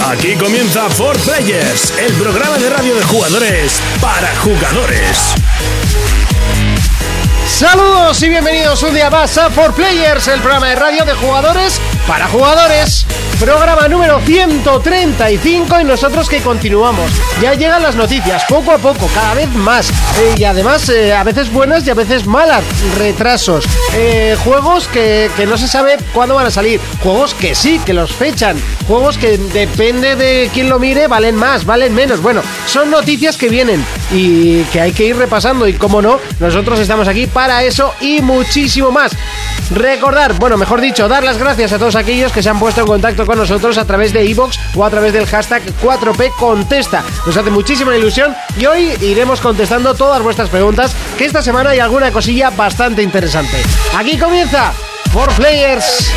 Aquí comienza For Players, el programa de radio de jugadores para jugadores. Saludos y bienvenidos un día más a For Players, el programa de radio de jugadores para jugadores. Programa número 135 y nosotros que continuamos. Ya llegan las noticias, poco a poco, cada vez más. Eh, y además, eh, a veces buenas y a veces malas. Retrasos. eh, juegos que, que no se sabe cuándo van a salir. Juegos que sí, que los fechan. Juegos que depende de quién lo mire, valen más, valen menos. Bueno, son noticias que vienen y que hay que ir repasando. Y como no, nosotros estamos aquí para eso y muchísimo más. Recordar, bueno, mejor dicho, dar las gracias a todos aquellos que se han puesto en contacto con nosotros a través de iBox o a través del hashtag 4P Contesta. Nos hace muchísima ilusión y hoy iremos contestando todas vuestras preguntas, que esta semana hay alguna cosilla bastante interesante. Aquí comienza For Players.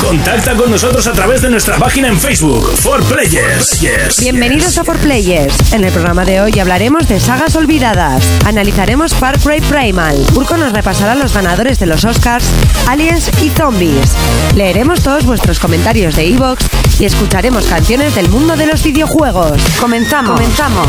Contacta con nosotros a través de nuestra página en Facebook, For Players. Yes. Bienvenidos a For Players. En el programa de hoy hablaremos de sagas olvidadas. Analizaremos Far Cry Primal. Urco nos repasará los ganadores de los Oscars, Aliens y Zombies. Leeremos todos vuestros comentarios de Evox y escucharemos canciones del mundo de los videojuegos. Comenzamos. Comenzamos.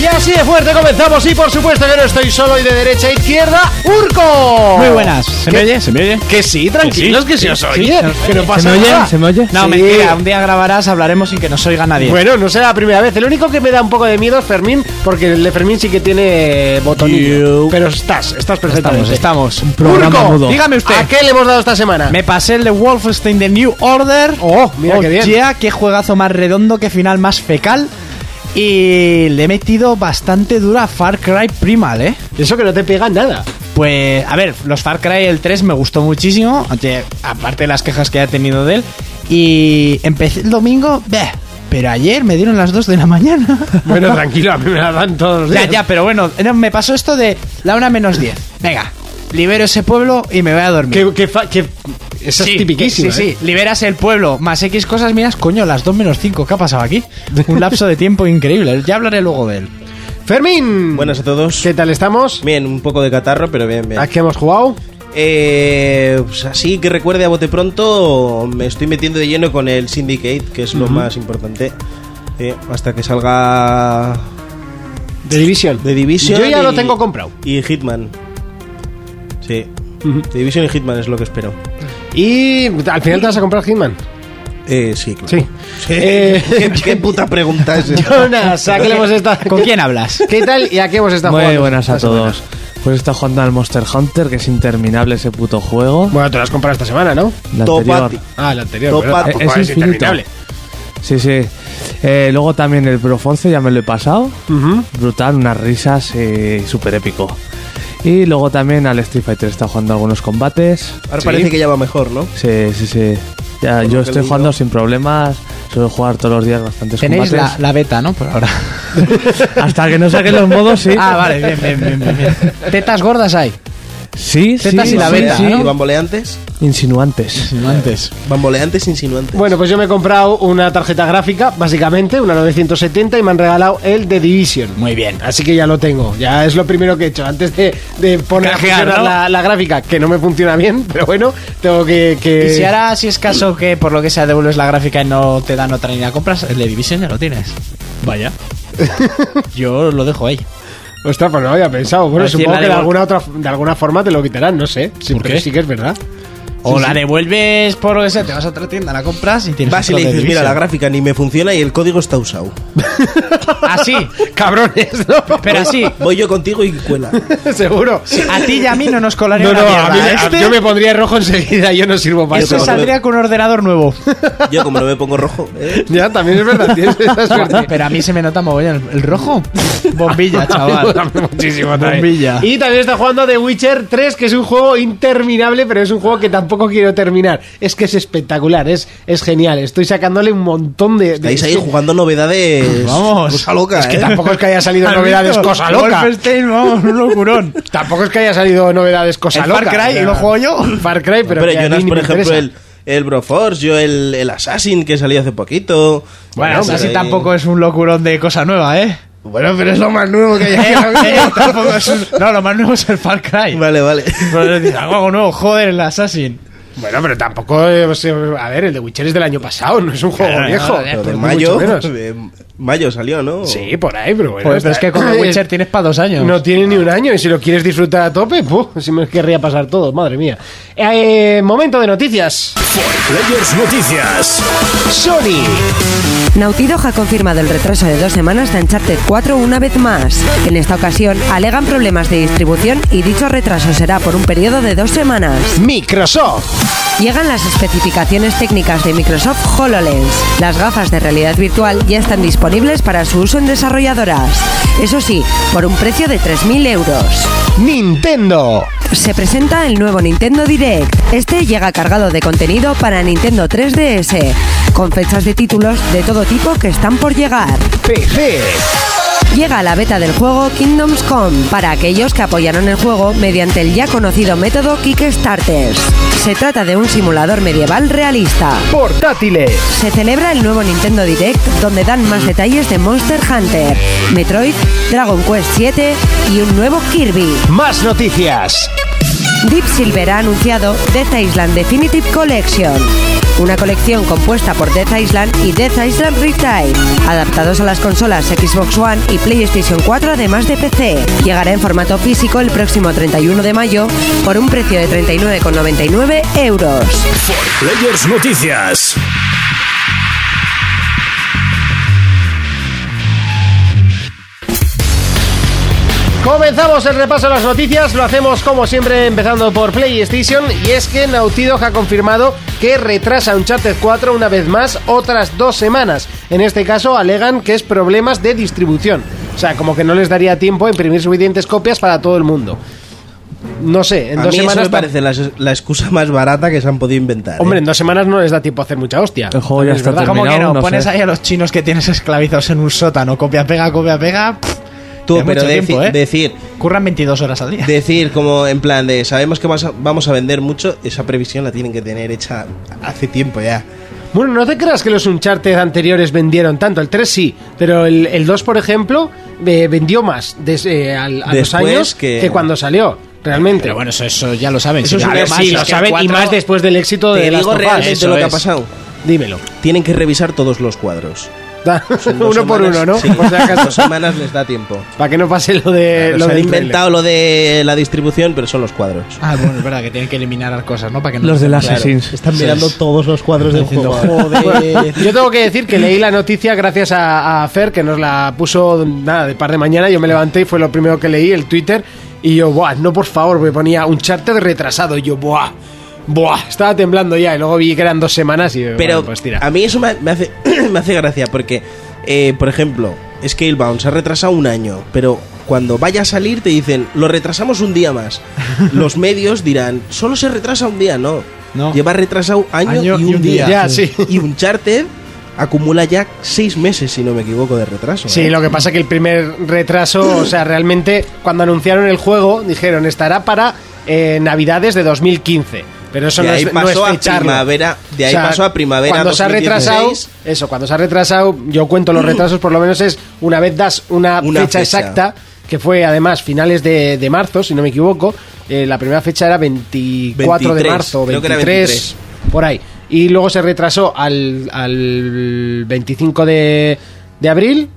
Y así de fuerte comenzamos y por supuesto que no estoy solo y de derecha a izquierda, Urco. Muy buenas. Oh. ¿Se me oye? ¿Se me oye? Que sí, tranquilos, que sí os oye. que no pasa ¿Se me oye? nada. ¿Se me oye? No, Sí. mentira. Un día grabarás, hablaremos sin que nos oiga nadie. Bueno, no será la primera vez. El único que me da un poco de miedo es Fermín, porque el de Fermín sí que tiene botonillo. You. Pero estás, estás estamos, perfectamente. estamos. Un Urco, Dígame usted. ¿A qué le hemos dado esta semana? Me pasé el de Wolfenstein The New Order. Oh, mira qué bien. yeah, qué juegazo más redondo, qué final más fecal. Y le he metido bastante dura a Far Cry Primal, ¿eh? Eso que no te pega nada. Pues, a ver, los Far Cry el 3 me gustó muchísimo, aunque- aparte de las quejas que he tenido de él. Y empecé el domingo, beh, pero ayer me dieron las 2 de la mañana. Bueno, tranquilo, a mí me la dan todos los ya, días. ya, pero bueno, no, me pasó esto de la 1 menos 10. Venga, libero ese pueblo y me voy a dormir. Que, que fa- que- Esa es tipiquísima. Sí, ¿eh? sí, liberas el pueblo, más X cosas, miras, coño, las 2 menos 5, ¿qué ha pasado aquí? Un lapso de tiempo increíble, ya hablaré luego de él. ¿eh? Fermín. Buenas a todos. ¿Qué tal estamos? Bien, un poco de catarro, pero bien, bien. ¿A qué hemos jugado? Eh, pues así que recuerde a bote pronto, me estoy metiendo de lleno con el Syndicate, que es lo más importante. Eh, hasta que salga De Division. The Division. Yo ya lo y- tengo comprado. Y Hitman. Sí. The Division y Hitman es lo que espero. Y al final te vas a comprar Hitman. Eh, sí, claro. Sí. Eh, ¿Qué, Eh, qué puta pregunta es esa? Jonas, ¿a qué le hemos estado? ¿Con quién hablas? ¿Qué tal y a qué hemos estado Muy jugando? buenas a esta semana? todos. Pues está jugando al Monster Hunter, que es interminable ese puto juego. Bueno, te lo has comprado esta semana, ¿no? La Topati. anterior. Ah, el anterior. Top ¿verdad? up. Tampoco Es infinito. Sí, sí. Eh, luego también el Profonce, ya me lo he pasado. Ujú. Brutal, unas risas eh, súper épico. Y luego también al Street Fighter está jugando algunos combates. Ahora parece que ya va mejor, ¿no? Sí, sí, sí. Ya, lo yo que he estoy leído. jugando sin problemas. Suelo jugar todos los días bastantes Tenéis la, combates. la beta, ¿no? Por ahora. Hasta que no saquen los modos, sí. Ah, vale, bien, bien, bien, bien, bien. Tetas gordas hay. Sí, sí, Tetas y la sí, venta, Bambole- sí. ¿no? Bamboleantes. Insinuantes. No antes. Bamboleantes insinuantes. Bueno, pues yo me he comprado una tarjeta gráfica, básicamente, una 970, y me han regalado el de Division. Muy bien. Así que ya lo tengo, ya es lo primero que he hecho. Antes de, de poner a Canjear, funcionar ¿no? la, la gráfica, que no me funciona bien, pero bueno, tengo que. que- Y si ahora, si es caso que por lo que sea devuelves la gráfica y no te dan otra ni la compras, el de Division ya lo tienes. Vaya. Yo lo dejo ahí. Ostras, pues no lo había pensado. Bueno, Es decir, supongo la que de devol- alguna, otra, de alguna forma te lo quitarán, no sé. Sí, ¿Por pero qué? sí que es verdad. O la devuelves por lo que sea, te vas a otra tienda, la compras y tienes Vas y otro le de dices, mira, Division". la gráfica ni me funciona y el código está usado. Así, Cabrones, ¿no? pero así. Voy yo contigo y cuela. Seguro. A ti y a mí no nos colaría No, no, una mierda. a mí me- a- Este- yo me pondría rojo enseguida, yo no sirvo para Eso eso. saldría con un ordenador nuevo. Yo como no me pongo rojo. ¿eh? Ya, también es verdad, tienes esa suerte. Pero a mí se me nota mogollón el, el rojo. Bombilla, chaval. Muchísimo también. Bombilla. Y también está jugando The Witcher 3, que es un juego interminable, pero es un juego que tampoco quiero terminar. Es que es espectacular, es, es genial. Estoy sacándole un montón de. de- Estáis ahí jugando novedades. Vamos. Cosa loca, Es que ¿eh? tampoco es que haya salido Has novedades visto, cosa loca. Wolfenstein, vamos, un locurón. Tampoco es que haya salido novedades cosa El loca. Far Cry, o sea, lo juego yo. Far Cry, pero. Pero, que a mí Jonas, ni por me ejemplo, interesa. el, el Broforce, yo el, el Assassin que salió hace poquito. Bueno, pero así ahí- tampoco es un locurón de cosa nueva, ¿eh? eh, Bueno, pero es lo más nuevo que hay aquí ahora mismo. Eh, tampoco es un- No, lo más nuevo es el Far Cry. Vale, vale. Pero dices, algo algo nuevo, joder, el Assassin. Bueno, pero tampoco. eh, o sea, a ver, el de Witcher es del año pasado, no es un juego Claro, viejo. no, Pero de Mucho mayo. menos. de mayo salió, ¿no? Sí, por ahí, pero bueno. Joder, pero Pues es está- eh, que con The Witcher tienes para dos años. No tiene ni un año y si lo quieres disfrutar a tope, ¡puh! si me querría pasar todo, madre mía. Eh, momento de noticias. Players Noticias. Sony. Naughty Dog ha confirmado el retraso de dos semanas de Uncharted 4 una vez más. En esta ocasión alegan problemas de distribución y dicho retraso será por un periodo de dos semanas. Microsoft. Llegan las especificaciones técnicas de Microsoft HoloLens. Las gafas de realidad virtual ya están disponibles para su uso en desarrolladoras. Eso sí, por un precio de 3.000 euros. Nintendo. Se presenta el nuevo Nintendo Direct. Este llega cargado de contenido para Nintendo 3DS, con fechas de títulos de todo tipo que están por llegar. PC. Llega la beta del juego Kingdoms Come para aquellos que apoyaron el juego mediante el ya conocido método Kickstarters. Se trata de un simulador medieval realista. Portátiles. Se celebra el nuevo Nintendo Direct donde dan más detalles de Monster Hunter, Metroid, Dragon Quest 7 y un nuevo Kirby. Más noticias. Deep Silver ha anunciado Death Island Definitive Collection, una colección compuesta por Death Island y Death Island Retired, adaptados a las consolas Xbox One y PlayStation 4 además de PC. Llegará en formato físico el próximo 31 de mayo por un precio de 39,99 euros. Players Noticias. Comenzamos el repaso de las noticias, lo hacemos como siempre empezando por PlayStation y es que Naughty Dog ha confirmado que retrasa Uncharted 4 una vez más otras dos semanas. En este caso alegan que es problemas de distribución, o sea, como que no les daría tiempo a imprimir suficientes copias para todo el mundo. No sé, en A dos mí eso semanas... me parece la, la excusa más barata que se han podido inventar. Hombre, ¿eh? en dos semanas no les da tiempo a hacer mucha hostia. El juego ya Es está verdad. ¿Cómo que terminado, no? no Pones sé. ahí a los chinos que tienes esclavizados en un sótano, copia, pega, copia, pega. pff, Tú, es pero mucho deci- tiempo, ¿eh? decir, Curran 22 horas al día. decir como en plan de sabemos que vas a- vamos a vender mucho, esa previsión la tienen que tener hecha hace tiempo ya. Bueno, no te creas que los Uncharted anteriores vendieron tanto. El 3 sí, pero el, el 2, por ejemplo, eh, vendió más des- eh, al- a los Después años que... que- cuando salió, realmente. Pero bueno, eso, eso ya lo saben. eso Si es no, un- además, sí, es lo que saben y cuatro- más después del éxito de Te Last digo of Us. realmente eso lo que ha es. pasado. Dímelo. Tienen que revisar todos los cuadros. Da- Son uno dos por semanas- uno, ¿no? sí, Por si acaso. dos semanas les da tiempo. Para que no pase lo de lo Claro, se han del inventado lo de la distribución, pero son los cuadros. Ah, bueno, es verdad que tienen que eliminar cosas, ¿no? Para que no Los del Claro. Assassin's. Están mirando todos los cuadros del juego. Ah. trailer. Eh, Yo tengo que decir que leí la noticia gracias a, a Fer, que nos la puso nada de par de mañana. Yo me levanté y fue lo primero que leí, el Twitter. Y yo, buah, no, por favor, me ponía un charter retrasado. Y yo, buah, buah, estaba temblando ya. Y luego vi que eran dos semanas y Pero bueno, pues tira. a mí eso me, me hace, me hace gracia porque, eh, por ejemplo, Scalebound se ha retrasado un año, pero cuando vaya a salir te dicen, lo retrasamos un día más. Los medios dirán, solo se retrasa un día, no. No. Lleva retrasado año, y un, día. Mm. Ya, sí. Y un charter acumula ya seis meses, si no me equivoco, de retraso. Sí, ¿eh? lo que pasa que el primer retraso, o sea, realmente cuando anunciaron el juego dijeron estará para eh, Navidades de 2015. Pero eso De no ahí es, no pasó es a ficharlo. primavera- de ahí pasó a primavera Cuando se ha 2016. retrasado, eso, cuando se ha retrasado, yo cuento los retrasos, por lo menos es una vez das una, Mm. Una fecha, fecha. exacta, que fue además finales de, de marzo, si no me equivoco. eh, la primera fecha era 24 de 23, marzo, creo que 23, era 23. por ahí. Y luego se retrasó al, al 25 de, de abril.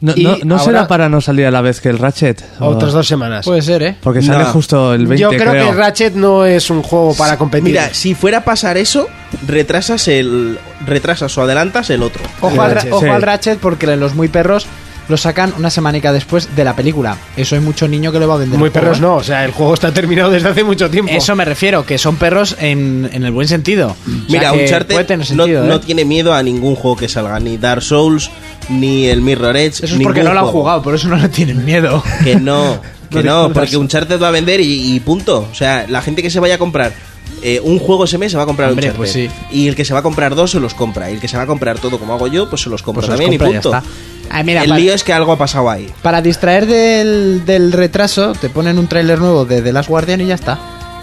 No, Y no- no ahora- será para no salir a la vez que el Ratchet. ¿O- Otras dos semanas. Ah. Puede ser, ¿eh? Porque sale No. justo el 20, Yo creo, que Ratchet no es un juego para competir. Mira, si fuera a pasar eso, retrasas el retrasas o adelantas el otro. Ojo, Sí, al, Ratchet, ojo sí. al Ratchet porque los muy perros lo sacan una semanica después de la película. Eso hay mucho niño que lo va a vender. muy el juego, perros ¿eh? no, o sea, el juego está terminado desde hace mucho tiempo. Eso me refiero, que son perros en, en el buen sentido. O sea, Mm. Mira, que Uncharted puede tener no, sentido, ¿eh? no tiene miedo a ningún juego que salga, ni Dark Souls, ni el Mirror Edge. Eso es porque no lo ningún han juego. jugado, por eso no le tienen miedo. Que no, que disfrutas. no, porque Uncharted va a vender y, y punto. O sea, la gente que se vaya a comprar eh, un juego ese mes se va a comprar Hombre, Uncharted. pues sí. Y el que se va a comprar dos se los compra. Y el que se va a comprar todo como hago yo, pues se los compra Pues se los también compra y ya y punto. está. Ah, mira, el para- lío es que algo ha pasado ahí. Para distraer del, del retraso, te ponen un tráiler nuevo de The Last Guardian y ya está.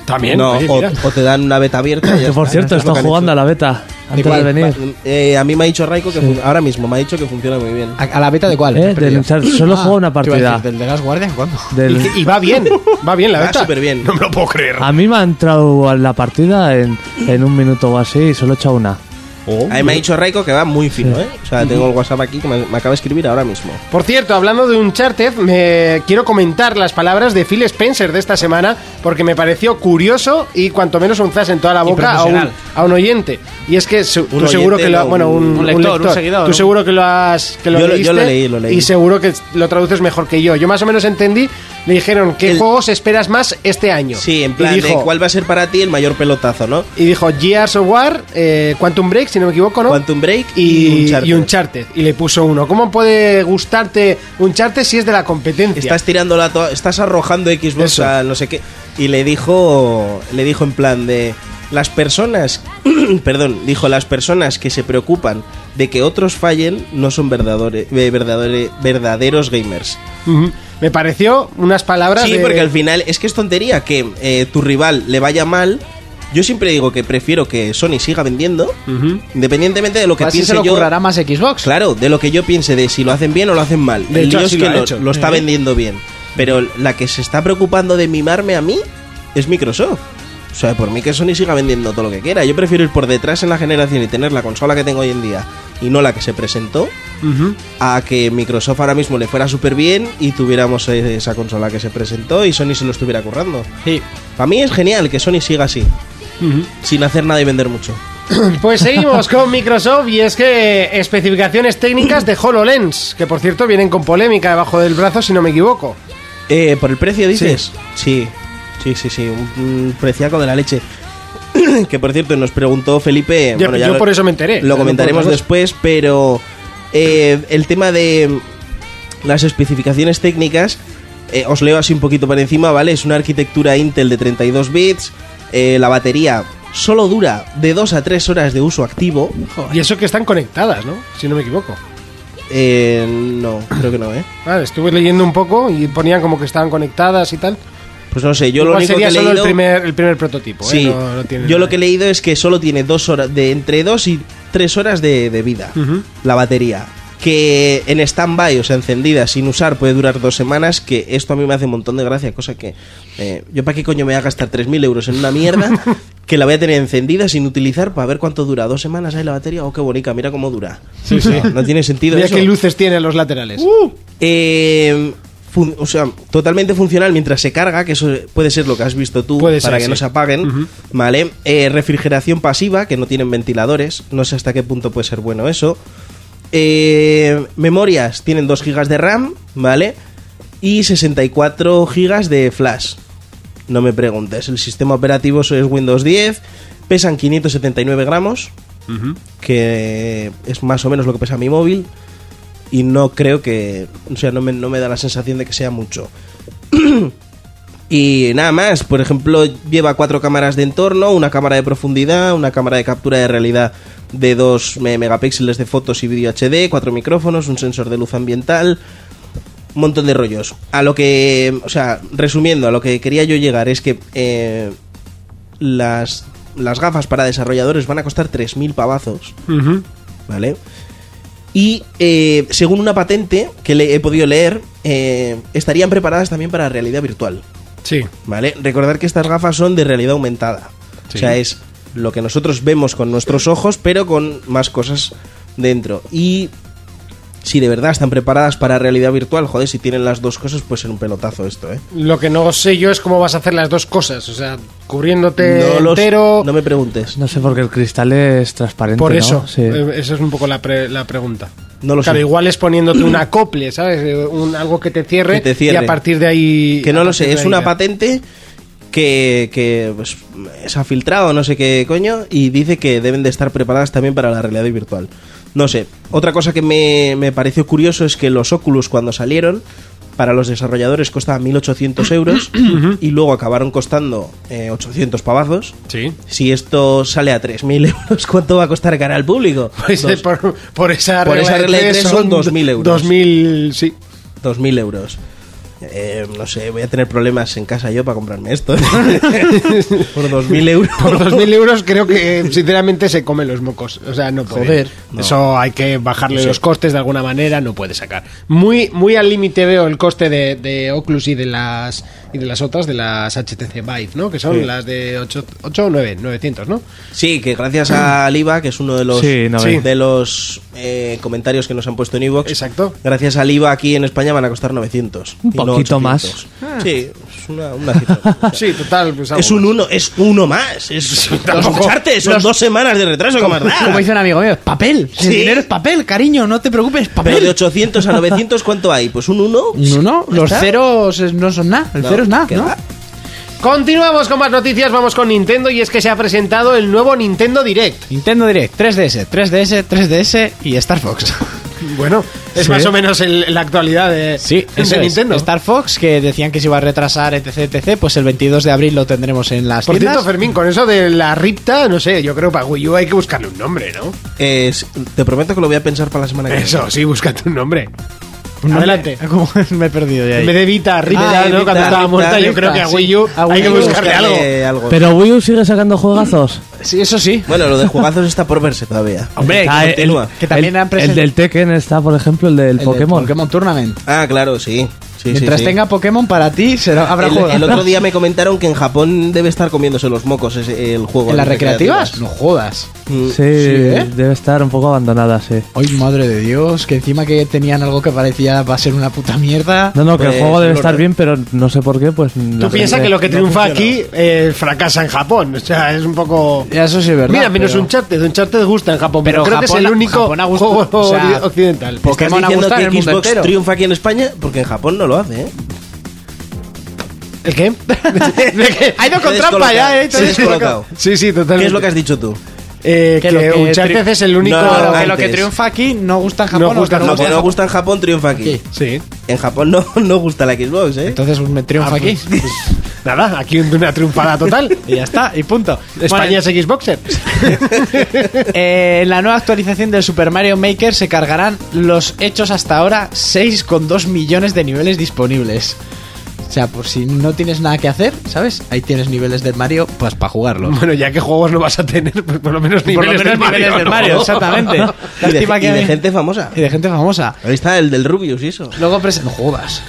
también. no, oye, o, mira. o te dan una beta abierta. y ya Que por está. cierto, Es lo están que han jugando hecho. a la beta. Antes cuál? de venir. Pa- eh, a mí me ha dicho Raiko que fun- ahora mismo me ha dicho que funciona muy bien. ¿A, a la beta de cuál? ¿Eh? Te he Del perdido. Ah, Uncharted. Solo juego una te iba a partida. decir, ¿Del de las guardias cuándo? Del- Y, y va bien, va bien la Va beta. Ah, súper bien. No me lo puedo creer. A mí me ha entrado a la partida en, en un minuto o así y solo he echado una. A mí me ha dicho Raiko que va muy fino, ¿eh? O sea, tengo el WhatsApp aquí que me, me acaba de escribir ahora mismo. Por cierto, hablando de Uncharted, me quiero comentar las palabras de Phil Spencer de esta semana porque me pareció curioso y cuanto menos un zas en toda la boca a un, profesional. a un oyente. Y es que su- tú oyente, seguro que lo ha- no, bueno, un, un lector, un seguidor, Tú un- seguro que lo has que lo Yo lo- leíste yo lo leí, lo leí. y seguro que lo traduces mejor que yo. Yo más o menos entendí, le dijeron, ¿qué El- juegos esperas más este año? Sí, en plan, y dijo, de ¿cuál va a ser para ti el mayor pelotazo, no? y dijo Gears of War, eh, Quantum Break, si no me equivoco, ¿no? Quantum Break y, y, Uncharted. y Uncharted. Y le puso uno. ¿Cómo puede gustarte Uncharted si es de la competencia? Estás tirando la to- estás arrojando Xbox Eso. a no sé qué. Y le dijo, le dijo en plan de las personas, perdón, dijo las personas que se preocupan de que otros fallen no son verdadere- eh, verdadere- verdaderos gamers. Ujú. Me pareció unas palabras Sí, de- porque al final es que es tontería que eh, tu rival le vaya mal. Yo siempre digo que prefiero que Sony siga vendiendo, independientemente de lo que Así piense se lo yo. currará más Xbox. Claro, de lo que yo piense de si lo hacen bien o lo hacen mal. De el hecho, lío así es lo que ha lo, hecho. lo está vendiendo bien. Pero la que se está preocupando de mimarme a mí es Microsoft. O sea, por mí que Sony siga vendiendo todo lo que quiera. Yo prefiero ir por detrás en la generación y tener la consola que tengo hoy en día y no la que se presentó Ujú. a que Microsoft ahora mismo le fuera súper bien y tuviéramos eh, esa consola que se presentó y Sony se lo estuviera currando. Sí. Para mí es genial que Sony siga así, sin hacer nada y vender mucho. Pues seguimos con Microsoft y es que especificaciones técnicas de HoloLens, que por cierto vienen con polémica debajo del brazo si no me equivoco. Eh, ¿Por el precio dices? Sí, sí, sí, sí, un, un preciaco de la leche. que por cierto nos preguntó Felipe... Yo- bueno, ya yo lo- por eso me enteré. Lo comentaremos No por otra después, pero eh, el tema de mm, las especificaciones técnicas, eh, os leo así un poquito por encima, ¿vale? Es una arquitectura Intel de 32 bits, eh, la batería solo dura de 2 a 3 horas de uso activo. cosa. Y eso que están conectadas, ¿no? Si no me equivoco. Eh, no, creo que no, ¿eh? Ah, estuve leyendo un poco y ponían como que estaban conectadas y tal. Pues no sé, yo lo Igual único sería que he solo leído... el, primer, el primer prototipo. ¿eh? Sí, No- no tiene yo lo nada. que he leído es que solo tiene dos horas, de entre 2 y 3 horas de, de vida Ujú. la batería. Que en stand-by, o sea, encendida, sin usar, puede durar dos semanas. Que esto a mí me hace un montón de gracia, cosa que eh, yo, ¿para qué coño me voy a gastar 3.000 euros en una mierda que la voy a tener encendida sin utilizar para ver cuánto dura? ¿Dos semanas ahí la batería? Oh, qué bonita, mira cómo dura. No, no tiene sentido. Mira eso. Uh. qué luces tiene a los laterales. Eh, fun- o sea, totalmente funcional mientras se carga, que eso puede ser lo que has visto tú Puede para ser, que sí. no se apaguen. ¿Vale? Eh, refrigeración pasiva, que no tienen ventiladores. No sé hasta qué punto puede ser bueno eso. Eh, memorias, tienen 2 GB de RAM, ¿vale? Y 64 GB de flash. No me preguntes, el sistema operativo es Windows 10, pesan 579 gramos, que es más o menos lo que pesa mi móvil, y no creo que, o sea, no me, no me da la sensación de que sea mucho. y nada más, por ejemplo, lleva cuatro cámaras de entorno, una cámara de profundidad, una cámara de captura de realidad de 2 megapíxeles de fotos y vídeo HD, cuatro micrófonos, un sensor de luz ambiental, un montón de rollos. A lo que, o sea, resumiendo, a lo que quería yo llegar es que eh, las, las gafas para desarrolladores van a costar 3.000 pavazos, Ujú. ¿vale? Y eh, según una patente que le he podido leer, eh, estarían preparadas también para realidad virtual, Sí. ¿vale? Recordar que estas gafas son de realidad aumentada. O sea, es lo que nosotros vemos con nuestros ojos, pero con más cosas dentro. Y si de verdad están preparadas para realidad virtual, joder, si tienen las dos cosas, pues ser un pelotazo esto, ¿eh? Lo que no sé yo es cómo vas a hacer las dos cosas. O sea, cubriéndote los- entero. no me preguntes. No sé por qué el cristal es transparente. por ¿no? eso. Sí. Eh, Esa es un poco la, pre- la pregunta. No lo claro, sé. igual es poniéndote un acople, ¿sabes? Eh, un- algo que te, cierre, Que te cierre. Y a partir de ahí. Que a no lo partir sé, de es ahí una ya. patente que, que pues, se ha filtrado, no sé qué coño, y dice que deben de estar preparadas también para la realidad virtual. No sé, otra cosa que me, me pareció curioso es que los Oculus cuando salieron, para los desarrolladores costaban 1.800 euros y luego acabaron costando eh, 800 pavazos. Sí. Si esto sale a 3.000 euros, ¿cuánto va a costar cara al público? Pues, eh, Dos- por, por esa Por regla, esa regla de tres tres son 2.000 euros. 2.000, sí. 2.000 euros. eh, no sé, voy a tener problemas en casa yo para comprarme esto. Por 2.000 euros. Por 2.000 euros creo que sinceramente se comen los mocos. O sea, no puede. Joder, no. Eso hay que bajarle Sí. los costes de alguna manera, no puede sacar. Muy muy al límite veo el coste de, de Oculus y de las y de las otras, de las HTC Vive, ¿no? Que son Sí. las de 8, 8 o 9, 900, ¿no? Sí, que gracias al IVA, que es uno de los, Sí, no ve. de los eh, comentarios que nos han puesto en Evox. Exacto. Gracias al IVA aquí en España van a costar 900. Un y no poquito 800. más. Sí, es una, una cifra. O sea, Sí, total. pues algo Es un más. uno, es uno más. Es, Tampoco- escucharte, son los- dos semanas de retraso, como Como dice un amigo mío, es papel. Sí. El dinero es papel, cariño, no te preocupes, Pero de papel. 800 a 900, ¿cuánto hay? Pues un 1. No, no, los ¿Está? ceros es- no son nada. El No, cero es nada, ¿qué ¿no? va? Continuamos con más noticias, vamos con Nintendo y es que se ha presentado el nuevo Nintendo Direct. Nintendo Direct, 3DS, 3DS, 3DS y Star Fox. Bueno, es Sí. más o menos el- la actualidad de, Sí, de eso es. Nintendo. Star Fox, que decían que se iba a retrasar, etc, etc. Pues el 22 de abril lo tendremos en las Por tiendas. cierto, Fermín, con eso de la Ripta, no sé, yo creo que para Wii U hay que buscarle un nombre, ¿no? Es- te prometo que lo voy a pensar para la semana que viene. Eso, sí, búscate un nombre. No, Adelante. ¿cómo? me he perdido ya. ahí. En vez de Vita, Ripta, Ah, ¿no? Ripta, Cuando estaba Ripta, muerta, yo Ripta, creo que a sí. Wii U A hay Wii que U, buscarle algo. Eh, algo. Pero Wii U sigue sacando juegazos. Sí, eso sí. Bueno, lo de jugazos está por verse todavía. Hombre, Ah, que, el- continúa. que también el, han presentado El del Tekken está, por ejemplo, el del el del Pokémon. Pokémon Tournament. Ah, claro, sí. Sí, sí, Mientras sí. tenga Pokémon para ti, será, habrá El, juego. el otro día me comentaron que en Japón debe estar comiéndose los mocos ese- el juego. ¿En las recreativas? No jodas. Mm. Sí, ¿eh? debe estar un poco abandonada, sí. Ay, madre de Dios, que encima que tenían algo que parecía va a ser una puta mierda. No, no, que Pues, el juego debe lo- estar bien, pero no sé por qué, pues... Tú piensas que lo que triunfa aquí eh, fracasa en Japón. O sea, es un poco. Ya Eso sí es verdad. Mira, menos pero- un Uncharted. Uncharted gusta en Japón, pero, Pero creo que es Japón- el único Japón ha gustado- juego o sea, occidental. po- ¿Estás Pokémon ha diciendo gustado que en el mundo Xbox entero. triunfa aquí en España? Porque en Japón no lo hace, ¿eh? ¿El qué? ¿De qué? Ha ido con Se trampa ya, descoloca- eh. se descolocado. Sí, sí, totalmente. ¿Qué es lo que has dicho tú? Eh, que Que lo que Uncharted tri- es el único. No, no, Claro, no, que lo que antes. triunfa aquí no gusta en Japón. No gusta o que en Lo que Japón. no gusta en Japón triunfa aquí. Aquí. Sí. En Japón no, no gusta la Xbox, ¿eh? Entonces me triunfa aquí. Ah, pues, Nada, aquí una triunfada total. Y ya está, y punto. España es Xboxer. Eh, en la nueva actualización del Super Mario Maker se cargarán los hechos hasta ahora 6,2 millones de niveles disponibles. O sea, por si no tienes nada que hacer, ¿sabes? Ahí tienes niveles del Mario, pues para jugarlo. Bueno, ya que juegos no vas a tener, pues por lo menos Por lo niveles, menos del Mario, niveles del ¿no? Mario, exactamente. Y de, Lástima y que de gente famosa. y de gente famosa. Ahí está el del Rubius y eso. Luego presen- No jodas.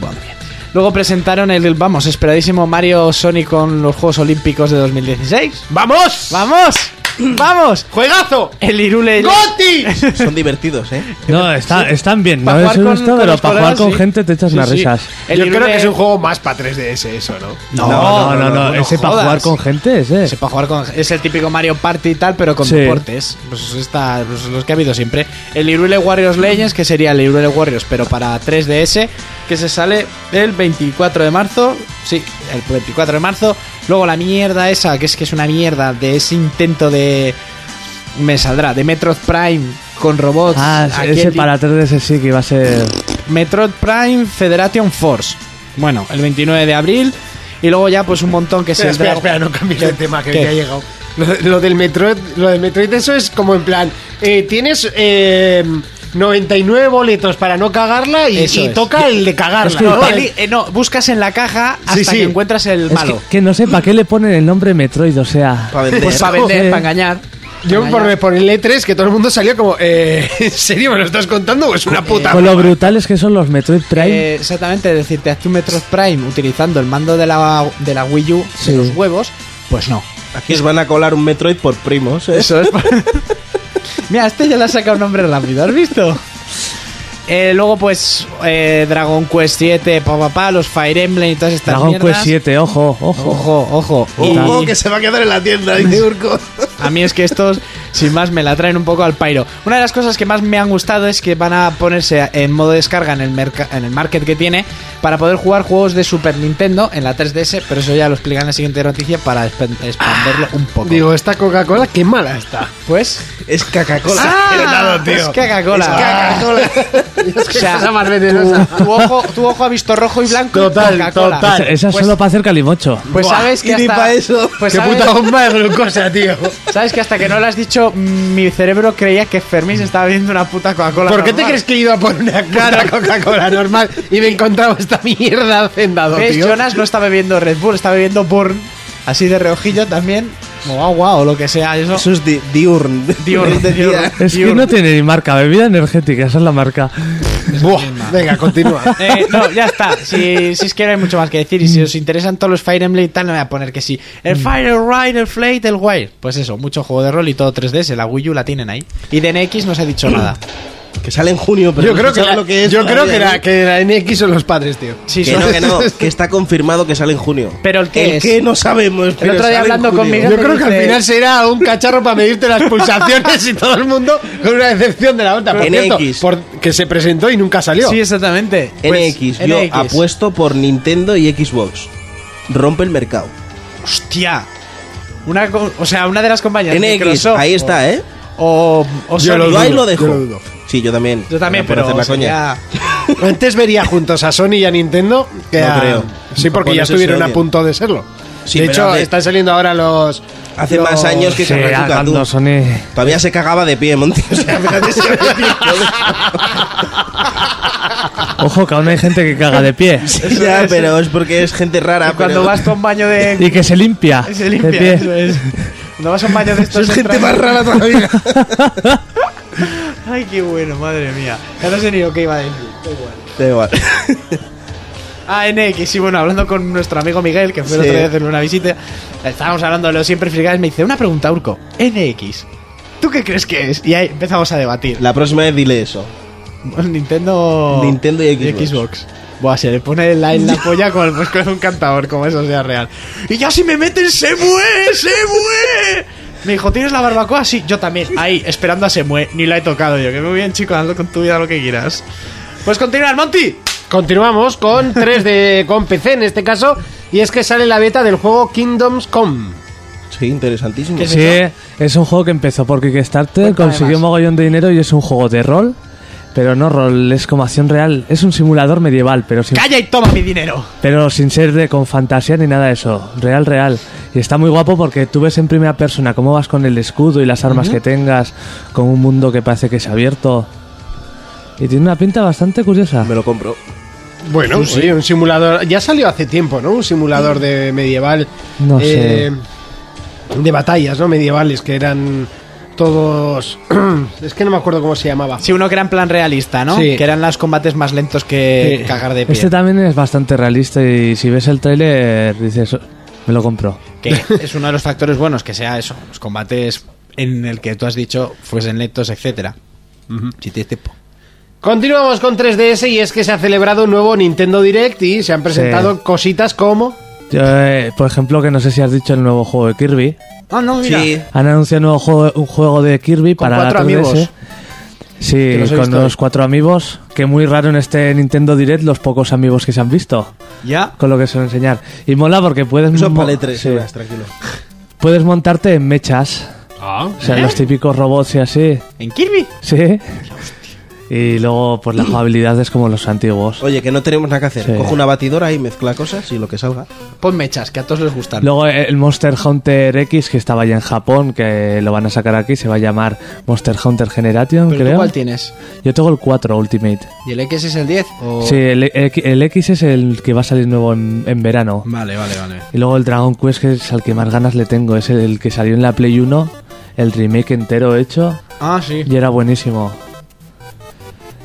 Madre mía. Luego presentaron el, vamos, esperadísimo Mario Sonic con los Juegos Olímpicos de 2016. ¡Vamos! ¡Vamos! ¡Vamos! ¡Juegazo! El Irule... ¡Goti! Son divertidos, ¿eh? No, está- están bien, Pa' no es jugar un con- esto, con pero los para jugar colegas, con sí. gente te echas unas risas. El Yo creo Irule- que es un juego más para 3DS eso, ¿no? No, no, no, no, ese para jodas. jugar con gente, eh. ese. Se puede jugar con- Es el típico Mario Party y tal, pero con Sí. deportes. Pues está, pues los que ha habido siempre. El Irule Warriors Legends, que sería el Irule Warriors, pero para 3DS, que se sale el 24 de marzo. Sí, el 24 de marzo. Luego la mierda esa, que es que es una mierda de ese intento de. Me saldrá, de Metroid Prime con robots. Ah, ese- Aquel ese di- para 3DS sí que iba a ser... Metroid Prime Federation Force. Bueno, el 29 de abril. Y luego ya, pues un montón que se. Espera, espera, espera, no cambies de tema que ¿Qué? ya ha llegado. Lo, lo del Metroid, lo del Metroid eso es como en plan, eh, tienes eh, 99 boletos para no cagarla y, Eso y es. toca el de cagarla. Es que- ¿no? Eli- eh, no, buscas en la caja hasta Sí, sí. que encuentras el Es que, malo. que no sé para qué le ponen el nombre Metroid, o sea... Para vender. Pues para vender, Joder. para engañar. Yo Pa' por, engañar. por el E3 que todo el mundo salió como, eh, ¿en serio me lo estás contando? o Es una puta. Con lo brutales que son los Metroid Prime. Eh, exactamente, decirte, hazte un Metroid Prime utilizando el mando de la, de la Wii U, Sí. de los huevos, pues no. Aquí os van a colar un Metroid por primos, ¿eh? Eso es. Mira, este ya le ha sacado un nombre rápido, ¿has visto? Eh, luego, pues, eh, Dragon Quest 7, pa, pa, pa, los Fire Emblem y todas estas Dragon mierdas. Quest 7, ojo, ojo. Ojo, ojo. Y Ojo, que se va a quedar en la tienda, dice Urco. a mí es que estos, sin más, me la traen un poco al pairo. Una de las cosas que más me han gustado es que van a ponerse en modo descarga en el, merca- en el market que tiene para poder jugar juegos de Super Nintendo en la 3DS, pero eso ya lo explica en la siguiente noticia para expan- expanderlo un poco. Digo, esta Coca-Cola, qué mala está. pues... Es Coca-Cola. Ah, es Coca-Cola. Es Coca-Cola. Es que Pues, O sea, cosa más venenosa. Tu, tu ojo, tu ojo ha visto rojo y blanco Total, y Coca-Cola. total. Esa- Esa es Pues- solo para hacer calimocho. Pues Buah, sabes que y ni hasta, pa' eso. Pues Qué sabes, puta bomba de glucosa, tío. sabes que hasta que no lo has dicho, "Mm, mi cerebro creía que Fermín se estaba viendo una puta Coca-Cola. ¿Por qué te normal. crees que he ido a por una cara Coca-Cola normal y me he encontrado esta mierda hacendado, ¿Ves? tío? Jonas no está bebiendo Red Bull, está bebiendo Born. Así de reojillo también. O agua o lo que sea. Eso. Eso es di- diurn. Diurn, de día. diurn. Es que no tiene ni marca, bebida energética, esa es la marca. Buah, venga, continúa. Eh, no, ya está. Si, si es que no hay mucho más que decir. Y si os interesan todos los Fire Emblem y tal, no me voy a poner que sí. El Fire, el Ride, el Flight, el Wire. Pues eso, mucho juego de rol y todo 3DS. La Wii U la tienen ahí. Y de NX no se ha dicho nada. Que sale en junio, pero Yo no creo se que, sabe la, lo que es yo creo todavía, que, ¿no? la, que la NX son los padres, tío. Sí, Que son- no, que no, que está confirmado que sale en junio. Pero el qué el es? qué no sabemos. pero otro día sale en hablando junio. con Miguel- Yo creo que dice- al final será un cacharro para medirte las pulsaciones y todo el mundo con una decepción de la otra. Por cierto, NX. por- que se presentó y nunca salió. Sí, exactamente. Pues, NX, yo apuesto por Nintendo y Xbox. Rompe el mercado. Hostia. Una, co- o sea, una de las compañías. NX, Microsoft ahí o- está, ¿eh? O, o Yo, Sony. ahí lo yo dejo. lo dudo. Sí, yo también. Yo también, Por pero. hacer la coña. sería- Antes vería juntos a Sony y a Nintendo. Que No a- creo. Sí, porque Japoneses ya estuvieron se a odian. punto de serlo. Sí, de pero hecho, hace- están saliendo ahora los. Hace los- más años que Sí, Karatsuka, tú. Eh, cuando Sony. Todavía se cagaba de pie, Monty. O sea, fíjate si había tiempo Ojo, que aún hay gente que caga de pie. de- Ya, pero es porque es gente rara. Y cuando pero- vas con baño de. Y que se limpia. Se limpia, de pie. eso es. Cuando vas a un baño de estos. Es gente entras- más rara todavía. Ay, qué bueno, madre mía. Ya no sé ni lo que iba a decir. Da igual. Da igual. Ah, NX, sí, bueno, hablando con nuestro amigo Miguel, que fue el Sí. otro día a hacerme una visita, estábamos hablando de los siempre frigados, me dice, una pregunta, Urco, NX, ¿tú qué crees que es? Y ahí empezamos a debatir. La próxima vez dile eso. Nintendo... Nintendo y Xbox. Buah, se le pone la, en la polla con, pues, con un cantador, como eso sea real. Y ya si me meten, se mueve, se mueve. Me dijo, ¿tienes la barbacoa? Sí, yo también. Ahí, esperando a se mueve. Ni la he tocado yo. Que muy bien, chico, hazlo con tu vida lo que quieras. Pues continuar, Monty. Continuamos con 3 de con PC en este caso. Y es que sale la beta del juego Kingdoms Come. Sí, interesantísimo. ¿Qué es Sí, es un juego que empezó por Kickstarter, Cuéntame consiguió un más. mogollón de dinero y es un juego de rol. Pero no rol, es como acción real. Es un simulador medieval, pero sin, Calla y toma mi dinero. pero sin ser de con fantasía ni nada de eso. Real, real. Y está muy guapo porque tú ves en primera persona cómo vas con el escudo y las armas que tengas, con un mundo que parece que es abierto. Y tiene una pinta bastante curiosa. Me lo compro. Bueno, sí, un simulador. Ya salió hace tiempo, ¿no? Un simulador de medieval. eh, No De batallas, ¿no? Medievales, que eran todos. es que no me acuerdo cómo se llamaba. Sí, uno que era en plan realista, ¿no? Sí. Que eran los combates más lentos que Sí. cagar de pie. Este también es bastante realista y si ves el tráiler dices, "Oh, me lo compro. que es uno de los factores buenos que sea eso, los combates en el que tú has dicho fuesen lentos, etcétera. Si tienes tiempo. Continuamos con 3DS y es que se ha celebrado un nuevo Nintendo Direct y se han presentado Sí. cositas como. Yo, eh, por ejemplo, que no sé si has dicho el nuevo juego de Kirby. Ah, no, Sí. Han anunciado un nuevo juego, un juego de Kirby Con para la cuatro 3DS. amigos. Sí, los he con visto los hoy. cuatro amigos. Que muy raro en este Nintendo Direct los pocos amigos que se han visto. Ya. Con lo que suelen enseñar. Y mola porque puedes, Eso es mo- para tres sí. horas, tranquilo. puedes montarte en mechas. O sea, ¿Eh? los típicos robots y así. ¿En Kirby? Sí. Y luego, pues la jugabilidad es como los antiguos. Oye, que no tenemos nada que hacer. Sí. Coge una batidora y mezcla cosas y lo que salga. Pon mechas, que a todos les gustan. Luego eh, el Monster Hunter X que estaba ya en Japón, que lo van a sacar aquí, se va a llamar Monster Hunter Generation, ¿Pero tú creo. cuál tienes? Yo tengo el 4 Ultimate. ¿Y el X es el 10? O- Sí, el, el X es el que va a salir nuevo en, en verano. Vale, vale, vale. Y luego el Dragon Quest, que es al que más ganas le tengo. Es el, que salió en la Play 1, el remake entero hecho, Ah, sí. y era buenísimo.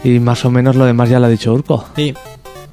Y más o menos lo demás ya lo ha dicho Urco. Sí.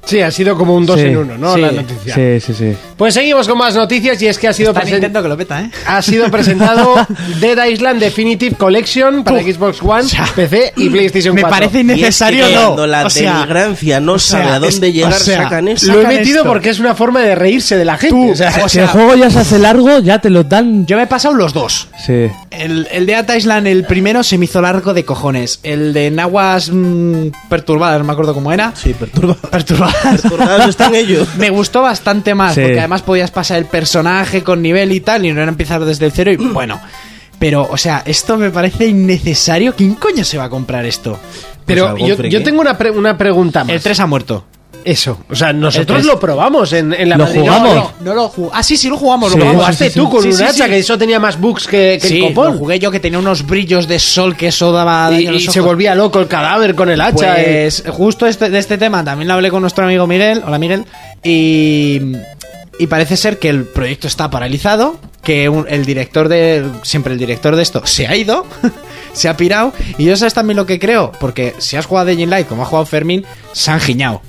Sí, ha sido como un 2 Sí, en 1, ¿no? sí, La noticia. Sí, sí, sí. Pues seguimos con más noticias y es que ha sido, Está presen- Nintendo que lo peta, ¿eh? ha sido presentado Dead Island Definitive Collection para Puf. Xbox One, O sea, PC y PlayStation 4. Y es que Cuando la deligrancia no sea, sabe a dónde es- llegar, o sea, sacan eso. Lo he sacan metido esto. porque es una forma de reírse de la gente. Tú, o sea, o Si el sea, juego ya se hace largo, ya te lo dan. yo me he pasado los dos. Sí. El, el de Ata Island, el primero, se me hizo largo de cojones. El de Nahuas mm, perturbadas, no me acuerdo cómo era. Sí, perturba. Perturbadas. Perturbados están ellos. Me gustó bastante más, Sí. porque además podías pasar el personaje con nivel y tal, y no era empezar desde el cero y bueno. Pero, o sea, esto me parece innecesario. ¿Quién coño se va a comprar esto? Pero algo yo, friki. yo tengo una, pre- una pregunta más. Pues El 3 ha muerto. Eso. O sea, nosotros tres. lo probamos en, en la Lo Madrid. jugamos. No, no, No lo jugó. Ah, sí, sí, lo jugamos. Sí, lo Lo sí, jugamos. jugaste tú con Sí, un sí, hacha sí. que eso tenía más bugs que, que Sí, el copón. lo jugué yo que tenía unos brillos de sol que eso daba daño y a y los se ojos. volvía loco el cadáver con el hacha. eh. Pues justo este- de este tema también hablé con nuestro amigo Miguel. Hola Miguel. Y, y parece ser que el proyecto está paralizado. Que un- el director de. Siempre el director de esto se ha ido. se ha pirado. Y yo sabes también lo que creo. Porque si has jugado Dying Light como ha jugado Fermín, se han giñado.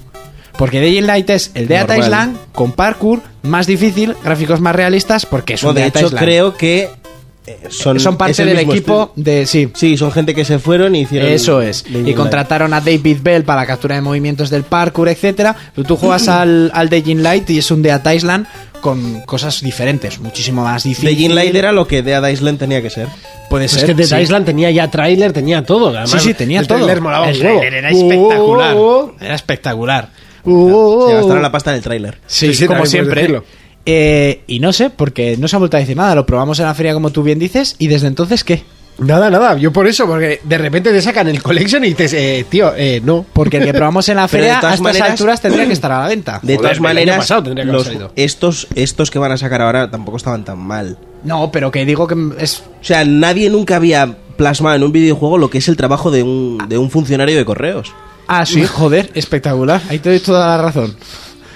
Porque Dying Light es el Dead Normal. Island con parkour más difícil, gráficos más realistas. Porque es un No, de Dead hecho, Island. creo que eh, son, Son es parte el del mismo equipo estudio. de. Sí. Sí, son gente que se fueron y hicieron. Eso es. Dying Y Light. contrataron a David Bell para la captura de movimientos del parkour, etcétera. Pero tú juegas al, al Dying Light y es un Dead Island con cosas diferentes, muchísimo más difícil. Dying Light era lo que Dead Island tenía que ser. Puede Es ser. que Dead sí. Island tenía ya tráiler, tenía todo. Además, Sí, sí, tenía el todo. tráiler molaba un El huevo. tráiler era espectacular. Uh, uh, Era espectacular. uh, uh, uh. Se gastaron la pasta en el tráiler. Sí, Sí, sí, como también puedes siempre. decirlo. Eh, y no sé, porque no se ha vuelto a decir nada. Lo probamos en la feria, como tú bien dices. ¿Y desde entonces qué? Nada, nada. Yo por eso, porque de repente te sacan el collection y te. eh, tío, eh, no. Porque el que probamos en la Pero de feria, a todas estas maneras- alturas tendría que estar a la venta. Joder, De todas el año maneras, pasado tendría que haber los- salido. estos, estos que van a sacar ahora tampoco estaban tan mal. No, pero que digo que es O sea, nadie nunca había plasmado en un videojuego lo que es el trabajo de un, de un funcionario de correos. Ah, sí, joder, espectacular. Ahí te doy toda la razón.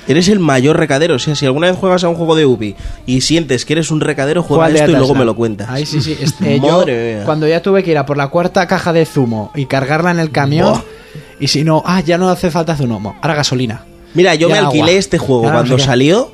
Eres el mayor recadero. O sea, si alguna vez juegas a un juego de Ubi y sientes que eres un recadero, juega ¿Cuál de esto y Atlas, luego no? me lo cuentas. Ahí sí, sí. Este, yo, Madre mía. cuando ya tuve que ir a por la cuarta caja de zumo y cargarla en el camión, Buah. y si no, ah, ya no hace falta zumo, mo- ahora gasolina. Mira, yo Y me al alquilé agua. este juego. Ahora no cuando sé qué. salió,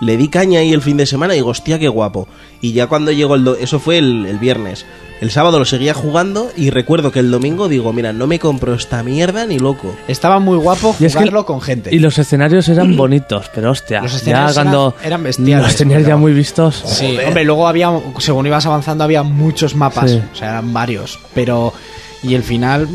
le di caña ahí el fin de semana y digo, hostia, qué guapo. Y ya cuando llegó el... do- Eso fue el, el viernes. El sábado lo seguía jugando y recuerdo que el domingo digo, mira, no me compro esta mierda ni loco. Estaba muy guapo Y es que- jugarlo con gente. Y los escenarios eran bonitos, pero hostia. Los escenarios ya cuando eran- eran bestiales, Los tenías ya pero- muy vistos. Sí, hombre, luego había, según ibas avanzando, había muchos mapas. Sí. O sea, eran varios. Pero, y el final.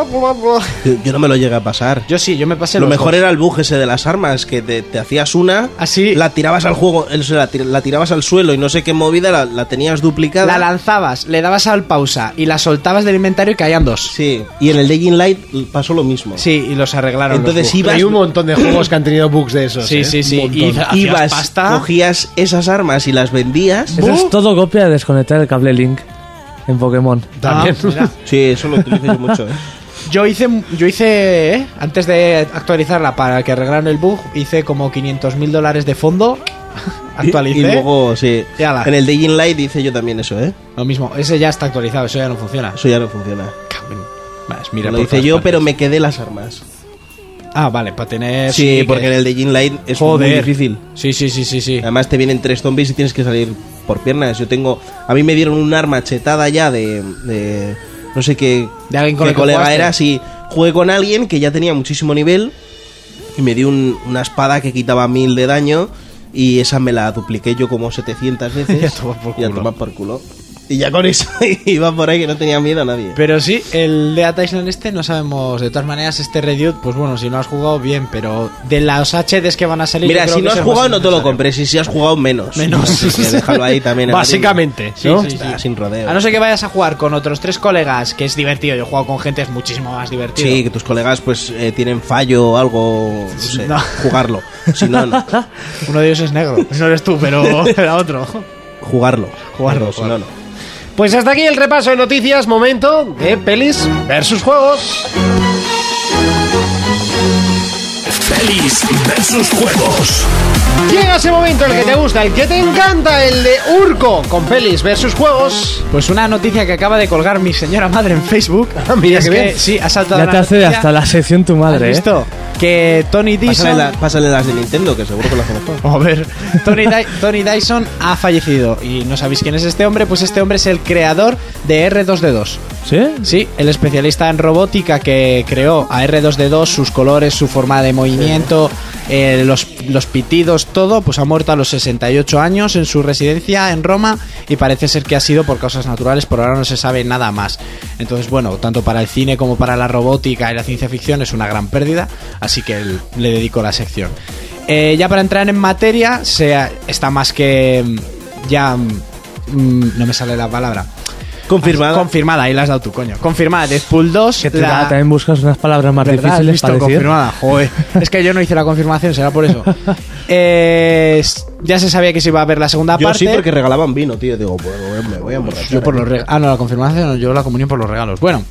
Yo, yo no me lo llegué a pasar. Yo sí, yo me pasé lo los mejor dos. era el bug ese de las armas, que te, te hacías una, Así. la tirabas al juego, el- la, tir- la tirabas al suelo y no sé qué movida, la, la tenías duplicada. La lanzabas, le dabas al pausa y la soltabas del inventario y caían dos. Sí, y en el Dying Light pasó lo mismo. Sí, y los arreglaron. los Entonces bugs. ibas, Hay un montón de juegos que han tenido bugs de esos. Sí, ¿eh? sí, sí. Un montón. Y hacías ibas, pasta. cogías esas armas y las vendías. Eso es todo copia de desconectar el cable Link en Pokémon. Ah, También. Sí, eso lo utilizo yo mucho. ¿eh? yo hice, yo hice ¿eh? antes de actualizarla para que arreglaran el bug, hice como 500 mil dólares de fondo. Actualicé. Y luego, sí. Y ala. En el Dying Light hice yo también eso, ¿eh? Lo mismo, ese ya está actualizado, eso ya no funciona. Eso ya no funciona. Cago en- Vas, mira pues lo por hice todas yo, partes. pero me quedé las armas. Ah, vale, para tener. Sí, que- porque en el Dying Light es muy Joder. difícil. Sí, sí, sí, sí. sí. Además te vienen tres zombies y tienes que salir por piernas. Yo tengo... A mí me dieron un arma chetada ya de... de- no sé qué, De alguien con qué el que colega jugaste. era. Sí, jugué con alguien que ya tenía muchísimo nivel y me dio un- una espada que quitaba mil de daño y esa me la dupliqué yo como 700 veces. Ya toma por Y ya culo. toma por culo. Y ya con eso iba por ahí que no tenía miedo a nadie. Pero sí, el de Ata Island este no sabemos. De todas maneras, este Redute, pues bueno, si no has jugado, bien, pero de las HDs que van a salir. yo Mira, creo si que no es has el más jugado no te lo necesario. compres y si has jugado menos. Menos. Así que déjalo ahí también. ahora mismo. Básicamente, Sí, ¿no? sí, sí. Está Ah, sin rodeo. A no ser que vayas a jugar con otros tres colegas, que es divertido. Yo he jugado con gente, es muchísimo más divertido. Sí, que tus colegas pues eh, tienen fallo o algo, no sé, No. jugarlo. Si no, no. Uno de ellos es negro. pues No eres tú, pero era otro. jugarlo. Jugarlo, Pero si no, no. Pues hasta aquí el repaso de noticias, momento de pelis versus juegos. Pelis versus juegos. Llega ese momento el que te gusta, el que te encanta, el de Urco con pelis versus juegos. Pues una noticia que acaba de colgar mi señora madre en Facebook. Ah, mira es qué que, bien. Sí, ha saltado Ya la te hace noticia. hasta la sección tu ¿Has madre, ¿eh? visto? Que Tony Pásale, Dyson. la- pásale las de Nintendo, que seguro que las conozco. A ver. Tony, Dy- Tony Dyson ha fallecido. Y no sabéis quién es este hombre. Pues este hombre es el creador de R2D2. ¿Sí? Sí, el especialista en robótica que creó a R2D2, sus colores, su forma de movimiento, eh, los, los pitidos, todo, pues ha muerto a los 68 años en su residencia en Roma y parece ser que ha sido por causas naturales, por ahora no se sabe nada más. Entonces, bueno, tanto para el cine como para la robótica y la ciencia ficción es una gran pérdida, así que el- le dedico la sección. Eh, ya para entrar en materia, se, ha- está más que mm, ya... mm, mm, no me sale la palabra Confirmada. Confirmada, ahí la has dado tú, coño. Confirmada, Deadpool 2. Que te la- da- también buscas unas palabras más ¿Verdad? ¿Has difíciles visto? para decir. confirmada, joder. es que yo no hice la confirmación, será por eso. Eh, s- ya se sabía que se iba a ver la segunda Yo parte. sí porque regalaban vino, tío. Digo, "Pues, bueno, me voy a emborrachar. Yo por los regalos. Ah, no, la confirmación, no, yo la comunión por los regalos. Bueno.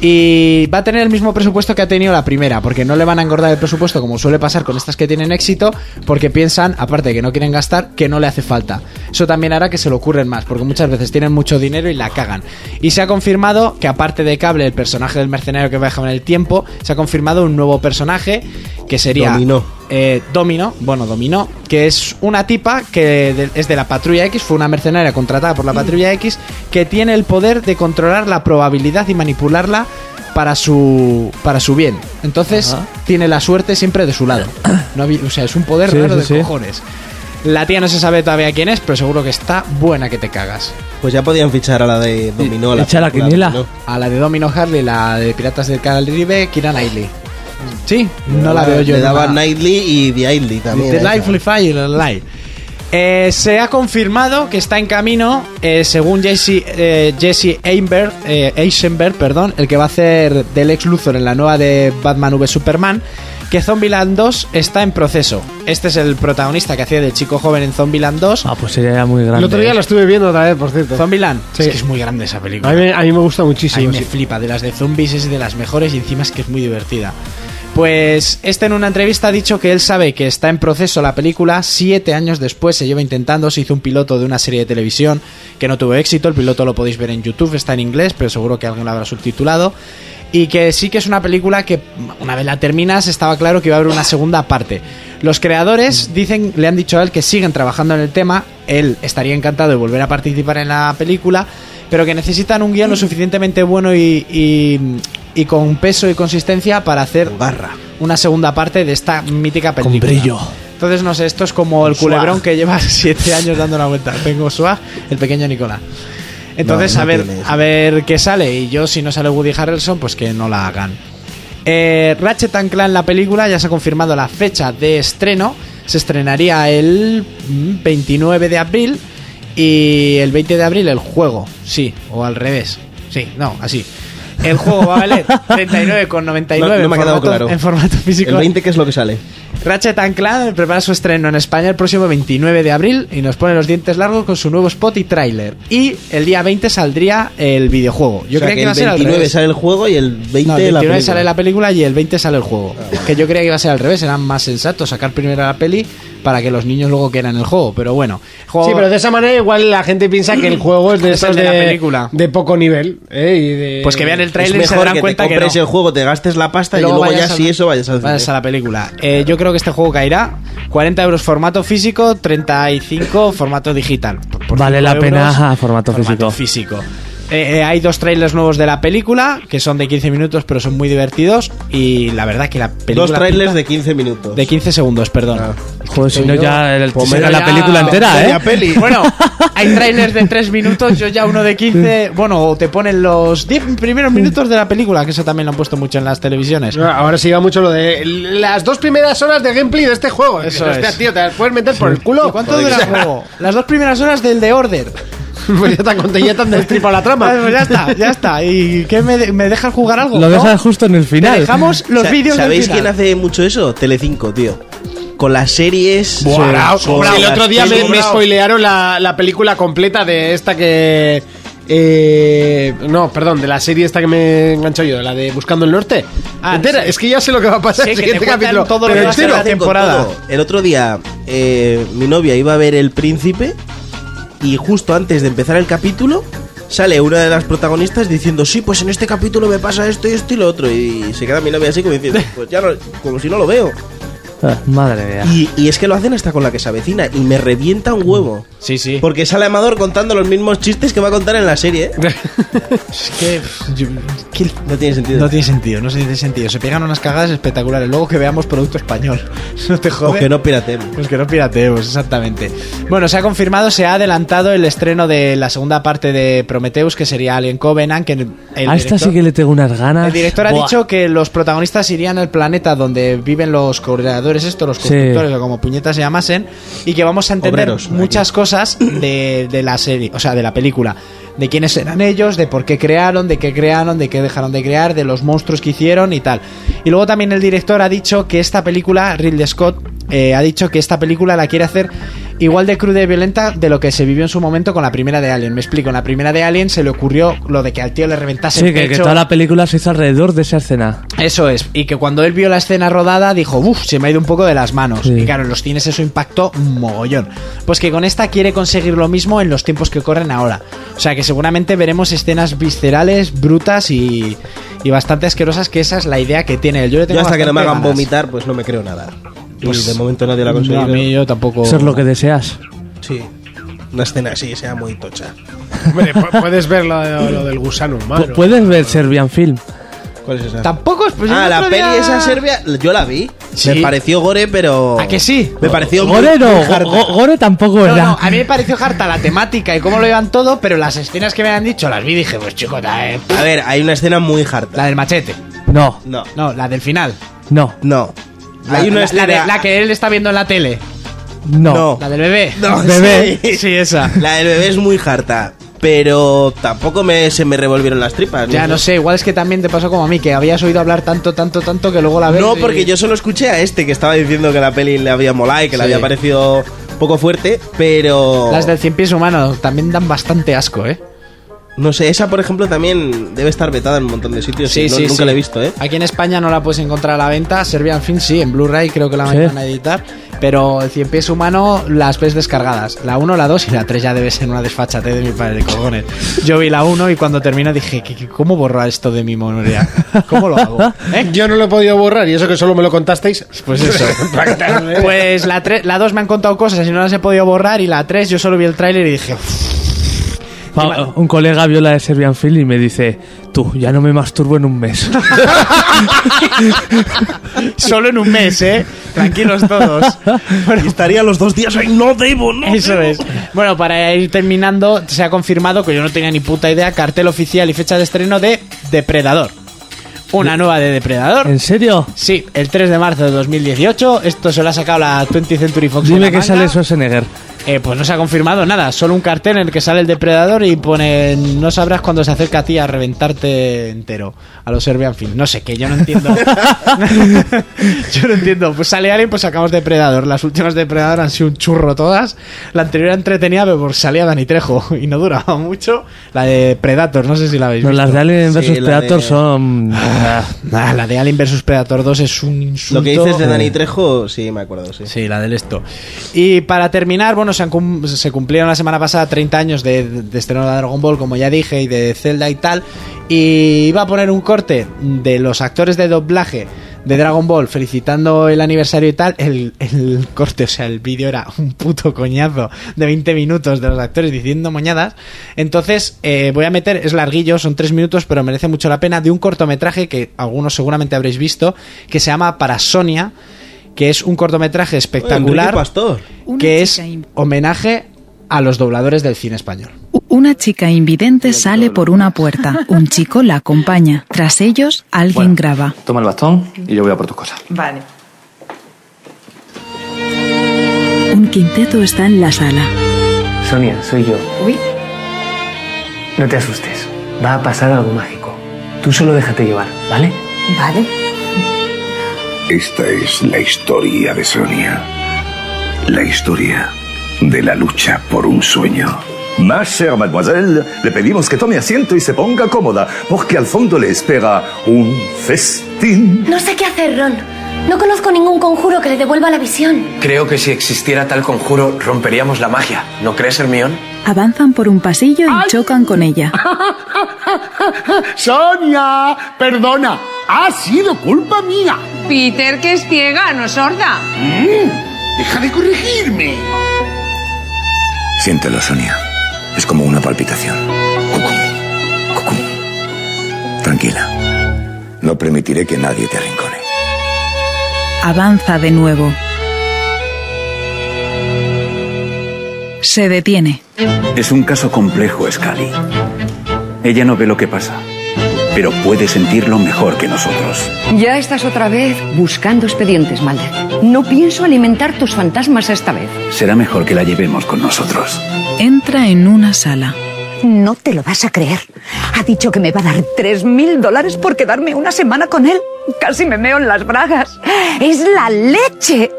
Y va a tener el mismo presupuesto que ha tenido la primera, porque no le van a engordar el presupuesto como suele pasar con estas que tienen éxito, porque piensan, aparte de que no quieren gastar, que no le hace falta. Eso también hará que se le ocurren más, porque muchas veces tienen mucho dinero y la cagan. Y se ha confirmado que aparte de Cable, el personaje del mercenario que viaja en el tiempo, se ha confirmado un nuevo personaje que sería... Dominó. Eh, Domino, bueno, Dominó, que es una tipa que de- es de la Patrulla X, fue una mercenaria contratada por la Patrulla X, que tiene el poder de controlar la probabilidad y manipularla para su para su bien. Entonces, tiene la suerte siempre de su lado. No habi- o sea, es un poder Sí, raro sí, de sí. cojones. La tía no se sabe todavía quién es, pero seguro que está buena que te cagas. Pues ya podían fichar a la de Dominó. a Echa la película quiniela. Dominó. A la de Domino Harley, la de Piratas del Caribe, Kira Knightley. Sí, no la veo yo. Le en daba una- Nightly y The Ailey también. The eh, esa. Lively Fire Live. Eh, se ha confirmado que está en camino, eh, según Jesse, eh, Jesse Einberg, eh, Eisenberg, perdón, el que va a hacer del ex Luthor en la nueva de Batman v Superman, que Zombieland 2 está en proceso. Este es el protagonista que hacía de chico joven en Zombieland 2. Ah, pues sería ya muy grande. ¿eh? El otro día lo estuve viendo otra vez, por cierto. Zombieland, Sí. es que es muy grande esa película. A mí, me- a mí me gusta A mí muchísimo. me sí. flipa, de las de zombies es de las mejores y encima es que es muy divertida. Pues este en una entrevista ha dicho que él sabe que está en proceso la película, siete años después se lleva intentando, se hizo un piloto de una serie de televisión que no tuvo éxito, el piloto lo podéis ver en YouTube, está en inglés, pero seguro que alguien lo habrá subtitulado. Y que sí que es una película que una vez la terminas estaba claro que iba a haber una segunda parte. Los creadores dicen, le han dicho a él que siguen trabajando en el tema, él estaría encantado de volver a participar en la película, pero que necesitan un guión lo suficientemente bueno y, y- y con peso y consistencia para hacer Barra. una segunda parte de esta mítica película. brillo. Entonces, no sé, esto es como el culebrón que lleva siete años dando una vuelta. Tengo Suá, el pequeño Nicolás. Entonces, No, no a, ver, tienes. a ver qué sale. Y yo, si no sale Woody Harrelson, pues que no la hagan. Eh, Ratchet and Clank, la película, ya se ha confirmado la fecha de estreno. Se estrenaría el mm, 29 de abril y el 20 de abril el juego, sí, o al revés. Sí, no, así. El juego va a valer 39,99 No- no en me ha quedado formato- claro. en formato físico. ¿El 20 qué es lo que sale? Ratchet and Clank prepara su estreno en España el próximo 29 de abril y nos pone los dientes largos con su nuevo spot y tráiler. Y el día 20 saldría el videojuego. Yo O creía sea, que, que iba a el ser al 29 revés. sale el juego y el 20 No, el 29 la sale la película. Ah, película y el 20 sale el juego. Que yo creía que iba a ser al revés, era más sensato sacar primero la peli para que los niños luego quieran el juego. Pero bueno, el juego- Sí, pero de esa manera igual la gente piensa que el juego es de Es el estos de la de, película. de poco nivel. ¿eh? Y de- pues que vean el Es tráiler y se mejor darán que te cuenta que compres no. el juego, te gastes la pasta y luego, ya al- si eso vayas al cine. vayas a la película. Eh, Yo creo que este juego caerá. 40 euros formato físico, 35 formato digital. Por- por Vale 5 la pena, euros, ajá, formato físico. Eh, eh, hay dos trailers nuevos de la película, que son de 15 minutos, pero son muy divertidos. Y la verdad que la película... Dos trailers Ah. de 15 minutos. De 15 segundos, perdón. Joder, si no ya el, Pues será mira, la ya- película entera, Media ¿eh? peli. Bueno, hay trailers de 3 minutos, yo ya uno de 15. Bueno, o te ponen los 10 primeros minutos de la película, que eso también lo han puesto mucho en las Ah, televisiones. No, Ahora sí va mucho lo de las dos primeras horas de gameplay de este juego. Eso Hostia, es. tío, te las puedes meter por el culo. Oh, ¿Y cuánto dura el juego? Las dos primeras horas del de Order. pues ya te han contado, ya te han destripado la trama. Vale, pues ya está, ya está. ¿Y qué me, de- me dejas jugar algo? Lo ¿No? dejas justo en el Te final. dejamos los Sa- vídeos del ¿Sabéis final. quién hace mucho eso? Telecinco, tío. Con las series. Buah, Sí. bravo, Con bravo. el las otro día me, pelis. me spoilearon la, la película completa de esta que. eh, no, perdón, de la serie esta que me engancho yo, la de Buscando el Norte. Ah, Entera, sí. es que ya sé lo que va a pasar Sí, en el que te siguiente cuentan capítulo. todo lo pero que va a entero. ser la temporada. Todo. El otro día eh, mi novia iba a ver El Príncipe y justo antes de empezar el capítulo sale una de las protagonistas diciendo sí, pues en este capítulo me pasa esto y esto y lo otro y se queda mi novia así como diciendo pues ya no, como si no lo veo Ah, Madre mía. y, y es que lo hacen hasta con la que se avecina y me revienta un huevo Sí, sí. porque sale Amador contando los mismos chistes que va a contar en la serie ¿eh? Pues Es que, pff, yo- que no tiene sentido no tiene sentido, no se tiene sentido. Se pegan unas cagadas espectaculares. Luego que veamos producto español. No te o jodes. que no pirateen Pues que no pirateemos, exactamente. Bueno, se ha confirmado, se ha adelantado el estreno de la segunda parte de Prometheus, que sería Alien Covenant, que el A Ah, esta director- sí que le tengo unas ganas. El director ha Buah. dicho que los protagonistas irían al planeta donde viven los coordinadores, estos, los Sí. constructores, o como puñetas se llamasen, y que vamos a entender Obreros, muchas cosas de, de la serie, o sea, de la película. de quiénes eran ellos, de por qué crearon, de qué crearon, de qué dejaron de crear, de los monstruos que hicieron y tal. Y luego también el director ha dicho que esta película, Ridley Scott, eh, ha dicho que esta película la quiere hacer igual de cruda y violenta de lo que se vivió en su momento con la primera de Alien. Me explico, en la primera de Alien se le ocurrió lo de que al tío le reventase Sí, el que, que pecho. toda la película se hizo alrededor de esa escena. Eso es, y que cuando él vio la escena rodada dijo, uff, se me ha ido un poco de las manos. Sí. Y claro, en los cines eso impactó un mogollón. Pues que con esta quiere conseguir lo mismo en los tiempos que corren ahora. O sea que seguramente veremos escenas viscerales, brutas y, y bastante asquerosas, que esa es la idea que tiene él. Yo le tengo Yo hasta que no me bastante hagan ganas. vomitar, pues no me creo nada. Pues- y de momento nadie la ha No, conseguido. a mí yo tampoco... Eso es lo que deseas. Sí. Una escena así, sea muy tocha. Hombre, pu- puedes ver lo, lo del gusano humano. Pu- Puedes ver Serbian Film. ¿Cuál es esa? Tampoco es... pues yo ah, el la otro peli día- esa serbia, yo la vi. Sí. Me pareció gore, pero. ¿A que sí? Me pareció muy- Gore no, muy Go- harta. Go- Gore tampoco No, era. no, a mí me pareció harta la temática y cómo lo llevan todo, pero las escenas que me han dicho las vi y dije, pues chicota, eh. A ver, hay una escena muy harta. La del machete. No, No, No, la del final. no, no. Hay una la, escena. Oh. de- la que él está viendo en la tele. no. La del bebé. No, Bebé. sí. Sí, esa. La del bebé es muy harta. Pero tampoco me, se me revolvieron las tripas. Ya no sé, igual es que también te pasó como a mí, que habías oído hablar tanto, tanto, tanto que luego la ves. No, y- porque yo solo escuché a este que estaba diciendo que la peli le había molado y que le Sí. había parecido poco fuerte, pero. Las del cien pies humano también dan bastante asco, ¿eh? No sé, esa por ejemplo también debe estar vetada en un montón de sitios. y no- nunca la he visto, ¿eh? Aquí en España no la puedes encontrar a la venta. Serbian Film sí, en Blu-ray creo que la Sí. van a editar. Pero el cien pies humano las ves descargadas. La 1, la 2 y la 3 ya debe ser una desfachate de mi padre, cojones. Yo vi la 1 y cuando termina dije, "¿Qué- qué- ¿cómo borro esto de mi memoria? ¿Cómo lo hago? ¿Eh? Yo no lo he podido borrar y eso que solo me lo contasteis. Pues eso. pues la 3, la 2 me han contado cosas y no las he podido borrar. Y la 3 yo solo vi el tráiler y dije, "Uf, Pa- Un colega vio la de Serbian Film y me dice, tú, ya no me masturbo en un mes. solo en un mes, ¿eh? Tranquilos todos. Y estaría los dos días ahí, no debo, no. Eso es. Bueno, para ir terminando, se ha confirmado que yo no tenía ni puta idea, cartel oficial y fecha de estreno de Depredador. Una nueva de Depredador. ¿En serio? Sí, el 3 de marzo de 2018. Esto se lo ha sacado la 20th Century Fox. de Dime la que manga. sale Schwarzenegger. Eh, pues no se ha confirmado nada, solo un cartel en el que sale el depredador y pone no sabrás cuando se acerca a ti a reventarte entero a los Serbian Film. No sé qué, yo no entiendo. yo no entiendo. Pues sale Alien, pues sacamos depredador. Las últimas depredador han sido un churro todas. La anterior era entretenida, pero porque salía Dani Trejo y no duraba mucho. La de Predator, no sé si la habéis No, visto. Pues las de Alien vs Sí, la Predator de- son... Ah, Ah, la de Alien vs Predator 2 es un insulto. Lo que dices de Dani Trejo, sí, me acuerdo, sí. Sí, la del esto. Y para terminar, bueno, se, han cum- se cumplieron la semana pasada 30 años de, de estreno de Dragon Ball, como ya dije, y de Zelda y tal. Y iba a poner un corte de los actores de doblaje de Dragon Ball felicitando el aniversario y tal. El, el corte, o sea, el vídeo era un puto coñazo de 20 minutos de los actores diciendo moñadas. Entonces, eh, voy a meter, es larguillo, son 3 minutos, pero merece mucho la pena, de un cortometraje que algunos seguramente habréis visto, que se llama Para Sonia que es un cortometraje Oye, Enrique espectacular Pastor. Una que es chica in- homenaje a los dobladores del cine español. Una chica invidente sale por una puerta. Un chico la acompaña. Tras ellos, alguien Bueno. graba. Toma el bastón y yo voy a por tus cosas. Vale. Un quinteto está en la sala. Sonia, soy yo. Uy, No te asustes. Va a pasar algo mágico. Tú solo déjate llevar, ¿vale? vale. Esta es la historia de Sonia. La historia de la lucha por un sueño. Ma chère mademoiselle, le pedimos que tome asiento y se ponga cómoda, porque al fondo le espera un festín. No sé qué hacer, Ron. No conozco ningún conjuro que le devuelva la visión. Creo que si existiera tal conjuro, romperíamos la magia. ¿No crees, Hermión? Avanzan por un pasillo y chocan con ella. Sonia, perdona, ha sido culpa mía. Peter, que es ciega, no sorda. Deja de corregirme. Siéntelo, Sonia. Es como una palpitación. Cucum, cucum. Tranquila. No permitiré que nadie te arrincone. Avanza de nuevo. Se detiene. Es un caso complejo, Scully. Ella no ve lo que pasa, pero puede sentirlo mejor que nosotros. Ya estás otra vez buscando expedientes, Mulder. No pienso alimentar tus fantasmas esta vez. Será mejor que la llevemos con nosotros. Entra en una sala. No te lo vas a creer. Ha dicho que me va a dar tres mil dólares por quedarme una semana con él. Casi me meo en las bragas. Es la leche.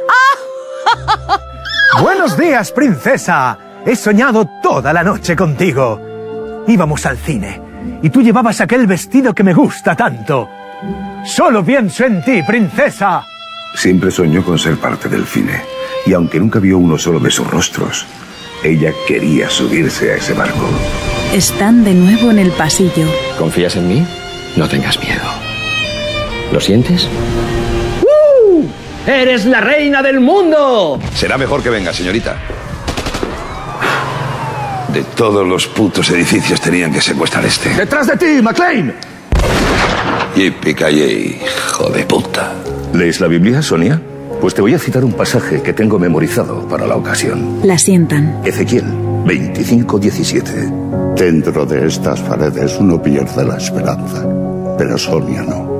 Buenos días, princesa. He soñado toda la noche contigo. Íbamos al cine y tú llevabas aquel vestido que me gusta tanto. Solo pienso en ti, princesa. Siempre soñó con ser parte del cine, y aunque nunca vio uno solo de sus rostros, ella quería subirse a ese barco. Están de nuevo en el pasillo. ¿Confías en mí? No tengas miedo. ¿Lo sientes? ¡Eres la reina del mundo! Será mejor que venga, señorita. De todos los putos edificios tenían que secuestrar este. ¡Detrás de ti, McLean! Yippee-ki-yay, hijo de puta. ¿Lees la Biblia, Sonia? Pues te voy a citar un pasaje que tengo memorizado para la ocasión. La sientan. Ezequiel 25:17. Dentro de estas paredes uno pierde la esperanza, pero Sonia no.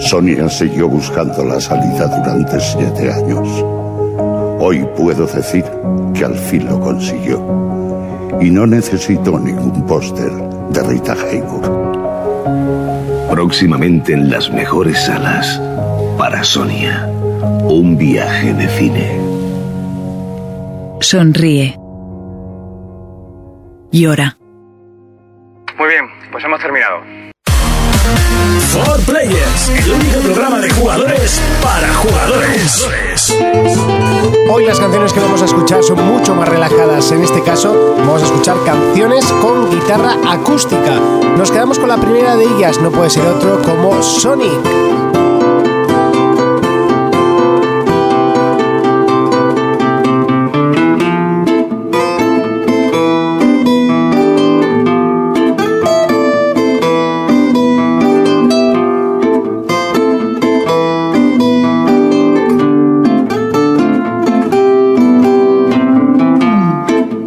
Sonia siguió buscando la salida durante siete años. Hoy puedo decir que al fin lo consiguió. Y no necesito ningún póster de Rita Hayworth. Próximamente en las mejores salas para Sonia. Un viaje de cine. Sonríe. Llora. Muy bien, pues hemos terminado. For Players, el único programa de jugadores para jugadores. Hoy las canciones que vamos a escuchar son mucho más relajadas. En este caso, vamos a escuchar canciones con guitarra acústica. Nos quedamos con la primera de ellas, no puede ser otro como Sonic. Thank you.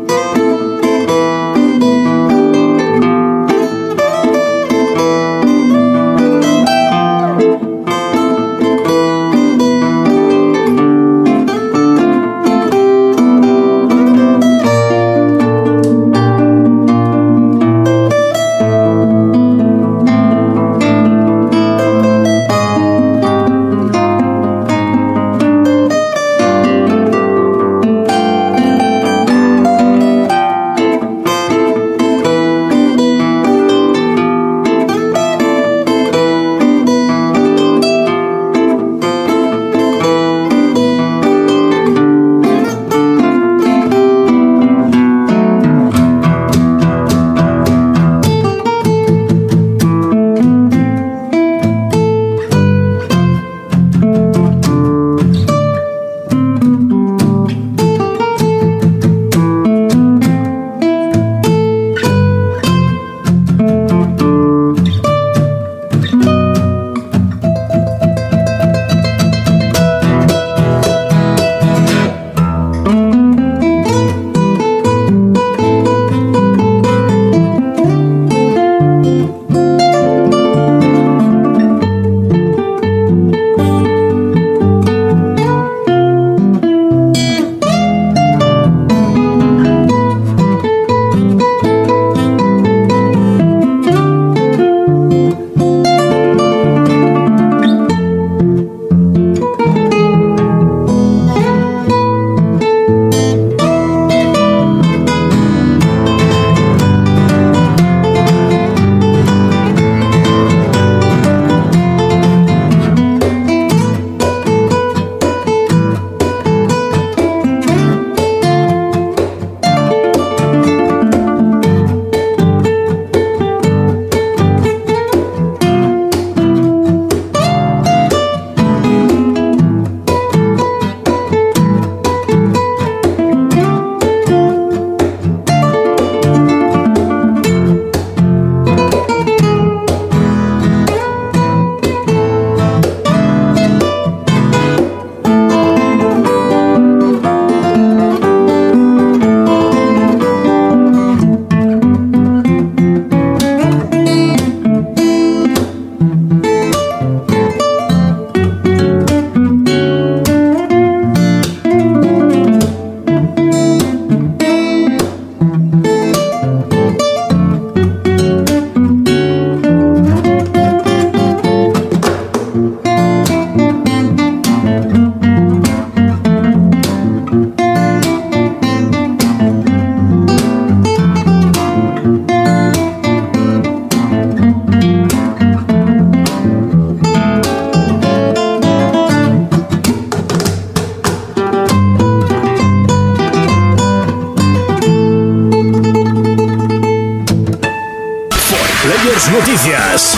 Más noticias.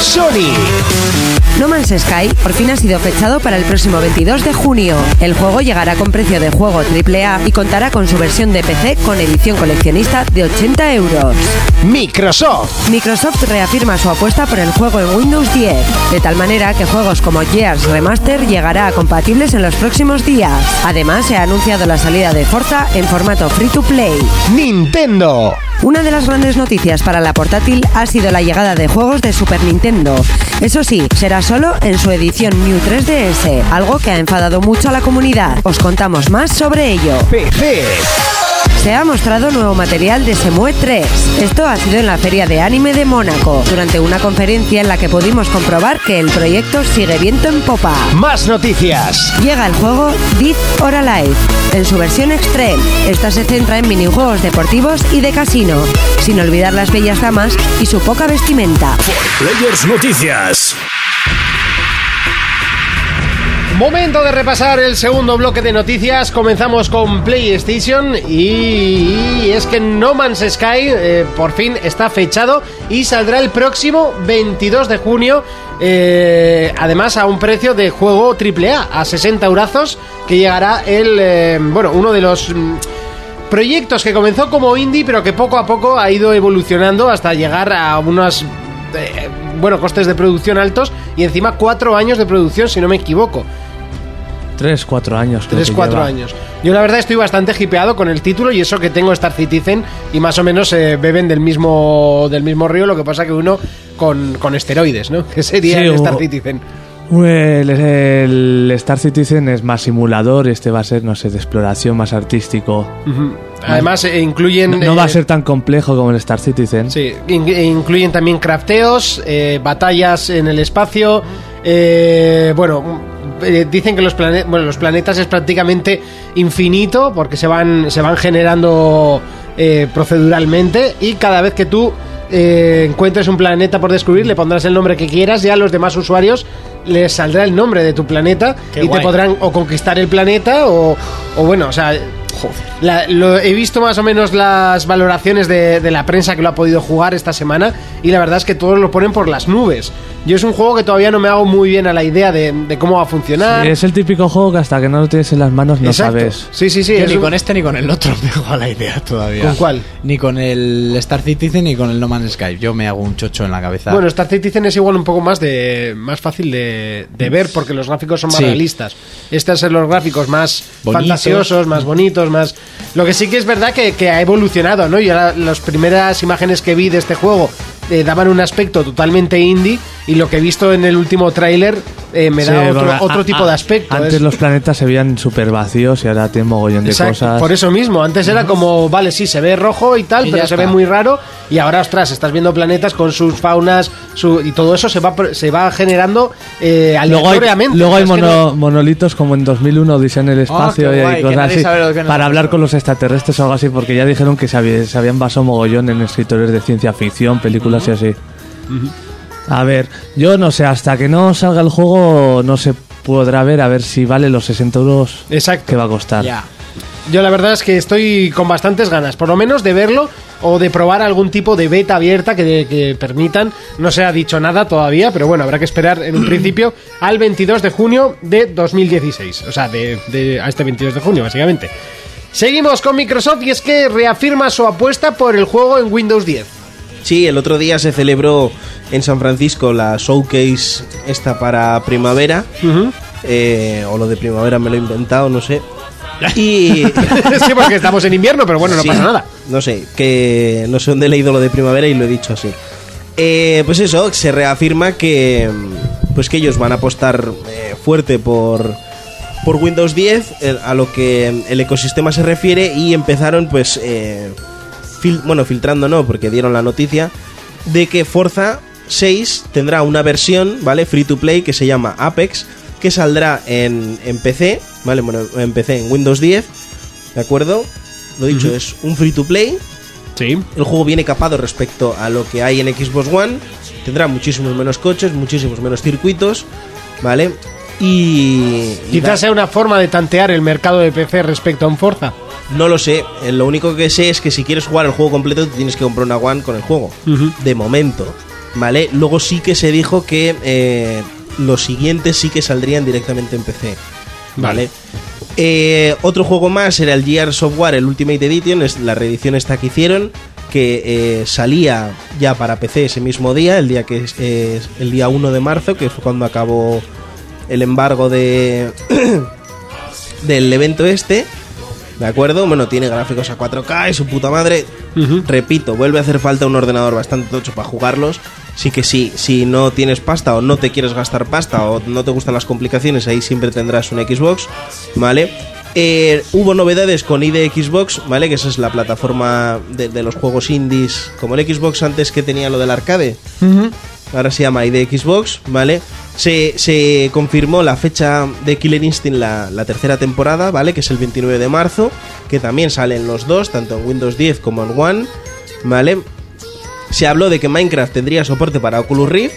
Sony. No Man's Sky por fin ha sido fechado para el próximo 22 de junio. El juego llegará con precio de juego AAA y contará con su versión de PC con edición coleccionista de 80 euros. Microsoft. Microsoft reafirma su apuesta por el juego en Windows 10, de tal manera que juegos como Gears Remaster llegará a compatibles en los próximos días. Además, se ha anunciado la salida de Forza en formato free to play. Nintendo. Una de las grandes noticias para la portátil ha sido la llegada de juegos de Super Nintendo. Eso sí, será solo en su edición New 3DS, algo que ha enfadado mucho a la comunidad. Os contamos más sobre ello. Se ha mostrado nuevo material de Semue 3. Esto ha sido en la Feria de Anime de Mónaco, durante una conferencia en la que pudimos comprobar que el proyecto sigue viento en popa. Más noticias. Llega el juego Death or Alive en su versión extreme. Esta se centra en minijuegos deportivos y de casino, sin olvidar las bellas damas y su poca vestimenta. Players Noticias. Momento de repasar el segundo bloque de noticias. Comenzamos con PlayStation y es que No Man's Sky eh, por fin está fechado y saldrá el próximo 22 de junio. eh, además a un precio de juego AAA a 60 eurazos que llegará el eh, bueno uno de los mm, proyectos que comenzó como indie pero que poco a poco ha ido evolucionando hasta llegar a unas eh, bueno costes de producción altos y encima cuatro años de producción si no me equivoco. Tres, cuatro años. creo Tres, que cuatro lleva. años. Yo la verdad estoy bastante hipeado con el título y eso que tengo Star Citizen y más o menos eh, beben del mismo del mismo río, lo que pasa que uno con, con esteroides, ¿no? Que sería Sí, el o- Star Citizen. El, el Star Citizen es más simulador, este va a ser, no sé, de exploración más artístico. Ujú. Además eh, incluyen No, no va a eh, ser tan complejo como el Star Citizen. Sí, in- incluyen también crafteos, eh, batallas en el espacio. eh, bueno, eh, dicen que los, plane- bueno, los planetas es prácticamente infinito porque se van, se van generando eh, proceduralmente y cada vez que tú eh, encuentres un planeta por descubrir le pondrás el nombre que quieras y a los demás usuarios les saldrá el nombre de tu planeta Qué y guay. te podrán o conquistar el planeta o, o bueno, o sea, la- lo- he visto más o menos las valoraciones de, de la prensa que lo ha podido jugar esta semana y la verdad es que todos lo ponen por las nubes. Yo es un juego que todavía no me hago muy bien a la idea de, de cómo va a funcionar. Sí, Es el típico juego que hasta que no lo tienes en las manos no Exacto. sabes. Sí, sí, sí. Yo es ni un- con este ni con el otro me hago a la idea todavía. ¿Con cuál? Ni con el Star Citizen ni con el No Man's Sky. Yo me hago un chocho en la cabeza. Bueno, Star Citizen es igual un poco más de más fácil de, Mm. de ver porque los gráficos son más Sí. realistas. Estos son los gráficos más Bonitos. fantasiosos, más bonitos, más... Lo que sí que es verdad que, que ha evolucionado, ¿no? Yo la- las primeras imágenes que vi de este juego eh, daban un aspecto totalmente indie y lo que he visto en el último tráiler eh, me Sí, da otro, porque otro a- tipo a- de aspecto. Ah, Antes es- los planetas se veían súper vacíos y ahora tienen mogollón de Exacto, cosas. Por eso mismo, antes era como, vale, sí, se ve rojo y tal, Y pero ya se ve está. muy raro. Y ahora, ostras, estás viendo planetas con sus faunas su- y todo eso se va, pro- se va generando eh, Luego hay, aleatoriamente. luego hay Es que no- Ah, mono- monolitos como en 2001 Odisea en el espacio qué y hay guay, que cosas nadie así sabe lo que nos para ha hablar con los extraterrestres o algo así porque ya dijeron que se, había- se habían basado mogollón en escritores de ciencia ficción, películas y así. A ver, yo no sé, hasta que no salga el juego no se podrá ver a ver si vale los 60 euros Exacto. que va a costar. Ya. Yo la verdad es que estoy con bastantes ganas, por lo menos de verlo o de probar algún tipo de beta abierta que, que permitan. No se ha dicho nada todavía, pero bueno, habrá que esperar en un principio al 22 de junio de 2016. O sea, de, de- a este 22 de junio, básicamente. Seguimos con Microsoft y es que reafirma su apuesta por el juego en Windows 10. Sí, el otro día se celebró en San Francisco la showcase esta para primavera. Eh, o lo de primavera me lo he inventado, no sé. Y sí, porque estamos en invierno, pero bueno, no Sí, pasa nada. No sé, que no sé dónde he leído lo de primavera y lo he dicho así. Eh, pues eso, se reafirma que mm, pues que ellos van a apostar eh, fuerte por por Windows 10 eh, a lo que mm, el ecosistema se refiere y empezaron pues eh, fil- bueno, filtrando no, porque dieron la noticia de que Forza 6 tendrá una versión, ¿vale? Free to play que se llama Apex, que saldrá en, en PC, ¿vale? Bueno, en PC, en Windows 10, ¿de acuerdo? Lo dicho, es un free to play. Sí. El juego viene capado respecto a lo que hay en Xbox One. Tendrá muchísimos menos coches, muchísimos menos circuitos, ¿vale? Y. y da- Quizás sea una forma de tantear el mercado de PC respecto a un Forza. no lo sé. Eh, Lo único que sé es que si quieres jugar el juego completo, te tienes que comprar una One con el juego. De momento. ¿Vale? Luego sí que se dijo que eh, los siguientes sí que saldrían directamente en PC. ¿Vale? Eh, otro juego más era el GR Software, el Ultimate Edition, es la reedición esta que hicieron, que eh, salía ya para PC ese mismo día, el día que es, es el día 1 de marzo, que fue cuando acabó el embargo de del evento este. ¿De acuerdo? Bueno, tiene gráficos a 4K y su puta madre. Repito, vuelve a hacer falta un ordenador bastante tocho para jugarlos. Sí que sí, si no tienes pasta o no te quieres gastar pasta o no te gustan las complicaciones, ahí siempre tendrás un Xbox, ¿vale? Eh, hubo novedades con ID Xbox, ¿vale? Que esa es la plataforma de, de los juegos indies, como el Xbox antes que tenía lo del arcade ahora se llama ID Xbox, ¿vale? Se, se confirmó la fecha de Killer Instinct, la, la tercera temporada, ¿vale? Que es el 29 de marzo, que también salen los dos, tanto en Windows 10 como en One, ¿vale? Se habló de que Minecraft tendría soporte para Oculus Rift,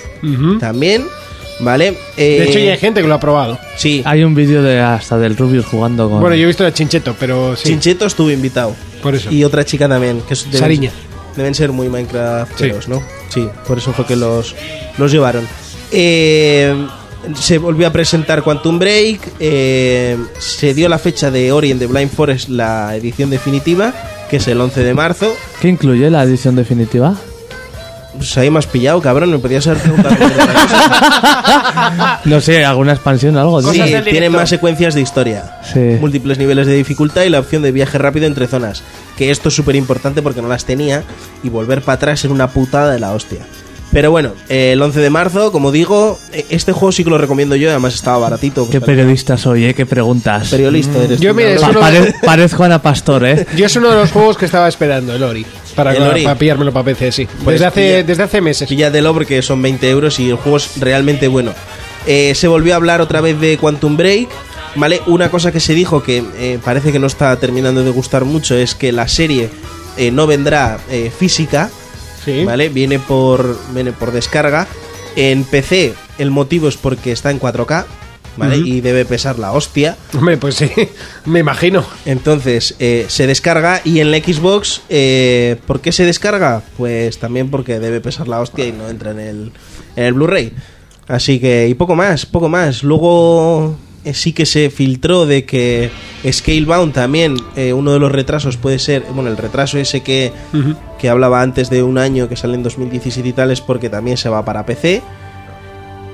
también, ¿vale? Eh, De hecho, ya hay gente que lo ha probado. Sí. Hay un vídeo de hasta del Rubius jugando con. Bueno, yo he visto la Chincheto, pero sí. Chincheto estuvo invitado. Por eso. Y otra chica también, que es deben- Sariña. Deben ser muy Minecrafteros, ¿no? Sí, por eso fue que los, los llevaron. Eh, se volvió a presentar Quantum Break. eh, se dio la fecha de Ori and the Blind Forest, la edición definitiva, que es el 11 de marzo. ¿Qué incluye la edición definitiva? Pues ahí me has pillado, cabrón. Me podías haber preguntado. No sé, alguna expansión o algo. tío? sí, tiene más secuencias de historia. Sí. múltiples niveles de dificultad y la opción de viaje rápido entre zonas. Que esto es súper importante porque no las tenía y volver para atrás era una putada de la hostia. Pero bueno, eh, el 11 de marzo, como digo, eh, este juego sí que lo recomiendo yo, además estaba baratito. Qué periodista soy, ¿eh? Qué preguntas. Periodista eres Yo, tú, mira, cabrón. es uno Pare- de- parezco Ana Pastor, ¿eh? Yo es uno de los juegos que estaba esperando, el Ori. Para, El Ori. para pillármelo para PC, sí. Pues desde, hace, pilla- desde hace meses. Píllatelo porque son 20 euros y el juego es realmente bueno. Eh, se volvió a hablar otra vez de Quantum Break. ¿Vale? Una cosa que se dijo que eh, parece que no está terminando de gustar mucho es que la serie eh, no vendrá eh, física. Sí. ¿Vale? Viene por, viene por descarga. En PC el motivo es porque está en 4K. ¿Vale? Ujú. Y debe pesar la hostia. Hombre, pues sí, me imagino. Entonces, eh, se descarga y en la Xbox, eh, ¿por qué se descarga? Pues también porque debe pesar la hostia y no entra en el, en el Blu-ray. Así que, y poco más, poco más. Luego eh, sí que se filtró de que Scalebound también, eh, uno de los retrasos puede ser, bueno, el retraso ese que, que hablaba antes de un año que sale en 2017 y tal es porque también se va para PC.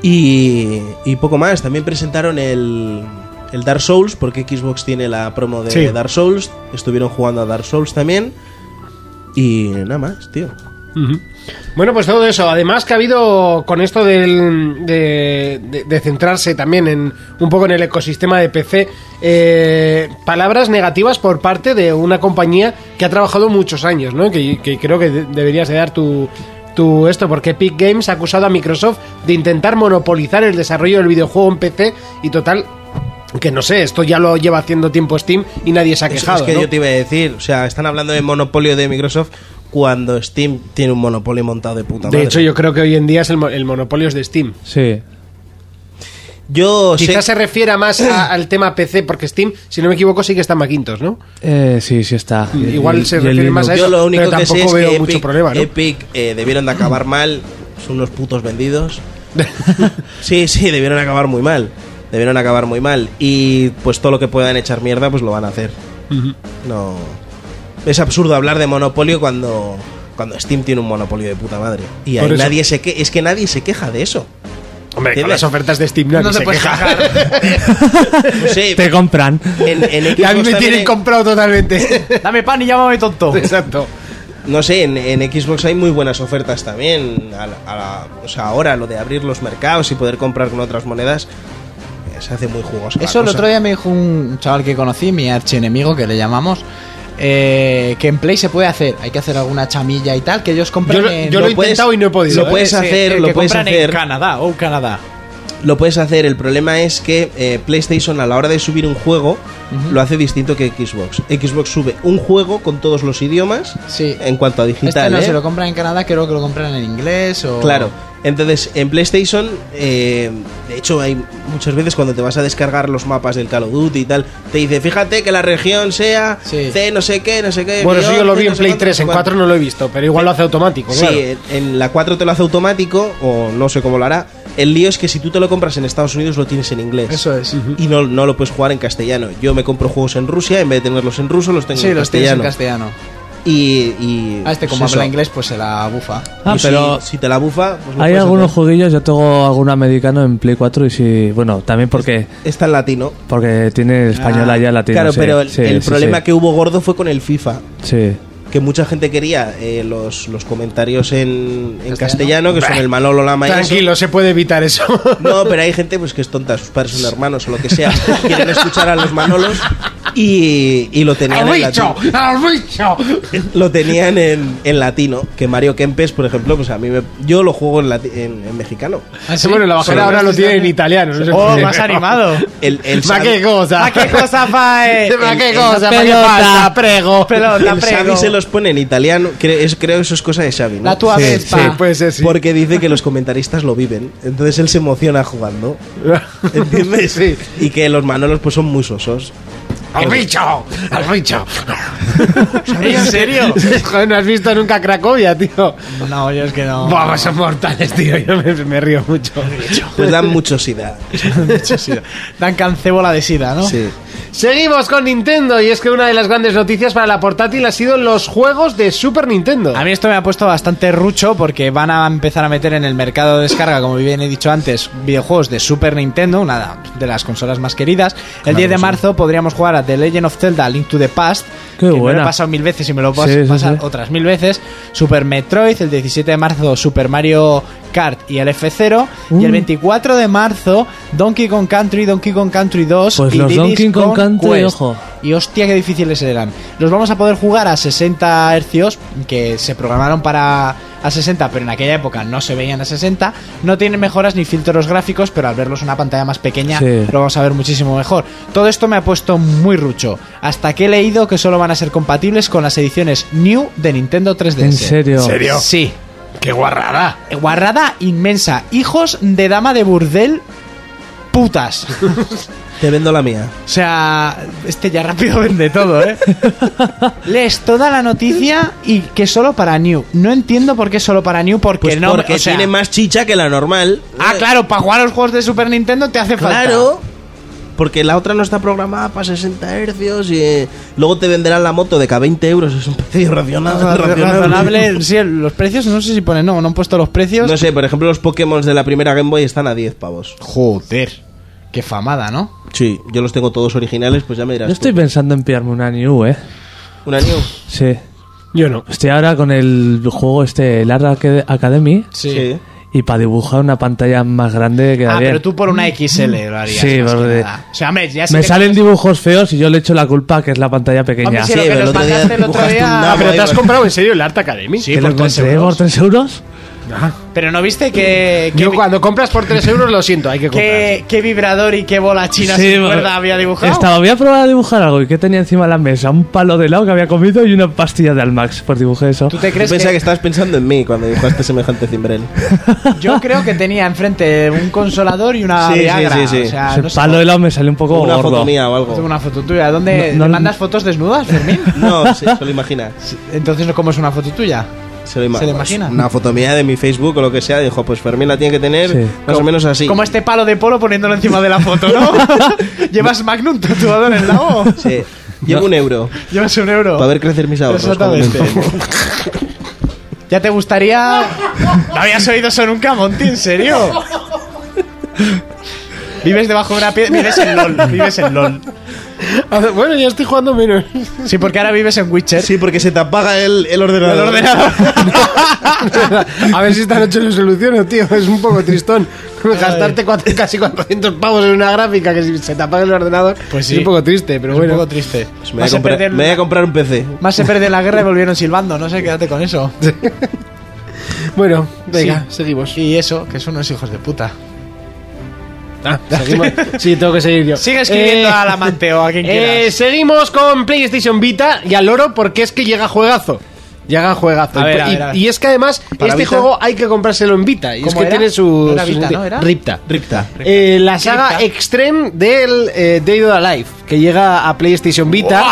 Y, y poco más, también presentaron el, el Dark Souls, porque Xbox tiene la promo de Sí. Dark Souls, estuvieron jugando a Dark Souls también. Y nada más, tío. Bueno, pues todo eso. Además que ha habido con esto del- de, de- de centrarse también en un poco en el ecosistema de PC, eh, palabras negativas por parte de una compañía que ha trabajado muchos años, ¿no? Que, que creo que de- deberías de dar tu, tu esto, porque Epic Games ha acusado a Microsoft de intentar monopolizar el desarrollo del videojuego en PC y total... Que no sé, esto ya lo lleva haciendo tiempo Steam y nadie se ha Eso quejado. es que ¿no? yo te iba a decir, o sea, están hablando de monopolio de Microsoft cuando Steam tiene un monopolio montado de puta madre. De hecho, yo creo que hoy en día es el, mo- el monopolio es de Steam. Sí. yo sé- Quizás se refiera más a- al tema PC, porque Steam, si no me equivoco, sí que está en Macintosh, ¿no? Eh, sí, sí está. Y- Igual y- se y el refiere más Linux. a eso, yo lo único pero que sé tampoco es veo que mucho Epic, problema, ¿no? Epic, eh, debieron de acabar mal, son unos putos vendidos. sí, sí, debieron acabar muy mal. Debieron acabar muy mal. Y pues todo lo que puedan echar mierda, pues lo van a hacer. No. Es absurdo hablar de monopolio cuando, cuando Steam tiene un monopolio de puta madre. Y ahí Por eso. nadie se que, es que nadie se queja de eso. Hombre, con ¿Entiendes? las ofertas de Steam nadie No te se puedes queja. No sé, Te compran. en, en Y a mí me Xbox también tienen hay- comprado totalmente. Dame pan y llámame tonto. Exacto. No sé, en, en Xbox hay muy buenas ofertas también. A la- a la- o sea, ahora lo de abrir los mercados y poder comprar con otras monedas eh, se hace muy jugoso. Eso el otro día me dijo un chaval que conocí, mi archienemigo, que le llamamos. eh, que en Play se puede hacer, hay que hacer alguna chamilla y tal, que ellos compran Yo, lo- en- yo lo he lo puedes- intentado y no he podido. lo puedes ¿eh? hacer. que lo puedes compran hacer. en Canadá, oh Canadá. Lo puedes hacer, el problema es que eh, PlayStation a la hora de subir un juego lo hace distinto que Xbox. Xbox sube un juego con todos los idiomas Sí. en cuanto a digital. Este no ¿eh? se lo compran en Canadá, creo que lo compran en inglés o... Claro. Entonces, en PlayStation, eh, de hecho, hay muchas veces cuando te vas a descargar los mapas del Call of Duty y tal, te dice, fíjate que la región sea C, no sé qué, no sé qué. Bueno, eso guión, yo lo C, vi no en sé Play cuánto, 3, en no sé 4 no lo he visto, pero igual lo hace automático, Sí, claro. en- en la 4 te lo hace automático o no sé cómo lo hará. El lío es que si tú te lo compras en Estados Unidos lo tienes en inglés. Eso es. Y no, no lo puedes jugar en castellano. Yo me compro juegos en Rusia, en vez de tenerlos en ruso, los tengo Sí, en los tienes en castellano. castellano. Y, y A este, como pues habla eso. inglés, pues se la bufa. Y Ah, si- pero- si, te la bufa, pues no Hay puedes algunos jueguillos, yo tengo algún americano en Play 4 y sí, bueno, también porque hacer- Está en latino. porque tiene español allá latino. Ah, Claro, sí, pero el, sí, el sí, problema sí. que hubo gordo fue con el FIFA. Sí. Que mucha gente quería eh, los, los comentarios en, en castellano, que son el Manolo Lama y eso. Tranquilo, se puede evitar eso. No, pero hay gente pues que es tonta, sus padres son hermanos o lo que sea, quieren escuchar a los Manolos y, y lo tenían en latino. ¡Al bicho! Lo tenían en, en latino, que Mario Kempes, por ejemplo, pues a mí me, yo lo juego en, lati- en- en mexicano. Ah, Bueno, la bajada Sí. ahora lo tiene en italiano. no sé por qué. El, el Oh. ¿Ma Xavi- qué cosa? ¿Ma qué cosa fae? ¿Ma El- qué el- cosa? ¿Ma qué pasa? Prego. el Xavi se los pone en italiano, cre- es- creo eso es cosa de Xavi, ¿no? La tua Sí, vespa. sí, puede ser, sí. Porque dice que los comentaristas lo viven, entonces él se emociona jugando, ¿entiendes? Y que los Manolos pues son muy sosos. ¡Al bicho! ¡Al bicho! ¿En serio? Joder, no has visto nunca Cracovia, tío. No, yo es que no. Vamos, son mortales, tío. Yo me, me río mucho. Pues dan mucho sida. Mucho sida. Dan cancébola de sida, ¿no? Sí. Seguimos con Nintendo y es que una de las grandes noticias para la portátil ha sido los juegos de Super Nintendo. A mí esto me ha puesto bastante rucho porque van a empezar a meter en el mercado de descarga, como bien he dicho antes, videojuegos de Super Nintendo, una de las consolas más queridas. El 10 de marzo podríamos jugar a The Legend of Zelda Link to the Past, que Qué me lo buena. he pasado mil veces y me lo puedo Sí, sí, pasar sí. otras mil veces. Super Metroid, el 17 de marzo Super Mario Kart y el F0. Y el Mm. 24 de marzo Donkey Kong Country, Donkey Kong Country 2. Pues y los Diddy's Donkey Kong Country, Quest. ojo. Y hostia, qué difíciles eran. Los vamos a poder jugar a 60 hercios, que se programaron para a 60, pero en aquella época no se veían a 60. No tienen mejoras ni filtros gráficos, pero al verlos en una pantalla más pequeña Sí. lo vamos a ver muchísimo mejor. Todo esto me ha puesto muy rucho. Hasta que he leído que solo van a ser compatibles con las ediciones New de Nintendo 3DS. ¿En serio? ¿En serio? Sí. ¡Qué guarrada! Guarrada inmensa. Hijos de dama de burdel putas. Te vendo la mía. O sea, este ya rápido vende todo, ¿eh? Lees toda la noticia y que solo para New. No entiendo por qué solo para New, porque Pues no. porque o sea- tiene más chicha que la normal. Ah, claro, para jugar a los juegos de Super Nintendo te hace falta. Claro. Porque la otra no está programada para 60 hercios y eh, luego te venderán la moto de que a 20 euros es un precio racional- Razonable. racionable. Razonable. Sí, los precios, no sé si ponen, no, no han puesto los precios. No sé, por ejemplo, los Pokémon de la primera Game Boy están a 10 pavos. Joder, qué famada, ¿no? Sí, yo los tengo todos originales, pues ya me dirás. Yo estoy tú. pensando en pillarme una New, eh. ¿Una New? Sí. Yo no. Estoy ahora con el juego este, el Art Acad- Academy. Sí. Y para dibujar una pantalla más grande queda Ah, bien. pero tú por una XL lo harías. Sí, más que porque- nada. O sea, hombre, ya si Me te- salen dibujos feos y yo le echo la culpa que es la pantalla Hombre, pequeña. si lo que nos mandaste el otro día- Ah, pero te has comprado en serio el Art Academy. ¿Que lo encontré por 3 euros? Pero no viste que. que Yo cuando compras por 3 euros lo siento, hay que comprar. ¿Qué, qué vibrador y qué bola china Sí, sin vale. cuerda había dibujado. Estaba, voy a probar a dibujar algo. ¿Y qué tenía encima de la mesa? Un palo de helado que había comido y una pastilla de Almax. Pues dibujé eso. ¿Tú te crees Pensaba que... que- estabas pensando en mí cuando dibujaste semejante cimbrel. Yo creo que tenía enfrente un consolador y una Sí, sí, Viagra. sí, sí. O sea, ah, Ese no sé palo de helado me salió un poco Una gordo. foto mía o cómo- algo. una foto tuya. ¿Dónde No, no- ¿te mandas fotos desnudas, Fermín? No, sí, se lo imagina. Entonces, ¿cómo es una foto tuya? Se lo, ima- ¿Se lo imagina? Una foto mía de mi Facebook o lo que sea. Dijo, pues Fermín la tiene que tener Sí. más o menos así. Como este palo de polo poniéndolo encima de la foto, ¿no? ¿Llevas Magnum tatuado en el lado? Sí. Llevo un euro ¿Llevas un euro? para ver crecer mis ahorros. Exactamente. cuando me entere. ¿Ya te gustaría...? ¿No habías oído eso nunca, Monty? ¿En serio? Vives debajo de una piedra... Vives en LOL. Vives en LOL. A ver, Bueno, ya estoy jugando menos. Sí, porque ahora vives en Witcher. Sí, porque se te apaga el, el ordenador. El ordenador. A ver si esta noche lo soluciono, tío. Es un poco tristón. Gastarte cuatro- casi 400 pavos en una gráfica que si se te apaga el ordenador Pues es sí. un poco triste, pero Es bueno. un poco triste. Pues me, voy a comprar, perder- me voy a comprar un PC. Más se perdió la guerra y volvieron silbando, no sé, quédate con eso. Bueno, venga, Sí. seguimos. Y eso, que son unos hijos de puta. seguimos. Sí, tengo que seguir yo. Sigue escribiendo Eh, al amante o a quien eh, quieras. seguimos con PlayStation Vita y al loro porque es que llega juegazo. Llega juegazo. A ver, y, a ver, a ver. y es que además, Para este Vita. juego hay que comprárselo en Vita. Y es ¿Cómo que era? tiene su. No era su- Vita, ¿no era? Ripta. Ripta. Eh, la saga Extreme del eh, Dead or Alive, que llega a PlayStation Vita.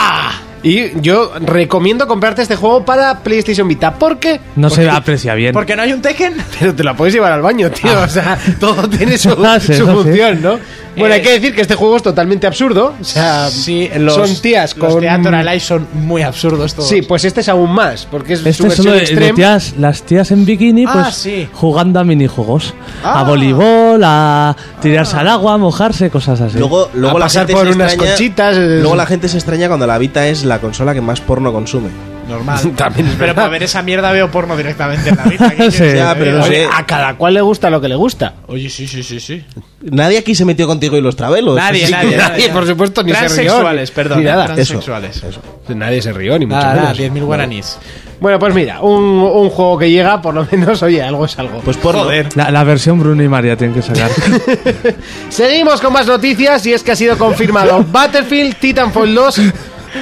Y yo recomiendo comprarte este juego para PlayStation Vita. Porque. No se aprecia bien. Porque no hay un Tekken. Pero te la puedes llevar al baño, tío. Ah. O sea, todo tiene su, Ah, sí, su eso sí. función, ¿no? Bueno, hay que decir que este juego es totalmente absurdo. O sea, son tías con. Eh, Los Theater Alive son muy absurdos todos. Sí, pues este es aún más, porque es su Este es uno versión de, de extreme. tías, las tías en bikini, Ah, pues sí. jugando a minijuegos. Ah. A voleibol, a tirarse al agua, a mojarse, cosas así. Luego, luego la gente se extraña- Luego la gente se extraña cuando la Vita es la consola que más porno consume. Normal. También es Pero verdad. para ver esa mierda veo porno directamente en la vida. ¿qué quieres que Ya, te pero no diga? sé. A cada cual le gusta lo que le gusta. Oye, sí, sí, sí, sí. Nadie aquí se metió contigo y los travelos. Nadie, Así nadie, que- nadie, nadie. por supuesto, ni se rió, Transexuales, ni- perdón. ni nada. Transexuales. Nadie se rió, ni mucho Ah, Nada, nada, menos. 10.000 guaraníes. Bueno, pues mira, un, un juego que llega, por lo menos, oye, algo es algo. Pues por La, la versión Bruno y María tienen que sacar. Seguimos con más noticias y es que ha sido confirmado Battlefield Titanfall 2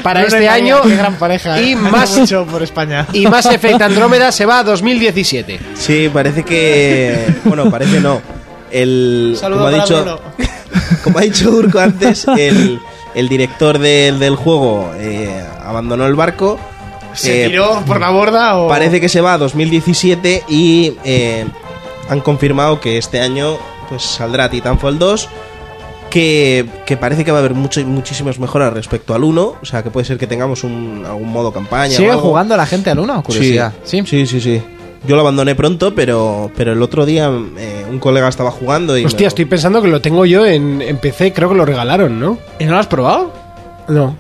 para Bruno y este María, año. qué gran pareja. Y eh. más, Anda mucho por España. y más Effect Andrómeda se va a 2017. Sí, parece que. Bueno, parece no. El. Saludo Como ha para dicho. eh, Bruno. Como ha dicho Urco antes, el, el director del, del juego eh, abandonó el barco. ¿Se eh, tiró por la borda o.? Parece que se va a 2017 y eh, han confirmado que este año pues saldrá Titanfall 2. Que, que parece que va a haber mucho- muchísimas mejoras respecto al 1. O sea, que puede ser que tengamos un, algún modo campaña. o ¿Sigue algo. jugando la gente al uno? Curiosidad. Sí, sí, sí, sí. Yo lo abandoné pronto, pero, pero el otro día eh, un colega estaba jugando y... Hostia, estoy pensando que lo tengo yo en, en PC, creo que lo regalaron, ¿no? ¿Y no lo has probado? No.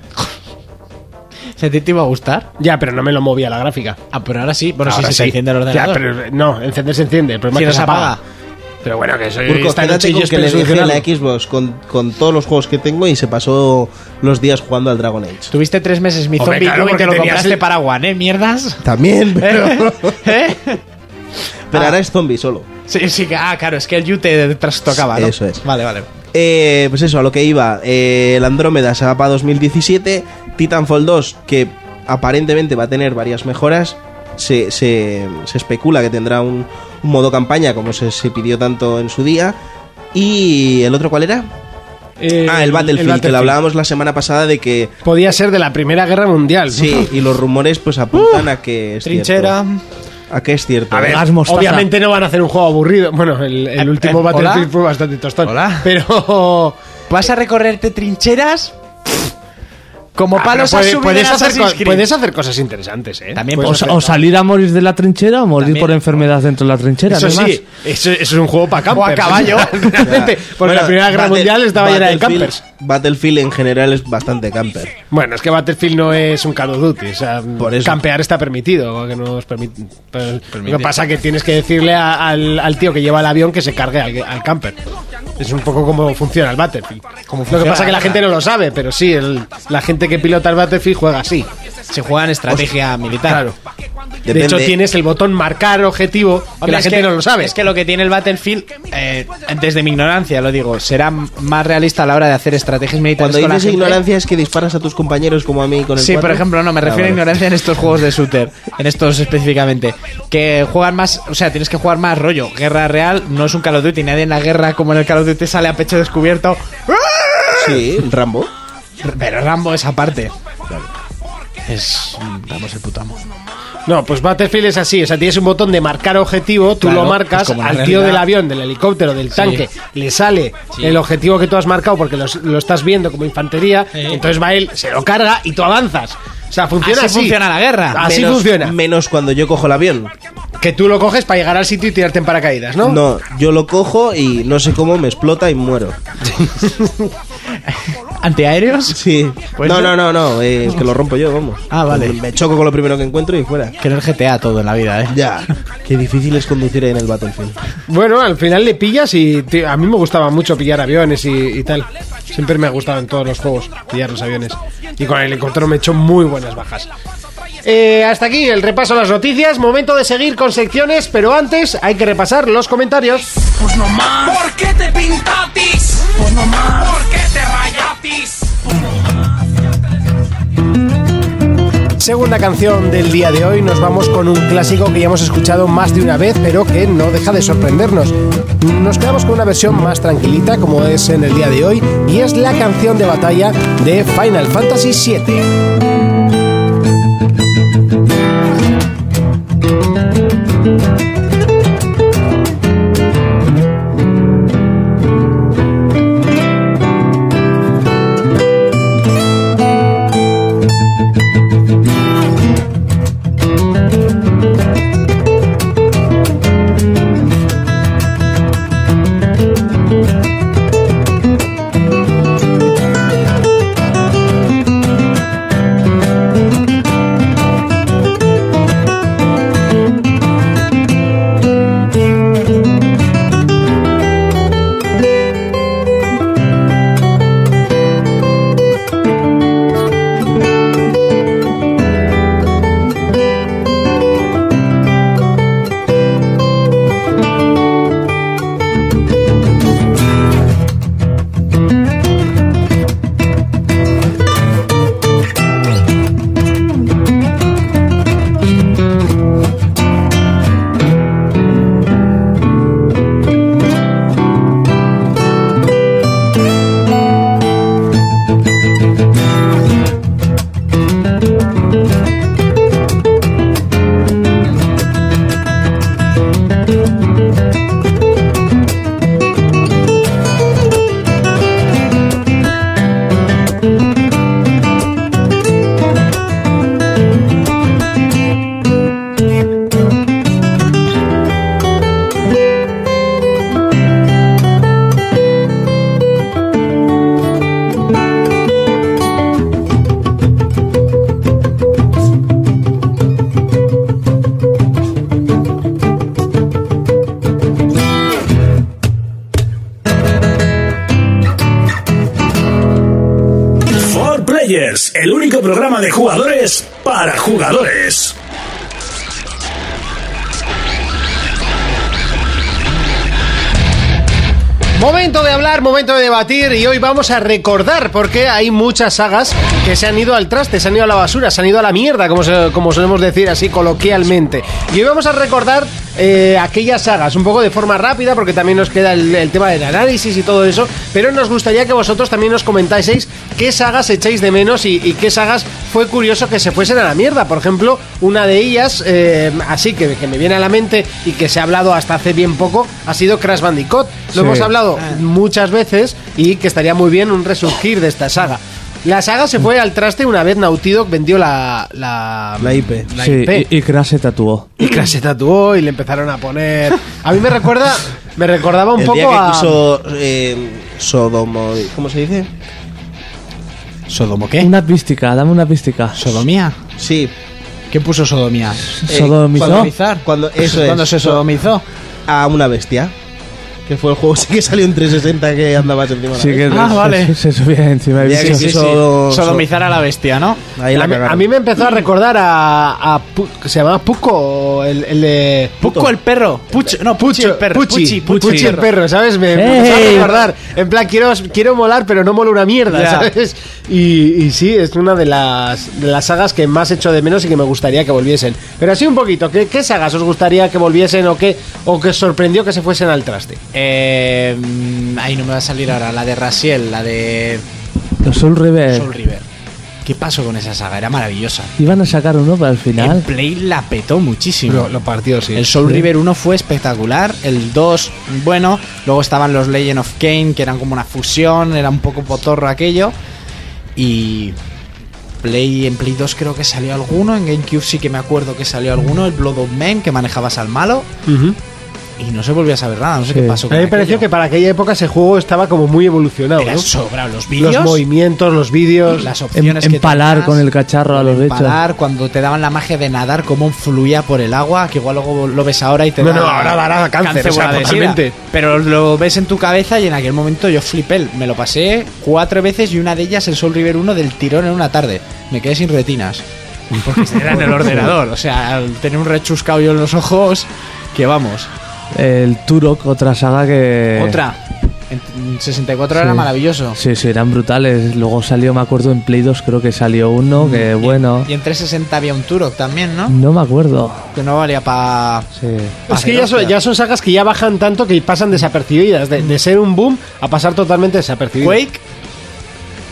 ¿Se te iba a gustar? Ya, pero no me lo movía la gráfica. Ah, pero ahora sí. Bueno, Ahora si sí. se te enciende el Ya, ordenador. pero no, encender se enciende. El problema Si es no que se apaga. Pero bueno, que soy Urco, esta noche quédate yo con que espero le dejé solucionarlo. la Xbox con, con todos los juegos que tengo y se pasó los días jugando al Dragon Age. Tuviste tres meses mi Hombre, zombie claro, Club y porque te lo tenías compraste el- para One, ¿eh? Mierdas. También, pero, ¿Eh? pero ahora es zombie solo. Sí, sí, que- ah, claro, es que el You te trastocaba, ¿no? Eso es. Vale, vale. Eh, pues eso, a lo que iba. Eh, el Andrómeda se va para 2017. Titanfall 2, que aparentemente va a tener varias mejoras. Se, se- se especula que tendrá un, un modo campaña, como se, se pidió tanto en su día. ¿Y el otro cuál era? ah, Eh, el Battlefield, que Battlefield. lo hablábamos la semana pasada de que. Podía ser de la Primera Guerra Mundial. Sí, y los rumores pues apuntan a que es Trinchera. cierto. A que es cierto. ¿eh? A ver, obviamente no van a hacer un juego aburrido. Bueno, el, el último eh, Battlefield ¿hola? fue bastante tostón. Pero. ¿Vas a recorrerte trincheras? Como Ah, palos pero a puede- subir puedes en hacer Assassin's co- Creed. puedes hacer cosas interesantes, ¿eh? También o, o salir a morir de la trinchera o morir También. por enfermedad dentro de la trinchera. Eso no hay sí, eso, eso es un juego para O a campers. caballo. Realmente, porque la Primera Guerra Mundial estaba llena de campers. Battlefield en general es bastante camper. Bueno, es que Battlefield no es un Call of Duty. O sea, eso. campear está permitido. o Que no os permit- pero Permite. Lo que pasa es que tienes que decirle a- al, al tío que lleva el avión que se cargue al, al camper. Es un poco como funciona el Battlefield. lo que funciona, pasa es que la ¿verdad? gente no lo sabe, pero sí, el- la gente que pilota el Battlefield juega así. Se juega en estrategia militar. Claro. De Depende. hecho, tienes el botón marcar objetivo que Hombre, la es gente no lo sabe. Es que lo que tiene el Battlefield, eh, desde mi ignorancia lo digo, será m- más realista a la hora de hacer estrategias militares Cuando con la dices gente. ignorancia es que disparas a tus compañeros como a mí con el Sí, por cuatro. ejemplo, no, me Ah, refiero a vale. ignorancia en estos juegos de shooter, en estos específicamente, que juegan más, o sea, tienes que jugar más rollo, guerra real, no es un Call of Duty, nadie en la guerra como en el Call of Duty sale a pecho descubierto, Sí, Rambo. pero Rambo esa parte. Es mm, Rambo es el puto amo. No, pues Battlefield es así, o sea, tienes un botón de marcar objetivo, tú Claro, lo marcas, pues como en al realidad- tío del avión, del helicóptero, del tanque, le sale Sí. el objetivo que tú has marcado porque los- lo, estás viendo como infantería, Sí. entonces va él, se lo carga y tú avanzas. O sea, funciona Así así. funciona la guerra. Así Menos- funciona. Menos cuando yo cojo el avión. Que tú lo coges para llegar al sitio y tirarte en paracaídas, ¿no? No, yo lo cojo y no sé cómo me explota y muero. ¿Antiaéreos? Sí. Pues no, no. no, no, no, eh, es que lo rompo yo, vamos. Ah, vale. Me choco con lo primero que encuentro y fuera. Que en el GTA todo en la vida, eh. Ya. Qué difícil es conducir en el Battlefield. Bueno, al final le pillas y te- a mí me gustaba mucho pillar aviones y, y tal. Siempre me ha gustado en todos los juegos pillar los aviones. Y con el helicóptero me he hecho muy buenas bajas. Eh, hasta aquí el repaso a las noticias. Momento de seguir con secciones, pero antes hay que repasar los comentarios. Pues no más. ¿Por qué te pintatis? Pues no más. ¿Por qué te rayatis? Segunda canción del día de hoy, nos vamos con un clásico que ya hemos escuchado más de una vez, pero que no deja de sorprendernos. Nos quedamos con una versión más tranquilita, como es en el día de hoy, y es la canción de batalla de Final Fantasy VII. For Players, el único programa de jugadores para jugadores. Momento de hablar, momento de debatir y hoy vamos a recordar porque hay muchas sagas que se han ido al traste, se han ido a la basura, se han ido a la mierda, como, se- como solemos decir así coloquialmente. Y hoy vamos a recordar eh, aquellas sagas, un poco de forma rápida porque también nos queda el, el tema del análisis y todo eso, pero nos gustaría que vosotros también nos comentaseis qué sagas echáis de menos y, y qué sagas fue curioso que se fuesen a la mierda. Por ejemplo, una de ellas, eh, así que, que me viene a la mente y que se ha hablado hasta hace bien poco, ha sido Crash Bandicoot. Lo Sí. hemos hablado muchas veces y que estaría muy bien un resurgir de esta saga. La saga se fue al traste una vez Naughty Dog vendió la, la, La IP. la sí, IP. y, y Crash se tatuó. Y Crash se tatuó y le empezaron a poner. A mí me recuerda, me recordaba un el poco día que a. quiso eh, Sodomo... ¿Cómo se dice? ¿Sodomo Eh. qué? Una pística, dame una pística. ¿Sodomía? Sí. ¿Quién puso sodomía? Eh, ¿Sodomizó? Sodomizar. Cuando, eso ¿Cuándo es, se sodomizó? A una bestia. Que fue el juego sí que salió en 360 que andabas encima de la Sí que bestia. se- se, se subía encima de Ya que bichos. sí, Eso- Sodomizar a la bestia, ¿no? Ahí la a, mí, cagaron. a mí me empezó a recordar a. a Pu- que se llamaba Puco, el, el de. Puco el perro. Puch, no, Puchi el perro. Puchi, Puchi, el perro. perro, ¿sabes? Me, me ¡Ey! empezó a recordar. En plan, quiero, quiero molar, pero no molo una mierda, Ya. ¿sabes? Y, y sí, es una de las, de las sagas que más echo de menos y que me gustaría que volviesen. Pero así un poquito, ¿qué, qué sagas os gustaría que volviesen o qué o que os sorprendió que se fuesen al traste? Eh, mm, ahí no me va a salir ahora. La de Rasiel, la de Los Soul River Soul River. ¿Qué pasó con esa saga? Era maravillosa. iban a sacar uno para el El final. Em- Play la petó muchísimo. Lo, lo partió, sí. El Soul River 1 fue espectacular, el 2 bueno, luego estaban los Legend of Kane que eran como una fusión, era un poco potorro aquello y Play en Play 2 creo que salió alguno, en GameCube sí que me acuerdo que salió alguno, el Blood of Men que manejabas al malo y no se volvió a saber nada, no sé Sí. qué pasó. A mí me pareció que para aquella época ese juego estaba como muy evolucionado, Era ¿no? sobrado, los vídeos, Los movimientos, los vídeos. las Em- opciones que empalar tenías. con el cacharro a los bichos. Empalar, cuando te daban la magia de nadar, cómo fluía por el agua, que igual luego lo ves ahora y te No, da no, ahora dará Ah, cáncer, o sea, o la de sida. totalmente. Pero lo ves en tu cabeza y en aquel momento yo flipé. Me lo pasé cuatro veces y una de ellas el Soul River 1 del tirón en una tarde. Me quedé sin retinas. Porque era en el ordenador. O sea, al tener un rechuscado yo en los ojos, que vamos. Eh. El Turok, otra saga que. Otra. En 64 era Sí. maravilloso. Sí, sí, eran brutales. Luego salió, me acuerdo, en Play 2 creo que salió uno, que bueno. Y en 360 había un Turok también, ¿no? No me acuerdo. Que no valía para. Sí. Es que ya son, ya son sagas que ya bajan tanto que pasan desapercibidas, de, de ser un boom a pasar totalmente desapercibido. Quake.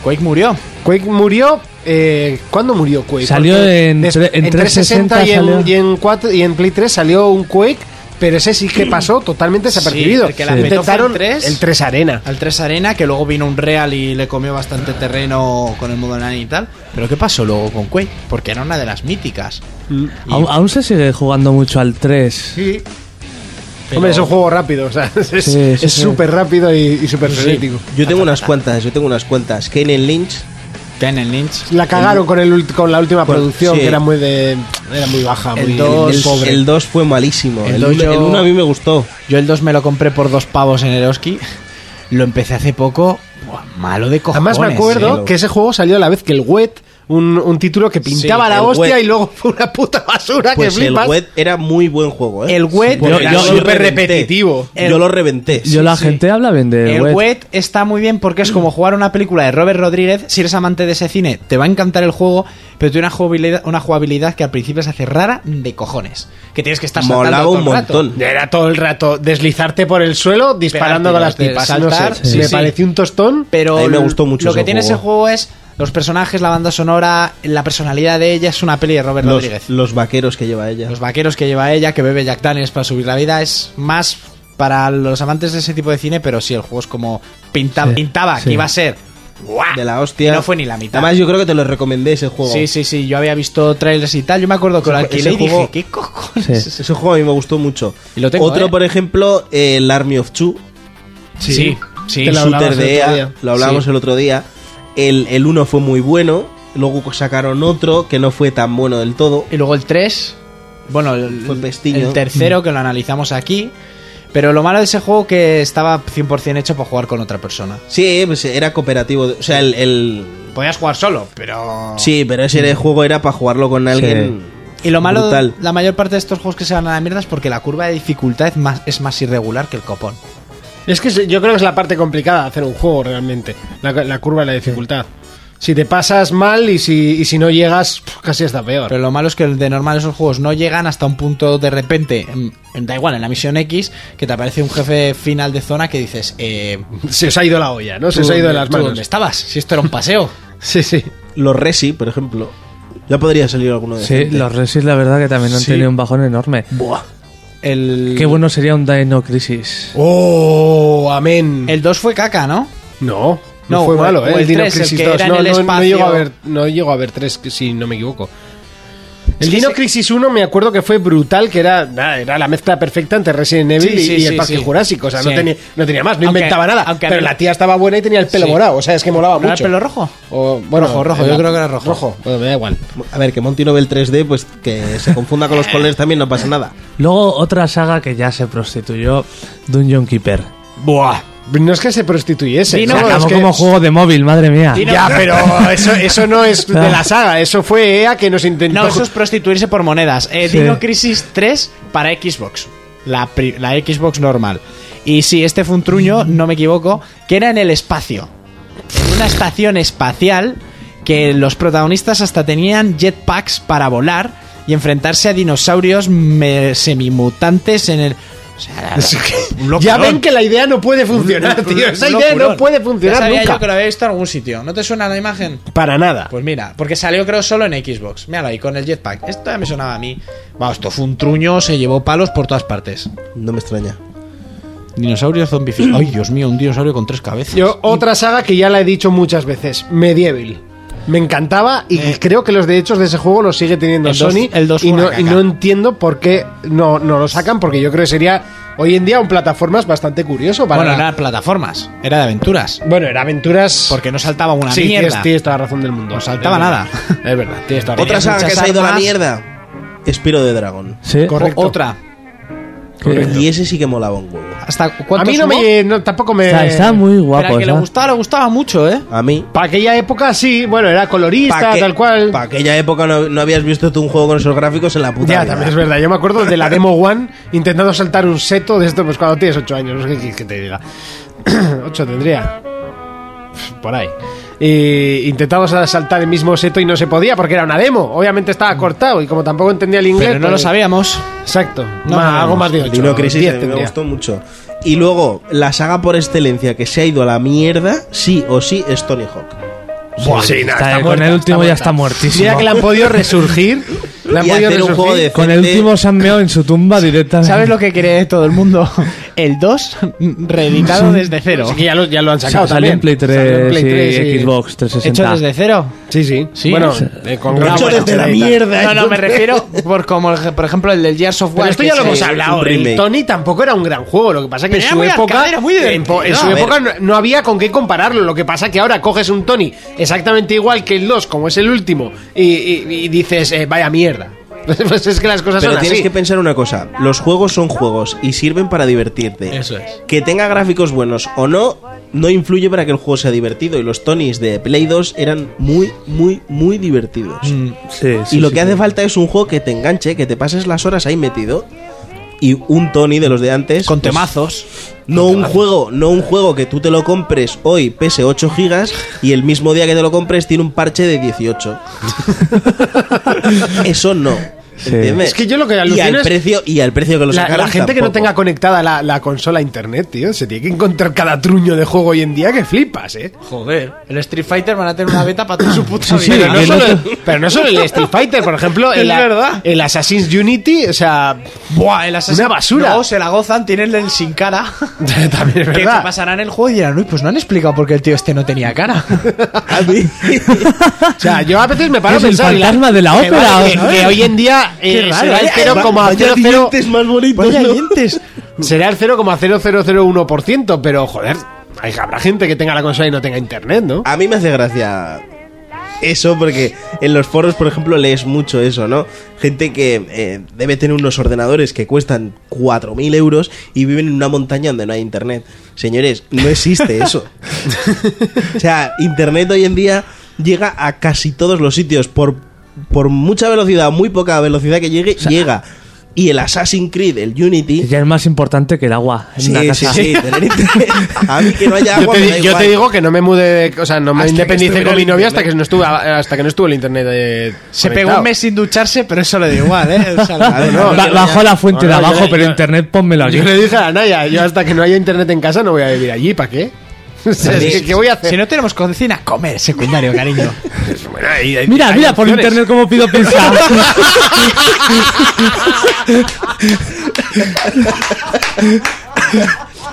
Quake murió. Quake murió. eh, ¿Cuándo murió Quake? Salió Porque en des- tre- en 360 y en, salió. y en cuatro- y en Play 3 salió un Quake, pero ese sí que pasó totalmente desapercibido. porque la petó fue Intentaron el 3. el 3 Arena. Al 3 Arena, que luego vino un Real y le comió bastante terreno con el modo online y tal. Pero ¿qué pasó luego con Quake? Porque era una de las míticas. Aún, aún se sigue jugando mucho al 3. Sí. Hombre, es un juego rápido, o sea, es Sí, sí, es sí. súper rápido y, y súper Pues Sí. frenético. Yo tengo unas cuantas, yo tengo unas cuantas. Kenen Lynch. Kenen Lynch. La cagaron con, el, ult- con la última Con- producción, sí. que era muy de era muy Ah, baja, muy, El 2 pobre. el 2 fue malísimo. El dos 1 yo- a mí me gustó. Yo el 2 me lo compré por dos pavos en Eroski. Lo empecé hace poco. Buah, malo de cojones. Además me acuerdo eh. que ese juego salió a la vez que el WET, un, un título que pintaba Sí, la el hostia Wet. y luego fue una puta basura Pues Ah, que el flipas. web era muy buen juego, ¿eh? El Wet- porque Yo- era yo- súper súper reventé. repetitivo. El- Yo lo reventé. Yo la gente habla bien de El Wet. Wet está muy bien porque es como jugar una película de Robert Rodríguez. Si eres amante de ese cine, te va a encantar el juego, pero tiene una jugabilidad, una jugabilidad que al principio se hace rara de cojones. Que tienes que estar saltando Molaba todo el un rato. montón. Era todo el rato deslizarte por el suelo disparando Pegarte, con las pegarte, tipas. saltar, no sé, sí, me sí. pareció un tostón. Pero A mí me l- gustó mucho Lo ese que tiene ese juego. juego es los personajes, la banda sonora, la personalidad de ella. Es una peli de Robert Rodríguez. Los, los vaqueros que lleva ella. Los vaqueros que lleva ella, que bebe Jack Daniels para subir la vida, es más para los amantes de ese tipo de cine, pero sí, el juego es como pintaba, Sí, pintaba sí. que iba a ser. ¡guau! de la hostia. Y no fue ni la mitad. Además, yo creo que te lo recomendé ese juego. Sí, sí, sí, yo había visto trailers y tal. Yo me acuerdo que lo Ese- alquilé ese y dije, juego- ¿qué cojones? Sí. Ese juego a mí me gustó mucho. Y lo tengo, Otro, ¿eh? por ejemplo, el Army of Two. Sí, sí, sí. Te El lo shooter hablabas el de otro EA, día. Lo hablábamos Sí. el otro día. El, el uno fue muy bueno. Luego sacaron otro que no fue tan bueno del todo. Y luego el 3. Bueno, el, Fue pestillo. el tercero que lo analizamos aquí. Pero lo malo de ese juego que estaba 100% hecho para jugar con otra persona. Sí, pues era cooperativo. O sea, el. el- Podías jugar solo, pero... Sí, pero ese juego era para jugarlo con alguien. Y lo malo, brutal. la mayor parte de estos juegos que se van a la mierda es porque la curva de dificultad es más, es más irregular que el copón. Es que yo creo que es la parte complicada de hacer un juego realmente, la, la curva de la dificultad. Si te pasas mal y si, y si no llegas, pf, casi está peor. Pero lo malo es que de normal esos juegos no llegan hasta un punto de repente, en- en- da igual, en la misión X, que te aparece un jefe final de zona que dices, eh, Se os ha ido la olla, ¿no? Se ¿tú os ha ido de dónde- las tú manos. ¿Dónde estabas? Si esto era un paseo. Sí, sí. Los Resi, por ejemplo. Ya podría salir alguno de Sí, los Resis la verdad que también han Sí. tenido un bajón enorme. Buah. El... Qué bueno sería un Dino Crisis. ¡Oh! ¡Amén! El 2 fue caca, ¿no? No, no, No, fue o- malo, o ¿eh? el El Dino 3, el Crisis que 2. era en No, no, el no llego a espacio. ver, no llego a ver 3, si no me equivoco. Es El que Dino se- Crisis 1 me acuerdo que fue brutal, que era, nada, era la mezcla perfecta entre Resident Evil Sí, y- sí, y el sí, Parque sí. Jurásico. O sea, no, Sí. tenía, no tenía más, no Aunque- inventaba nada. aunque a pero mí- la tía estaba buena y tenía el pelo Sí. morado. O sea, es que molaba ¿No era mucho. pelo rojo? O, bueno, Rojo, rojo, yo creo que era rojo. Rojo, bueno, me da igual. A ver, que Monty Nobel 3D, pues que se confunda con los colores también, no pasa nada. Luego otra saga que ya se prostituyó, Dungeon Keeper. Buah. No es que se prostituyese. Se ¿no? Es acabó que- como juego de móvil, madre mía. Ya, pero eso, eso no es de la saga, eso fue EA que nos intentó. No, eso es prostituirse por monedas. Eh, Sí. Dino Crisis 3 para Xbox. La, pri- la Xbox normal. Y sí, este fue un truño, Mm. no me equivoco, que era en el espacio. En una estación espacial que los protagonistas hasta tenían jetpacks para volar y enfrentarse a dinosaurios me- semimutantes en el... o sea, era- un ya locurón. ven que la idea no puede funcionar, Un- un- tío. un Esa idea no locurón. puede Ya funcionar sabía nunca. yo que lo había visto en algún sitio. ¿No te suena la imagen? Para nada. Pues mira, porque salió creo solo en Xbox. Míralo ahí, con el jetpack. Esto ya me sonaba a mí. Vamos, esto fue un truño, se llevó palos por todas partes. No me extraña. Dinosaurio zombificado. Ay, Dios mío, un dinosaurio con tres cabezas. Yo, otra saga que ya la he dicho muchas veces, Medieval. Me encantaba y creo que los derechos de ese juego los sigue teniendo Eh. El dos- Sony. el dos y, fue una no, caca. y no entiendo por qué no, no lo sacan, porque yo creo que sería hoy en día un plataformas bastante curioso para. Bueno, eran plataformas, era de aventuras. Bueno, era aventuras. Porque no saltaba una sí, tienes- mierda. Tienes, toda la razón del mundo. No saltaba nada. Es verdad, tienes toda la Otra razón. saga que muchas se ha ido a la armas. mierda. Espiro de Dragón. Sí. Correcto. O- Otra. Y ese sí que molaba un huevo. ¿Hasta A cuántos mí no hubo? me. no, tampoco me. Está, está muy Pero al guapo. que le ¿sabes? gustaba, le gustaba mucho, ¿eh? A mí. Para aquella época sí, bueno, era colorista, tal cual. Para aquella época no, no habías visto tú un juego con esos gráficos en la puta. Ya, vida. también es verdad. Yo me acuerdo de la demo One intentando saltar un seto de esto, pues cuando tienes 8 años, no sé qué quieres que te diga. 8 tendría. Por ahí. Y intentamos saltar el mismo seto y no se podía porque era una demo. Obviamente estaba cortado y como tampoco entendía el inglés. Pero no lo sabíamos. Exacto. No, Más- no, no, algo más de no. 8. Dino Crisis a mí me gustó mucho. Y luego, la saga por excelencia que se ha ido a la mierda, sí o sí, es Tony Pues Hawk. Buah, sí, no, está con muerta, el está último ya muerta. está muertísimo. Mira que la han podido resurgir. La han Y podido hacer un resurgir. juego de- Con el último se han meado en su tumba directamente. ¿Sabes lo que quiere todo el mundo? El 2 reeditado desde cero. Sí, que ya lo, ya lo han sacado. Salió en también. Play Salió en 3 Play y 3 y- Xbox ¿Hecho 360. desde cero? Sí, sí. Sí. Bueno, Sí. eh, con Hecho gráficos desde la y tal. mierda. No, no, me refiero por como por ejemplo el del Gears of War. Pero esto que ya lo se- hemos hablado. El Tony tampoco era un gran juego. Lo que pasa que Pero en era su muy época, arcade, era muy en, po- en divertido. su A ver. época no, no había con qué compararlo. Lo que pasa que ahora coges un Tony exactamente igual que el 2, como es el último, y, y- y dices, eh, vaya mierda. Pues es que las cosas Pero son tienes así. que pensar una cosa: los juegos son juegos y sirven para divertirte. Eso es. Que tenga gráficos buenos o no, no influye para que el juego sea divertido. Y los Tonys de Play 2 eran muy, muy, muy divertidos. Mm. y lo que hace falta es un juego que te enganche, que te pases las horas ahí metido. Y un Tony de los de antes. Con temazos. No un juego, no un juego que tú te lo compres hoy pese 8 gigas y el mismo día que te lo compres tiene un parche de 18. Eso no. ¿entiendes? Es que yo lo que y alucino al es- precio y al precio que lo La, sacaron la gente que no tampoco. tenga conectada la, la consola a internet, tío, se tiene que encontrar cada truño de juego hoy en día que flipas, eh. Joder, el Street Fighter van a tener una beta para toda su puta Sí, vida. pero, no solo, pero no solo el Street Fighter, por ejemplo, Es el, verdad. el Assassin's Unity, o sea, Buah, el Assassin's- una basura. No, se la gozan, tienen el sin cara. También es Que verdad. pasarán el juego y dirán, uy, pues no han explicado por qué el tío este no tenía cara. O sea, yo a veces me paro Es a el pensar. y fantasma de la que ópera, vale, que, ¿sabes? que hoy en día eh, Qué raro, será el vaya- vaya 0,00. dientes más bonitos, Vaya ¿no? dientes. Será el 0,0001%, pero joder, hay, habrá gente que tenga la consola y no tenga internet, ¿no? A mí me hace gracia eso porque en los foros, por ejemplo, lees mucho eso, ¿no? Gente que eh, debe tener unos ordenadores que cuestan 4.000 euros y viven en una montaña donde no hay internet. Señores, no existe eso. o sea, internet hoy en día llega a casi todos los sitios. Por, por mucha velocidad, muy poca velocidad que llegue, llega. Y el Assassin's Creed, el Unity... Ya es más importante que el agua en Sí, una sí, casa. sí, tener internet. A mí que no haya Yo agua te, me di- da yo igual. te digo que no me mudé, o sea, no me Hasta que independicé estuviera con mi el novia internet. hasta que no estuve hasta que no estuvo el internet eh, Se pegó conectado. un mes sin ducharse, pero eso le da igual, ¿eh? O sea, Ba- bajo la fuente Ah, No, de no, abajo, yo le- pero yo- internet pónmelo aquí. Yo le dije a la Naya, yo hasta que no haya internet en casa no voy a vivir allí, ¿para qué? O sea, es que, ¿Qué voy a hacer? Si no tenemos cocina, comer secundario, cariño. Bueno, ahí- ahí- Mira, hay mira, por opciones. internet como pido pizza.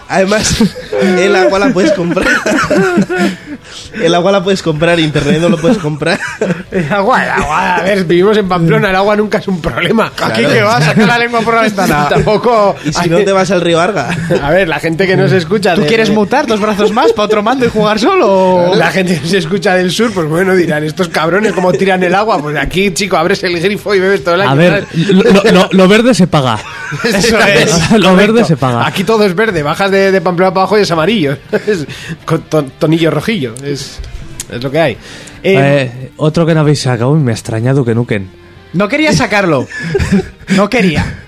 Además, el agua la puedes comprar. El agua la puedes comprar, internet no lo puedes comprar. El agua, el agua. A ver, vivimos en Pamplona, el agua nunca es un problema. Aquí que va a sacar la lengua por la ventana. Tampoco. Y si no te vas al río Arga. A ver, la gente que nos escucha. ¿Tú de- quieres de- mutar dos brazos más para otro mando y jugar solo? La gente que se escucha del sur, pues bueno, dirán, estos cabrones cómo tiran el agua. Pues aquí, chico, abres el grifo y bebes todo el año. A ver, lo, lo- lo verde se paga. ¿sabes? eso es. Lo verde Correcto. se paga. Aquí todo es verde, bajas de, de Pamplona para abajo y es amarillo. Es con ton- tonillo rojillo. Es, es lo que hay. Eh, Eh, otro que no habéis sacado y me ha extrañado que nuquen. No quería sacarlo. No quería.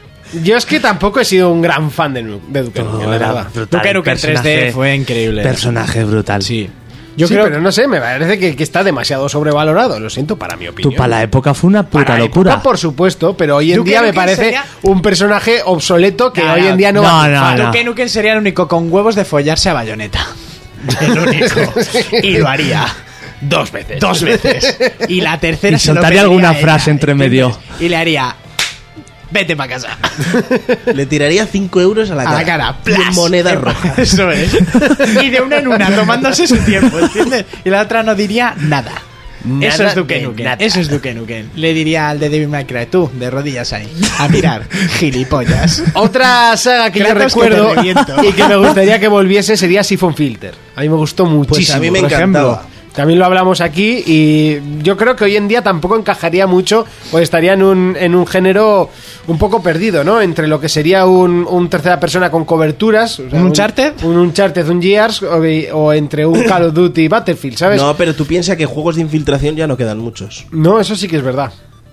Yo es que tampoco he sido un gran fan de, Nu- de Duke Nukem, la verdad. Duke Nukem 3D fue increíble. Personaje brutal. Sí. Yo Sí, creo, pero pero no sé, me parece que, que está demasiado sobrevalorado, lo siento, para mi opinión. Tú, para la época fue una puta Para la locura. época, por supuesto, pero hoy en Duke día me Nukem parece sería- un personaje obsoleto que No, hoy en día no, no, va a no, triunfar. no. Duke Nukem sería el único con huevos de follarse a bayoneta. El único. Y lo haría. Dos veces. Dos veces. Y la tercera Y se lo soltaría pediría alguna a ella, frase entre medio. ¿entiendes? Y le haría. Vete para casa. Le tiraría 5 euros a la A cara. la cara. Y en ¡plas! monedas Epa, rojas. Eso es. Y de una en una, tomándose su tiempo, ¿entiendes? Y la otra no diría nada. Eso Nada es Duke de Nukem. nada. Eso es Duke Nukem. Le diría al de David McCray, tú, de rodillas ahí, a mirar, gilipollas. Otra saga que yo Kratos que recuerdo te reviento. y que me gustaría que volviese sería Siphon Filter. A mí me gustó muchísimo. Pues a mí me por ejemplo. encantaba. También lo hablamos aquí y yo creo que hoy en día tampoco encajaría mucho o estaría en un, en un género un poco perdido, ¿no? Entre lo que sería un, un tercera persona con coberturas. o sea, ¿Un Uncharted? Un, Uncharted, un Gears o, o entre un Call of Duty y Battlefield, ¿sabes? No, pero tú piensas que juegos de infiltración ya no quedan muchos. No, eso sí que es verdad.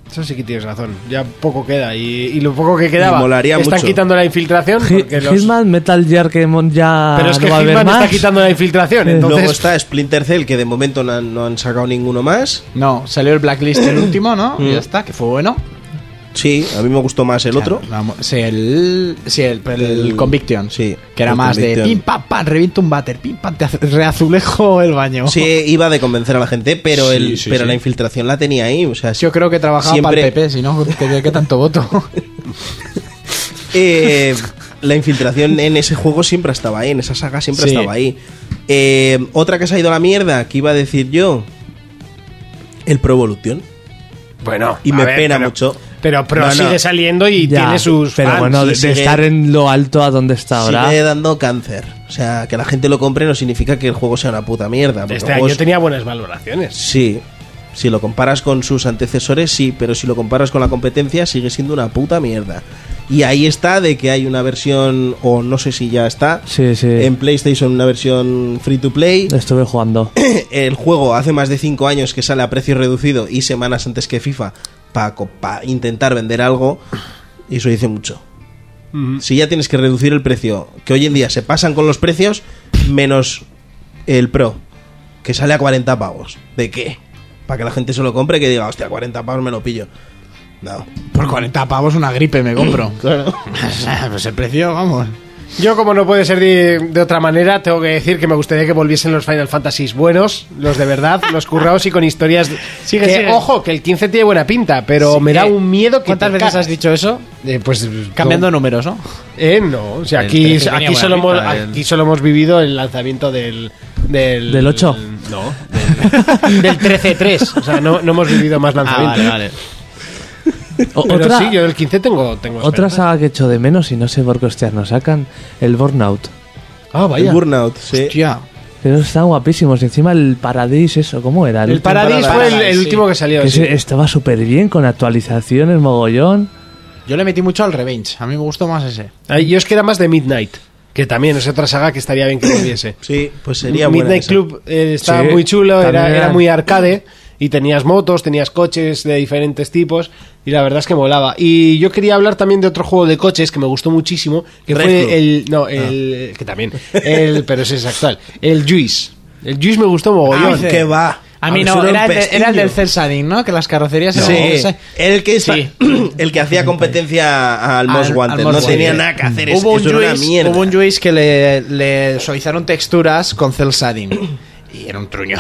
Eso sí que tienes razón. Ya poco queda. Y, y lo poco que quedaba. Y molaría están mucho. quitando la infiltración. Porque los- Hitman, Metal Gear que mon- ya Pero es que no va Ah, a haber Hitman más. está quitando la infiltración. Entonces, Luego está Splinter Cell, que de momento no han, no han sacado ninguno más. No, salió el Blacklist el último, ¿no? Mm. Y ya está, que fue bueno. Sí, a mí me gustó más el otro. Vamos, sí, el, sí, el, el El- Conviction. Sí. Que era el más Conviction. de pim, pam, pam, reviento un váter, pim, pam, te hace- reazulejo el baño. Sí, iba de convencer a la gente, pero, Sí, el, sí, pero sí. la infiltración la tenía ahí. O sea, Yo creo que trabajaba para Siempre- el PP, si no, ¿qué, qué tanto voto? Eh, la infiltración en ese juego siempre estaba ahí, en esa saga siempre Sí. estaba ahí. Eh, otra que se ha ido a la mierda, que iba a decir yo, el Pro Evolution. Bueno, Y a me ver, pena pero- mucho. Pero, pero No, no. sigue saliendo y Ya, tiene sus Pero fans. bueno, y de, de sigue- estar en lo alto a donde está ahora. Sigue dando cáncer. O sea, que la gente lo compre no significa que el juego sea una puta mierda. porque Este juegos- año tenía buenas valoraciones. Sí. Si lo comparas con sus antecesores, sí, pero si lo comparas con la competencia, sigue siendo una puta mierda. Y ahí está de que hay una versión, o no sé si ya está, Sí, sí. en PlayStation una versión free to play. Estuve jugando. El juego hace más de 5 años que sale a precio reducido y semanas antes que FIFA para intentar vender algo. Y eso dice mucho. Si ya tienes que reducir el precio, que hoy en día se pasan con los precios, menos el Pro, que sale a 40 pavos. ¿De qué? Para que la gente se lo compre y que diga, hostia, 40 pavos me lo pillo. No. Por 40 pavos una gripe me compro. pues el precio, vamos. Yo, como no puede ser de, de otra manera, tengo que decir que me gustaría que volviesen los Final Fantasies buenos, los de verdad, los currados y con historias. Sigue, que, sigue. Ojo, que el 15 tiene buena pinta, pero Sí, me da eh, un miedo que. ¿Cuántas te veces cagas. has dicho eso? Eh, pues Cambiando no. números, ¿no? Eh, no, o sea, El aquí, 13 tenía aquí, buena solo hemos, pinta, el- aquí solo hemos vivido el lanzamiento del. Del, ¿Del ocho? No, del, del 13-3. O sea, no, no hemos vivido Ah, más lanzamientos. O- Pero otra, sí, yo del 15 tengo. tengo otra esperanza. saga que echo de menos y no sé por qué hostias nos sacan, el Burnout. Ah, vaya. El Burnout, sí. Hostia. Pero están guapísimos. Y encima el Paradise, eso, ¿cómo era? El Paradis fue el, el sí. último que salió. que sí. se- estaba súper bien con actualizaciones, mogollón. Yo le metí mucho al Revenge. A mí me gustó más ese. Ay, Yo es que era más de Midnight, que también es otra saga que estaría bien que volviese. Sí, pues sería buena Midnight esa. Club eh, estaba Sí, muy chulo, era, también. era muy arcade y tenías motos, tenías coches de diferentes tipos y la verdad es que molaba. Y yo quería hablar también de otro juego de coches que me gustó muchísimo, que Red Club. Ah. fue el no, el que también, el pero ese es actual, el Juice. El Juice me gustó mogollón. Ah, Ay, Ah, qué va. A mí Eso no, un era, el de- era el del pestillo. Celsadin, ¿no? Que las carrocerías eran- Sí, ese- el que, está- Sí. el que hacía competencia al Most Al- Wanted. al Most no Wanted. tenía nada que hacer. es- Hubo un eso era una juice, mierda. hubo un juice que le, le suavizaron texturas con Celsadin. Y era un truño.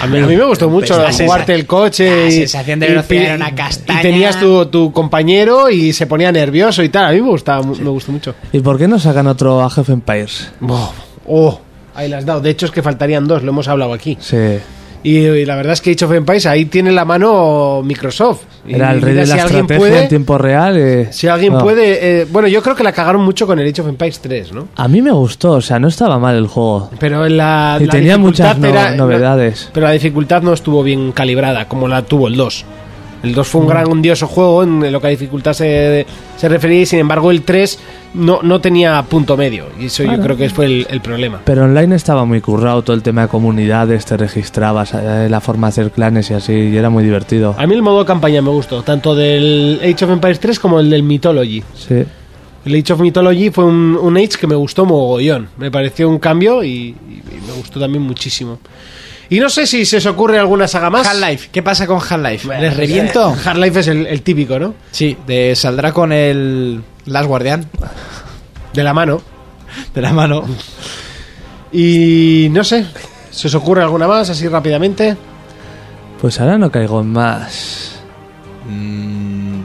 A mí, a mí me gustó mucho Pues La sensa- jugarte el coche. la y, sensación de velocidad pi- era una castaña. y tenías tu, tu compañero y se ponía nervioso y tal. A mí me, gustaba, mu- me gustó mucho. ¿Y por qué no sacan otro Age of Empires? Oh, oh, ahí las has dado. De hecho, es que faltarían dos, lo hemos hablado aquí. Sí. Y, y la verdad es que Age of Empires ahí tiene la mano Microsoft. Y Era el rey mira, de la si alguien estrategia puede- en tiempo real. eh, Si alguien no. puede. eh, bueno, yo creo que la cagaron mucho con el Age of Empires 3, ¿no? A mí me gustó, o sea, no estaba mal el juego. Pero en la. Y la tenía dificultad muchas no- era- novedades. pero la dificultad no estuvo bien calibrada como la tuvo el 2. El 2 Mm. fue un grandioso juego en lo que a dificultad se, se refería y sin embargo el 3 no, no tenía punto medio. Y eso yo creo que fue el, el problema. Pero online estaba muy currado todo el tema de comunidades, te registrabas, eh, la forma de hacer clanes y así, y era muy divertido. A mí el modo campaña me gustó, tanto del Age of Empires 3 como el del Mythology. Sí. El Age of Mythology fue un, un Age que me gustó mogollón. Me pareció un cambio y, y me gustó también muchísimo. Y no sé si se os ocurre alguna saga Ah. más. Half-Life. ¿Qué pasa con Half-Life? Bueno, ¿Les pues, reviento? eh, Half-Life es el, el típico, ¿no? Sí, de, saldrá con el Last Guardian De la mano. de la mano. Y no sé, ¿se os ocurre alguna más así rápidamente? Pues ahora no caigo en más. Mm,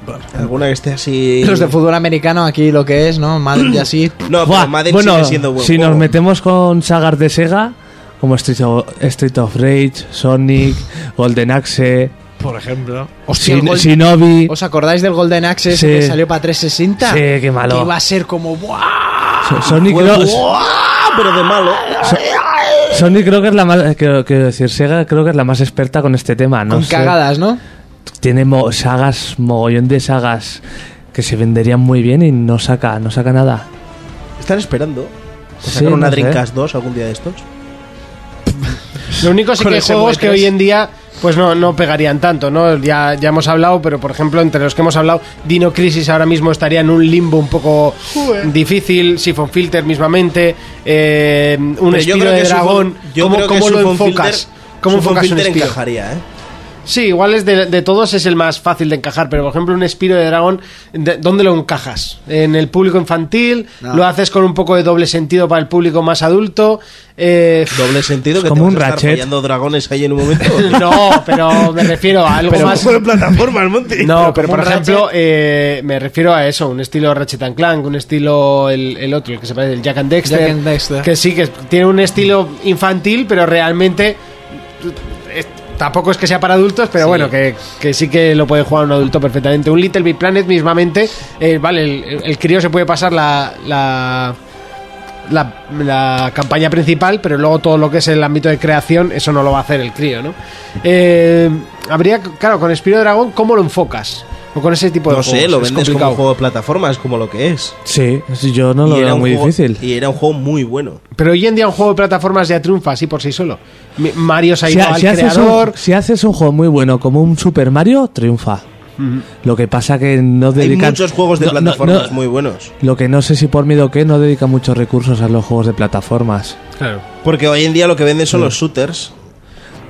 Mm, Alguna que esté así. Los de fútbol americano aquí lo que es, ¿no? Madrid y así. No, pero Buah, Madden bueno, sigue siendo buen si juego. nos metemos con sagas de Sega, como Street of, Street of Rage, Sonic, Golden Axe, Por ejemplo. Hostia, el Sin- Gol- Shinobi... ¿Os acordáis del Golden Axe ese Sí. que salió para 360? Sí, qué malo. Que iba a ser como. ¡Buah! So- Sonic, Fue- creo, ¡Buah! ¡Ah! Pero de malo. Sonic creo que es la más... Quiero, quiero decir, Sega creo que es la más experta con este tema, ¿no? con sé. cagadas, ¿no? Tiene mo- sagas, mogollón de sagas que se venderían muy bien y no saca, no saca nada. Están esperando. Sí, Sacar una no sé. Dreamcast 2 algún día de estos. Lo único sí Con que hay ese juegos que M3. hoy en día pues no, no pegarían tanto, ¿no? Ya, ya hemos hablado, pero por ejemplo, entre los que hemos hablado, Dino Crisis ahora mismo estaría en un limbo un poco Joder. difícil, Siphon Filter mismamente, eh, un Pero yo estilo creo de que Siphon- dragón, yo ¿cómo, creo que cómo lo Siphon enfocas? Filter- ¿Cómo Siphon enfocas un Filter Spiro? encajaría, ¿eh? Sí, igual es de, de todos es el más fácil de encajar, pero por ejemplo un Espiro de Dragón, ¿de- ¿dónde lo encajas? ¿En el público infantil? No. ¿Lo haces con un poco de doble sentido para el público más adulto? Eh, Doble sentido que como te un vas a estar ratchet. follando dragones ahí en un momento. no, pero me refiero a algo Pero más... como en plataformas, Monty. No, pero como por un ejemplo, eh, me refiero a eso, un estilo Ratchet and Clank, un estilo el, el otro, el que se parece, el Jack and Dexter. Jack and Dexter. Que sí, que tiene un estilo infantil, pero realmente eh, tampoco es que sea para adultos, pero bueno, que, que sí que lo puede jugar un adulto perfectamente. Un Little Big Planet mismamente, eh, vale, el, el crío se puede pasar la... la la, la campaña principal, pero luego todo lo que es el ámbito de creación, eso no lo va a hacer el crío, ¿no? Eh, habría, claro, con Espiro Dragón, ¿cómo lo enfocas? O con ese tipo de No juegos. sé, lo pues es vendes como complicado. un juego de plataformas, como lo que es. Sí, sí, yo no lo Y era veo un muy juego- difícil. Y era un juego muy bueno. Pero hoy en día un juego de plataformas ya triunfa así por sí solo. Mi- Mario se ha Si, ido ha- al si haces creador. un, si haces un juego muy bueno como un Super Mario, triunfa. Ujú. Lo que pasa que no Hay dedican... muchos juegos de no- no- plataformas no- muy buenos. Lo que no sé si por miedo que no dedican muchos recursos a los juegos de plataformas. Claro. Porque hoy en día lo que venden son los shooters.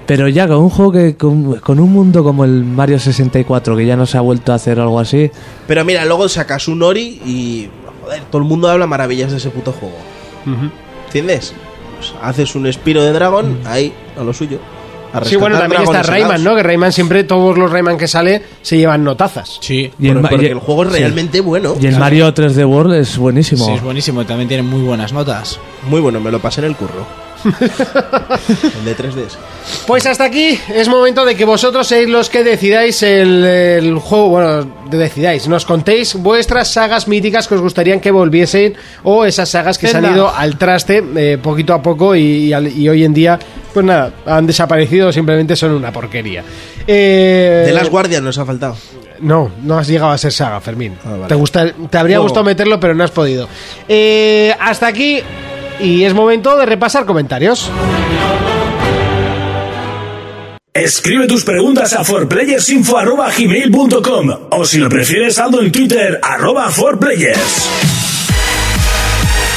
Pero ya con un juego que con, con un mundo como el Mario 64 que ya no se ha vuelto a hacer algo así, Pero mira, luego sacas un Ori y. Joder, todo el mundo habla maravillas de ese puto juego. ¿Entiendes? Pues haces un Espiro de dragón Mm. ahí, a lo suyo. a Sí, bueno, rescatar también está dragones Rayman, helados. ¿no? Que Rayman siempre, todos los Rayman que sale se llevan notazas. Sí, Y el Por- ma- porque y- el juego es sí. realmente bueno. y el Mario 3D World es buenísimo. Sí, es buenísimo. y También tiene muy buenas notas. Muy bueno, me lo pasé en el curro. el de 3Ds. Pues hasta aquí es momento de que vosotros seáis los que decidáis el, el juego, bueno, de- decidáis, nos contéis vuestras sagas míticas que os gustarían que volviesen o esas sagas que se han Zelda. ido al traste eh, poquito a poco y, y al- y hoy en día, pues nada, han desaparecido o simplemente son una porquería. Eh, De las guardias nos ha faltado. no, no has llegado a ser saga, Fermín. Ah, vale. Oh. te, gusta- te habría Juego. gustado meterlo, pero no has podido. Eh, hasta aquí y es momento de repasar comentarios. Escribe tus preguntas a forplayersinfo.gmail.com o si lo prefieres, saldo en Twitter, arroba forplayers.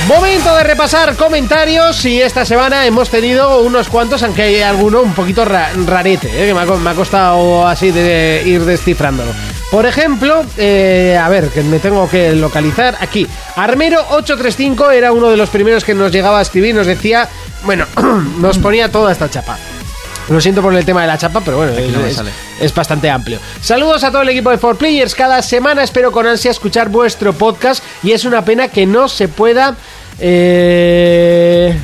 Momento de repasar comentarios y esta semana hemos tenido unos cuantos, aunque hay alguno un poquito ra- rarete, eh, que me ha, co- me ha costado así de ir descifrándolo. Por ejemplo, eh, a ver, que me tengo que localizar aquí. Armero835 era uno de los primeros que nos llegaba a escribir, nos decía, bueno, nos ponía toda esta chapa. Lo siento por el tema de la chapa, pero bueno, es, no me es- sale. es bastante amplio. Saludos a todo el equipo de 4Players. Cada semana espero con ansia escuchar vuestro podcast y es una pena que no se pueda... eh,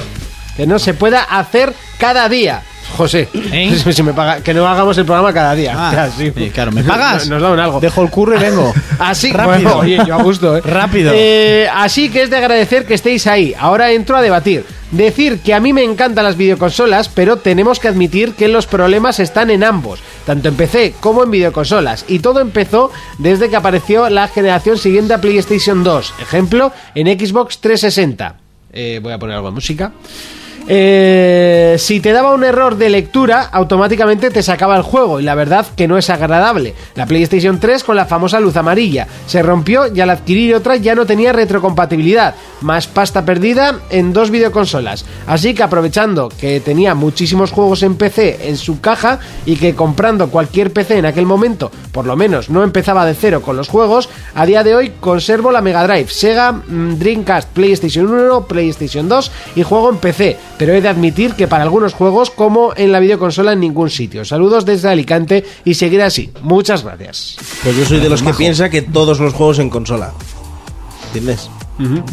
que no se pueda hacer cada día. José, ¿Eh? si me paga- que no hagamos el programa cada día. Ah, Ya, sí. sí, claro, ¿me pagas? Nos, nos dan algo. Dejo el curro y vengo. Así, Rápido. bueno, oye, yo a gusto, ¿eh? Rápido. Eh, así que es de agradecer que estéis ahí. Ahora entro a debatir. Decir que a mí me encantan las videoconsolas, pero tenemos que admitir que los problemas están en ambos, tanto en PC como en videoconsolas. Y todo empezó desde que apareció la generación siguiente a PlayStation 2. Ejemplo, en Xbox 360. Eh, voy a poner algo de música. Eh, si te daba un error de lectura, automáticamente te sacaba el juego y la verdad que no es agradable. La PlayStation 3 con la famosa luz amarilla se rompió y al adquirir otra ya no tenía retrocompatibilidad, más pasta perdida en dos videoconsolas. Así que aprovechando que tenía muchísimos juegos en PC en su caja y que comprando cualquier PC en aquel momento, por lo menos no empezaba de cero con los juegos, a día de hoy conservo la Mega Drive, Sega, mm, Dreamcast, PlayStation 1, PlayStation 2 y juego en PC, pero he de admitir que para algunos juegos como en la videoconsola en ningún sitio. Saludos desde Alicante y seguir así. Muchas gracias. Pues yo soy de los que piensa que todos los juegos en consola. ¿Entiendes?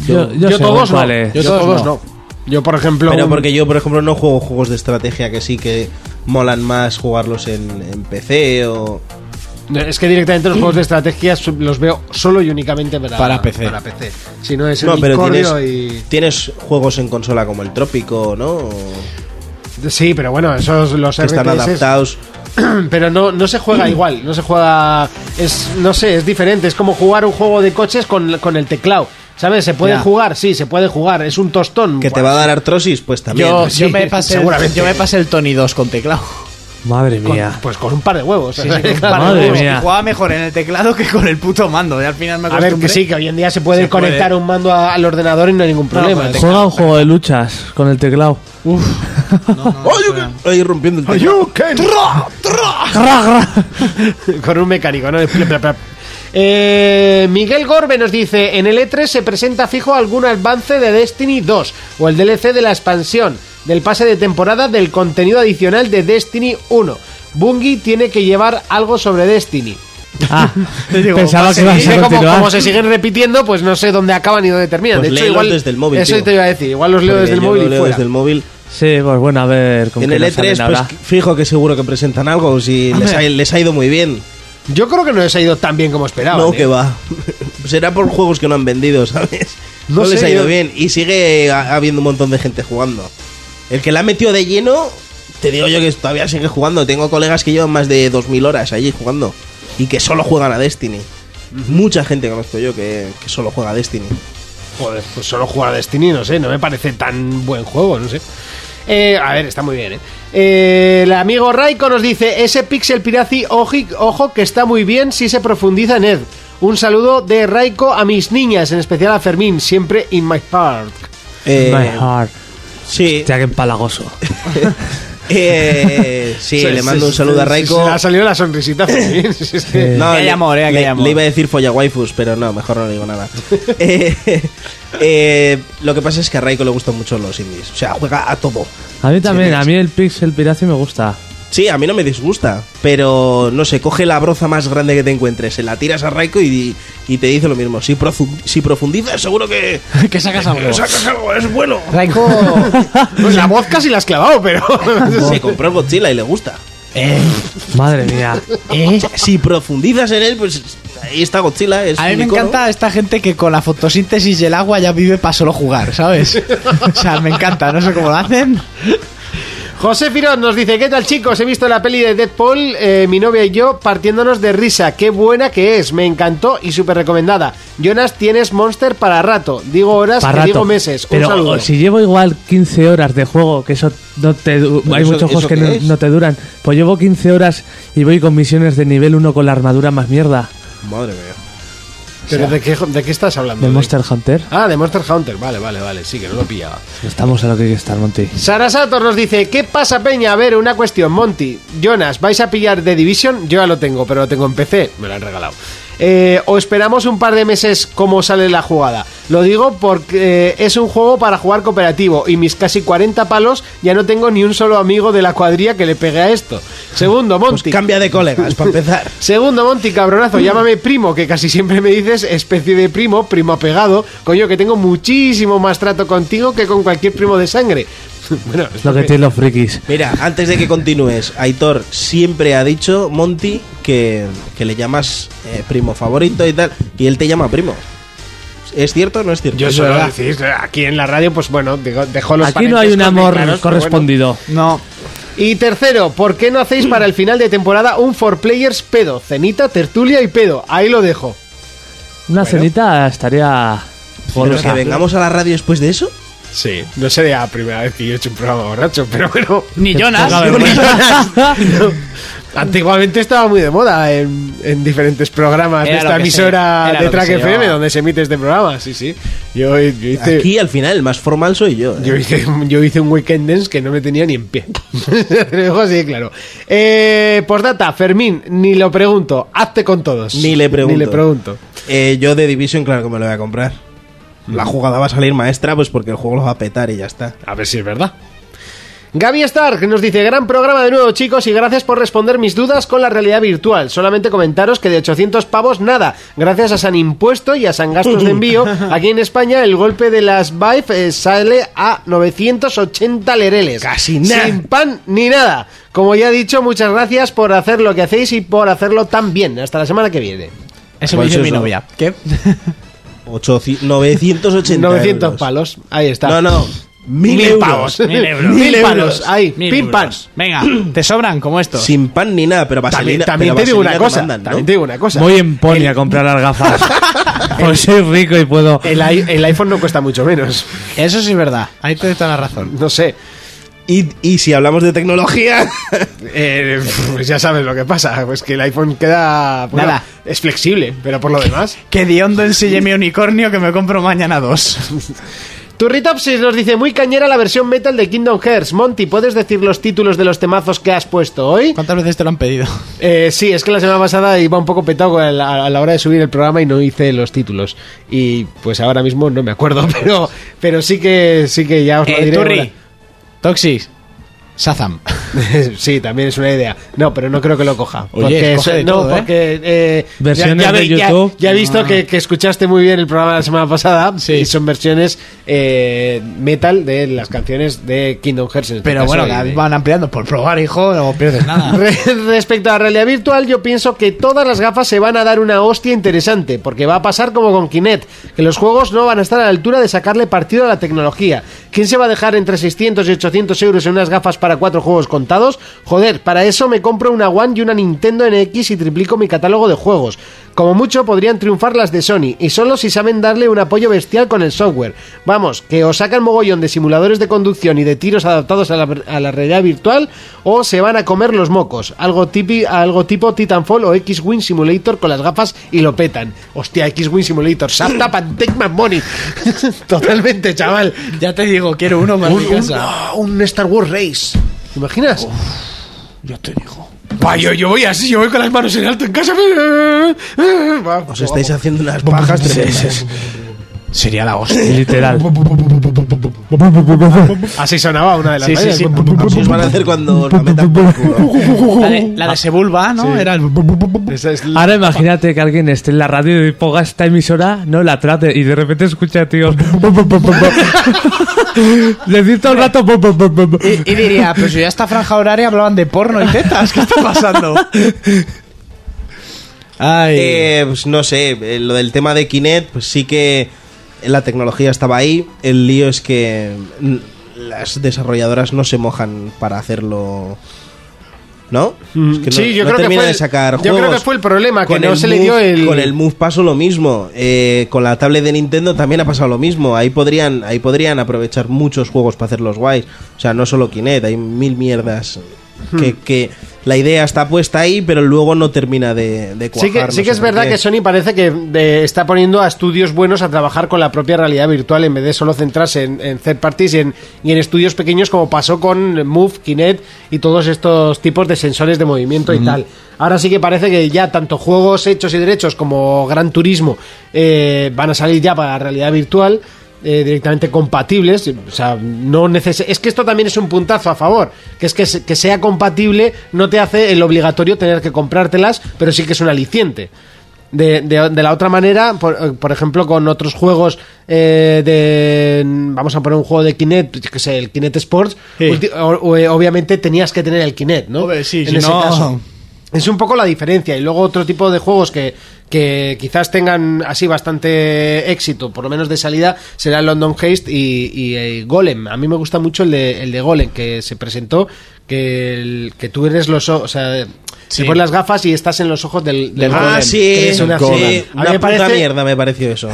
Yo, yo sé, todos no. vale. Yo, todos, no. Yo por ejemplo Pero un- porque yo, por ejemplo, no juego juegos de estrategia que sí que molan más jugarlos en, en PC o... es que directamente los juegos de estrategia su- los veo solo y únicamente para, Para PC. Para PC. Si no es No, pero unicornio tienes, y tienes juegos en consola como el Trópico, ¿no? O Sí, pero bueno, esos los que están RTS, adaptados. pero no, no se juega igual, no se juega es no sé, es diferente, es como jugar un juego de coches con, con el teclado. ¿Sabes? Se puede Ya. jugar, sí, se puede jugar, es un tostón. ¿Que te Bueno, va a dar artrosis? Pues también. Yo, sí, yo me pasé el, seguramente. yo me pasé el Tony 2 con teclado. Madre Con- mía. pues con un par de huevos. Sí, sí, o sea, con un claro, par de madre huevos. mía. Y Jugaba mejor en el teclado que con el puto mando. Y al final me A ver, que acostumbré. sí, que hoy en día se puede Se puede. conectar un mando a- al ordenador y no hay ningún problema. con el Juega un juego de luchas con el teclado. Uf. Ahí rompiendo el You can- Ah, Con un mecánico, ¿no? Plep, plep, plep. Eh, Miguel Gorbe nos dice, en el E3 se presenta fijo algún avance de Destiny 2 o el DLC de la expansión del pase de temporada del contenido adicional de Destiny 1. Bungie tiene que llevar algo sobre Destiny. Ah, Digo, pensaba pues, que ibas sí, a como- continuar. Como, se siguen repitiendo, pues no sé dónde acaban y dónde terminan. Pues de hecho, léelos igual desde el móvil, Eso tío. te iba a decir. Igual los leo Porque desde el yo móvil lo y leo fuera. desde el móvil. Sí, pues bueno, a ver con En qué el nos salen E3, ahora. pues fijo que seguro que presentan algo. Si les ha, les ha ido muy bien. Yo creo que no les ha ido tan bien como esperaban. No, ¿eh? que va. Será por juegos que no han vendido, ¿sabes? No No, les sé, ha ido yo- bien. Y sigue ha- habiendo un montón de gente jugando. El que la ha metido de lleno, te digo yo que todavía sigue jugando. Tengo colegas que llevan más de 2.000 horas allí jugando. Y que solo juegan a Destiny. Mucha gente conozco yo que, que solo juega a Destiny. Joder, pues solo jugar a Destiny, no sé, no me parece tan buen juego, no sé. Eh, a ver, está muy bien, ¿eh? Eh, El amigo Raiko nos dice, ese Pixel Piraci, oji- ojo que está muy bien si se profundiza en él. Un saludo de Raiko a mis niñas, en especial a Fermín, siempre in my heart. Eh, My heart. Sí. Hostia, qué empalagoso. Eh, sí, Se- le se- mando un saludo a se- Raiko. se le ha salido la sonrisita. Fermín, si es que- No, hay le- amor, eh, que le, hay amor. le iba a decir follawaifus, pero no, mejor no le digo nada. Eh, eh, lo que pasa es que a Raiko le gustan mucho los indies. O sea, juega a todo. A mí también, a mí el Pixel Piracy me gusta. Sí, a mí no me disgusta, pero no sé, coge la broza más grande que te encuentres, se la tiras a Raiko y, y te dice lo mismo. Si, profu- si profundizas, seguro que, que sacas algo. que sacas algo, es bueno. Raiko... Pues la voz casi la has clavado, pero... Se compró el Godzilla y le gusta. Madre mía. Este, Si profundizas en él, pues ahí está Godzilla. Es A mí un me icono. encanta esta gente que con la fotosíntesis y el agua ya vive para solo jugar, ¿sabes? O sea, me encanta, no sé cómo lo hacen. José Firón nos dice, ¿qué tal chicos? He visto la peli de Deadpool, eh, mi novia y yo, partiéndonos de risa. Qué buena que es, me encantó y súper recomendada. Jonas, tienes Monster para rato. Digo horas, Para que rato. digo meses. Pero oh, Un saludo. si llevo igual 15 horas de juego, que eso no te du- Pero hay eso- muchos juegos ¿eso que qué no, es? no te duran. Pues llevo 15 horas y voy con misiones de nivel 1 con la armadura más mierda Madre mía. ¿Pero de qué, de qué estás hablando? de ¿De- Monster Hunter. Ah, de Monster Hunter. Vale, vale, vale. Sí, que no lo pillaba. Estamos a lo que hay que estar, Monty. Sara Sator nos dice, ¿qué pasa Peña? A ver, una cuestión, Monty. Jonas, ¿vais a pillar The Division? Yo ya lo tengo, pero lo tengo en PC, me lo han regalado. Eh, o esperamos un par de meses cómo sale la jugada. Lo digo porque eh, es un juego para jugar cooperativo y mis casi 40 palos ya no tengo ni un solo amigo de la cuadrilla que le pegue a esto. Segundo, Pues Monty. Pues Cambia de colegas, para empezar. Segundo, Monty, cabronazo, Mm. llámame primo, que casi siempre me dices especie de primo, primo apegado. Coño, que tengo muchísimo más trato contigo que con cualquier primo de sangre. bueno, Es lo que tienen los frikis. Mira, antes de que continúes, Aitor siempre ha dicho, Monty, que, que le llamas eh, primo favorito y tal, y él te llama primo. ¿Es cierto o no es cierto? Yo suelo decir, aquí en la radio, pues bueno, digo, dejo los Aquí no hay parentescos un bien amor claros, pero correspondido. No. bueno. Y tercero, ¿por qué no hacéis para el final de temporada un for players pedo? Cenita, tertulia y pedo. Ahí lo dejo. Una cenita estaría. Pero golosa. que vengamos a la radio después de eso. Sí, no sería la primera vez que yo he hecho un programa borracho, pero bueno. Ni Jonas. Antiguamente estaba muy de moda en, en diferentes programas Era de esta lo que se- emisora era de lo que Track se FM llevaba. donde se emite este programa. Sí, sí. Yo, yo hice. Aquí al final el más formal soy yo. ¿eh? Yo hice, yo hice un weekend dance que no me tenía ni en pie. Te lo dejo así, claro. Eh, postdata, Fermín, ni lo pregunto. Hazte con todos. Ni le pregunto. Ni le pregunto. Eh, yo de Division, claro que me lo voy a comprar. La jugada va a salir maestra, pues porque el juego lo va a petar y ya está. A ver si es verdad. Gaby Stark nos dice, gran programa de nuevo chicos y gracias por responder mis dudas con la realidad virtual. Solamente comentaros que de 800 pavos nada, gracias a San Impuesto y a San Gastos de Envío, aquí en España el golpe de las Vive eh, sale a 980 lereles. Casi nada. Sin pan ni nada. Como ya he dicho, muchas gracias por hacer lo que hacéis y por hacerlo tan bien. Hasta la semana que viene. Eso me Pues dice mi eso. novia. ¿Qué? 800 980 900 euros. palos, ahí está. No, no. Mil, euros. pavos. Mil euros. Mil euros. palos, ahí, Mil pim euros. pam. Venga, te sobran como esto. Sin pan ni nada, pero También, vaselina. también pero te digo vaselina una cosa, mandan, ¿no? también te digo una cosa. Voy en pony a comprar las gafas. Pues soy rico y puedo. El, i- el iPhone no cuesta mucho menos. Eso sí es verdad. Ahí te doy toda la razón. No sé. Y, y si hablamos de tecnología. Eh, pues ya sabes lo que pasa, pues que el iPhone queda... bueno, Nada. Es flexible, pero por lo demás... Que diondo enseñe mi unicornio que me compro mañana dos. Turritopsis nos dice muy cañera la versión metal de Kingdom Hearts. Monty, ¿puedes decir los títulos de los temazos que has puesto hoy? ¿Cuántas veces te lo han pedido? Eh, sí, es que la semana pasada iba un poco petado a la, a la hora de subir el programa y no hice los títulos. Y pues ahora mismo no me acuerdo, pero, pero sí que sí que ya os lo Eh, diré. Turri. Toxis. Sazam. sí, también es una idea. No, pero no creo que lo coja. Oye, porque escoge de no, todo, ¿eh? porque eh, ya- Versiones ya, de ve- ya- YouTube. Ya, he visto Ah. que, que escuchaste muy bien el programa la semana pasada. Y son versiones eh, metal de las canciones de Kingdom Hearts. en este Pero caso, bueno, y cada de- vez van ampliando. Por probar, hijo, no pierdes pues nada. Re- Respecto a la realidad virtual, yo pienso que todas las gafas se van a dar una hostia interesante, porque va a pasar como con Kinect, que los juegos no van a estar a la altura de sacarle partido a la tecnología. ¿Quién se va a dejar entre 600 y 800 euros en unas gafas para cuatro juegos contados? Joder, para eso me compro una One y una Nintendo NX y triplico mi catálogo de juegos. Como mucho podrían triunfar las de Sony, y solo si saben darle un apoyo bestial con el software. Vamos, que o sacan mogollón de simuladores de conducción y de tiros adaptados a la, a la realidad virtual, o se van a comer los mocos. Algo, tipi- algo tipo Titanfall o X-Wing Simulator con las gafas y lo petan. Hostia, X-Wing Simulator, shut up and take my money. Totalmente, chaval. Ya te digo, quiero uno más un, de un- casa. ah, un Star Wars Race. ¿Te imaginas? Yo te digo. Pa, yo, yo voy así, yo voy con las manos en alto en casa. Os estáis haciendo unas pajas tremendas. Sería la hostia. Literal. Así sonaba una de las Sí, sí, radios. sí. Así os van a hacer cuando os la metan por el culo. La de, la de Sebulba, Sí. ¿no? Era el... Ahora imagínate que alguien esté en la radio y ponga esta emisora, no la trate y de repente escucha a tíos. Decir todo el rato. Y, y diría, pues si ya esta franja horaria hablaban de porno y tetas. ¿Qué está pasando? Eh, pues no sé, eh, lo del tema de Kinect, pues sí que la tecnología estaba ahí. El lío es que mm, las desarrolladoras no se mojan para hacerlo. ¿No? Es que no- Mm, Sí, yo no creo que termina fue de el- sacar yo creo juegos. que fue el problema, que Con no se le Move- dio el- Con el Move pasó lo mismo. eh, con la tablet de Nintendo también ha pasado lo mismo. Ahí podrían, ahí podrían aprovechar muchos juegos para hacerlos guays. O sea, no solo Kinect, hay mil mierdas. Hmm. Que, que la idea está puesta ahí, pero luego no termina de, de Sí que, cuajar, sí no que sé es por verdad qué. que Sony parece que de- está poniendo a estudios buenos a trabajar con la propia realidad virtual en vez de solo centrarse en, en third parties y en, y en estudios pequeños como pasó con Move, Kinect y todos estos tipos de sensores de movimiento y tal. Ahora sí que parece que ya tanto juegos hechos y derechos como Gran Turismo eh, van a salir ya para la realidad virtual. eh, directamente compatibles, o sea, no neces es que esto también es un puntazo a favor, que es que, se- que sea compatible no te hace el obligatorio tener que comprártelas, pero sí que es un aliciente. De, de- de la otra manera, por, por ejemplo, con otros juegos eh, de... Vamos a poner un juego de Kinect, pues, yo que sé, el Kinect Sports. Sí. ulti- o- o, eh, obviamente tenías que tener el Kinect, ¿no? sí, en si ese no- caso. Es un poco la diferencia. Y luego otro tipo de juegos que, que quizás tengan así bastante éxito, por lo menos de salida, será London Heist y, y, eh, Golem. A mí me gusta mucho el de, el de Golem, que se presentó, que, el- que tú eres los... o- O sea, Sí. te pones las gafas y estás en los ojos del, del ah, Golem, sí, que es una, sí, sí. A mí una me puta parece- mierda me pareció eso.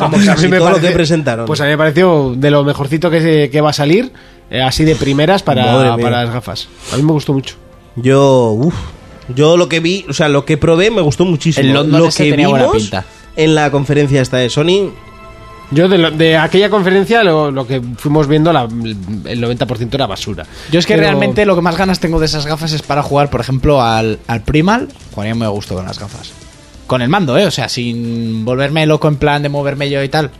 Vamos, a casi mí me todo lo parece- que presentaron. Pues a mí me pareció de lo mejorcito que, se- que va a salir, eh, así de primeras Madre para, mía. para las gafas. A mí me gustó mucho. Yo, uff, yo lo que vi, o sea, lo que probé me gustó muchísimo. El London lo ese que tenía buena vimos pinta. en la conferencia esta de Sony, Yo de, lo- de aquella conferencia lo, lo que fuimos viendo, la- el 90% era basura. Yo es que Pero- realmente lo que más ganas tengo de esas gafas es para jugar, por ejemplo, al, al Primal. Jugaría muy a gusto con las gafas. Con el mando, ¿eh? O sea, sin volverme loco en plan de moverme yo y tal.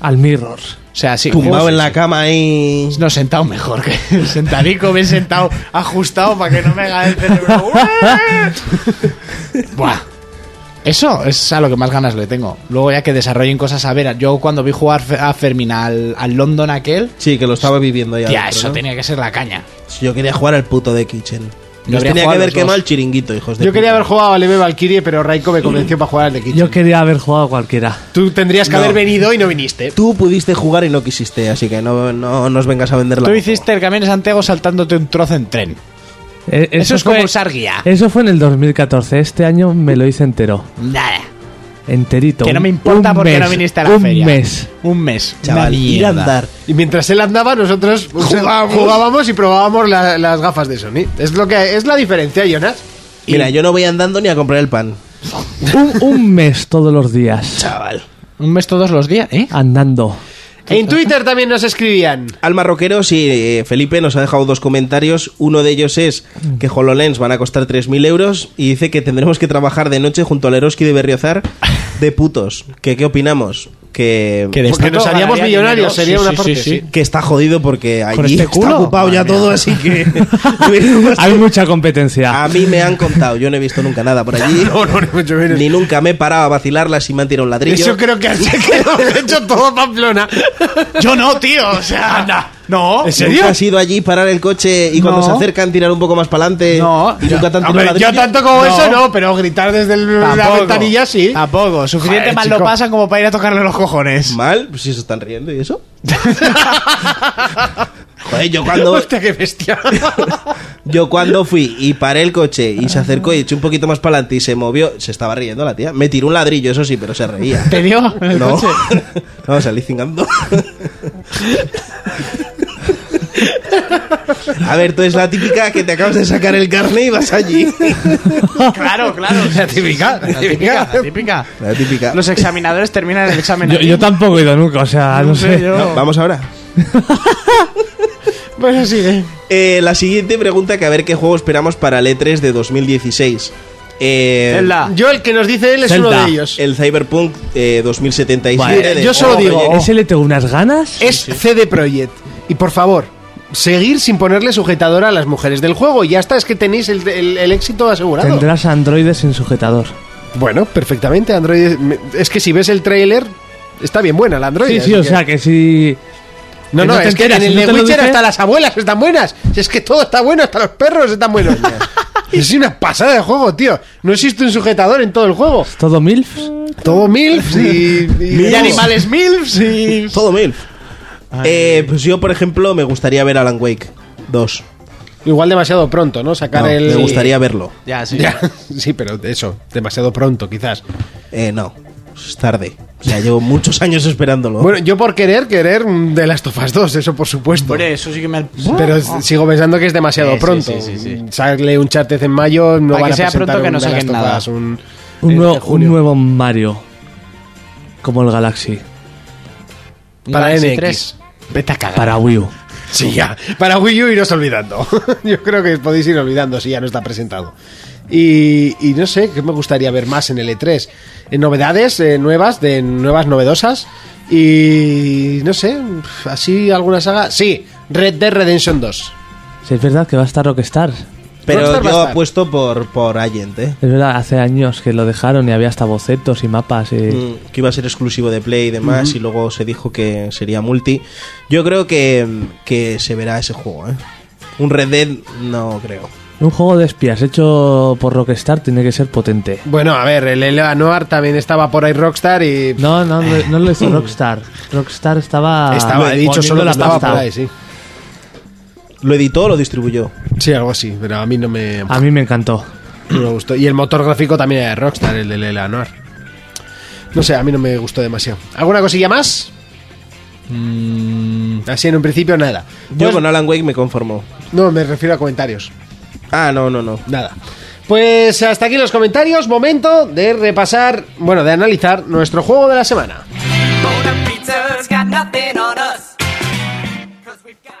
Al mirror. O sea, sí. tumbado juegos- en la cama ahí. No, sentado mejor que sentadico, bien sentado, ajustado para que no me haga el cerebro. Buah. Eso es a lo que más ganas le tengo. Luego ya que desarrollen cosas. A ver, yo cuando vi jugar Fe- a Fermín al, al London aquel, Sí, que lo estaba viviendo ya. ya eso tenía que ser la caña. Yo quería jugar al puto de Kitchen. Yo habría jugado tenía que a haber los dos. quemado el chiringuito, hijos de Yo puta. quería haber jugado al Eve Valkyrie, pero Raiko me convenció para jugar al de Kitchen. Yo quería haber jugado a cualquiera. Tú tendrías que No. haber venido y no viniste. Tú pudiste jugar y no quisiste, así que no, no nos vengas a vender la Tú moto. hiciste el camino de Santiago saltándote un trozo en tren. Eh, Eso, es como fue- usar guía. Eso fue en el 2014. Este año me lo hice entero. Nada. enterito. Que no un- me importa un porque mes, no viniste a la un feria. mes. Un mes, chaval. ir a andar. Y mientras él andaba, nosotros pues, Jugábamos. jugábamos y probábamos la- las gafas de Sony. Es lo que es la diferencia, Jonas. Mira, yo no voy andando ni a comprar el pan. Un, un mes todos los días. Chaval. Un mes todos los días, ¿eh? Andando. En Twitter también nos escribían. Al marroquero, sí, eh, Felipe nos ha dejado dos comentarios. Uno de ellos es que HoloLens van a costar 3.000 euros y dice que tendremos que trabajar de noche junto al Eroski de Berriozar de putos. ¿Qué, qué opinamos? Que, Que de Porque esto nos haríamos ganaría millonarios, dinero. sería una parte, sí. Que está jodido porque allí ¿Con este está culo? ocupado ya Madre todo, mía. así que... Hay mucha competencia. Ah. A mí me han contado, yo no he visto nunca nada por allí. Ni nunca me he parado a vacilarlas y me han tirado un ladrillo. Eso creo que, que lo ha hecho todo Pamplona. Yo no, tío. O sea, anda. No. ¿En has ido allí, parar el coche y cuando No. se acercan tirar un poco más para adelante? No. ¿Y nunca te han tirado Hombre, ladrillo? yo tanto como No. eso no, pero gritar desde el- la Tampoco. ventanilla sí. Tampoco. Suficiente Joder, mal chico. lo pasan como para ir a tocarle los cojones. ¿Mal? Pues si se están riendo y eso. Joder, yo cuando, Hostia, qué bestia. yo cuando fui y paré el coche y se acercó y eché un poquito más para adelante y se movió, se estaba riendo la tía. Me tiró un ladrillo, eso sí, pero se reía. ¿Te dio? en el No, coche? no salí cingando. A ver, tú es la típica que te acabas de sacar el carne y vas allí. Claro, claro. La típica. La típica. La típica. La típica. Los examinadores terminan el examen. Yo, allí. yo tampoco he ido nunca, o sea, no, No sé. sé, yo- No, vamos ahora. Bueno, sigue. Eh, la siguiente pregunta que a ver qué juego esperamos para el E3 de 2016. Eh, Zelda. Yo el que nos dice él es Zelda. uno de ellos. El Cyberpunk eh, 2077. Vale, de- yo solo Oh, digo, oye, ¿Ese le tengo unas Eh, ganas? es CD Projekt. Y por favor, seguir sin ponerle sujetador a las mujeres del juego. Ya está, es que tenéis el, el- el éxito asegurado. Tendrás androides sin sujetador. Bueno, perfectamente, Android. me- Es que si ves el tráiler, está bien buena la Android. Sí, así sí, o que- sea que si. No, que no, no te es que en enteras, el si no de te lo Witcher dice- hasta las abuelas están buenas. Si Es que todo está bueno, hasta los perros están buenos. es una pasada de juego, tío. No existe un sujetador en todo el juego. ¿Todo MILFs? Todo MILFs y, y- Y y animales. animales MILFs y. Todo mil. pues yo, por ejemplo, me gustaría ver Alan Wake 2. Igual demasiado pronto, ¿no? Sacar No, el. Me gustaría verlo. Ya, sí. Ya, sí, pero eso, demasiado pronto, quizás. Eh, no, es tarde. O sea, llevo muchos años esperándolo. Bueno, yo por querer, querer mm, The Last of Us 2, eso por supuesto. Hombre, eso sí que me. Pero s- sigo pensando que es demasiado Sí, sí, pronto. sí, sí, sí. Sale un chartez en mayo, no Para que van a sea presentar pronto que un no The saquen Last of nada. Us, un- Un en nuevo, un junio. nuevo Mario. Como el Galaxy. para Galaxy NX. 3. Vete a cagar. Para Wii U. Sí, ya. Para Wii U iros olvidando. Yo creo que podéis ir olvidando si ya no está presentado. Y, y no sé, ¿qué me gustaría ver más en el E3? Eh, novedades eh, nuevas, de nuevas novedosas. Y no sé, así alguna saga. Sí, Red Dead Redemption 2. Si es verdad que va a estar Rockstar. pero Rockstar va a yo estar. apuesto por, por Agent, ¿eh? Es verdad, hace años que lo dejaron y había hasta bocetos y mapas. Y... Mm, que iba a ser exclusivo de Play y demás, y luego se dijo que sería multi. Yo creo que, que se verá ese juego, ¿eh? Un Red Dead, no creo. Un juego de espías hecho por Rockstar tiene que ser potente. Bueno, a ver, el Eleva Noir también estaba por ahí Rockstar y. No, no, no, no lo hizo Rockstar. Rockstar estaba. estaba, he dicho poniendo solo que la estaba pasta. por ahí, sí. ¿Lo editó o lo distribuyó? Sí, algo así, pero a mí no me, A mí me encantó. no me gustó. Y el motor gráfico también era de Rockstar, el de Lela Noir. No sé, a mí no me gustó demasiado. ¿Alguna cosilla más? Así en un principio nada. Mm. Yo Pues- con Alan Wake me conformo. No, me refiero a comentarios. Ah, no, no, no. Nada. Pues hasta aquí los comentarios. Momento de repasar, bueno, de analizar nuestro juego de la semana.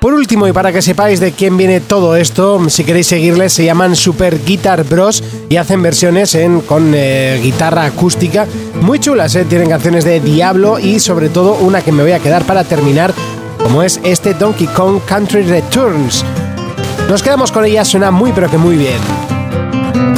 Por último, y para que sepáis de quién viene todo esto, si queréis seguirles, se llaman Super Guitar Bros y hacen versiones en- con eh, guitarra acústica muy chulas. eh. Tienen canciones de Diablo y, sobre todo, una que me voy a quedar para terminar, como es este Donkey Kong Country Returns. Nos quedamos con ella, suena muy, pero que muy bien.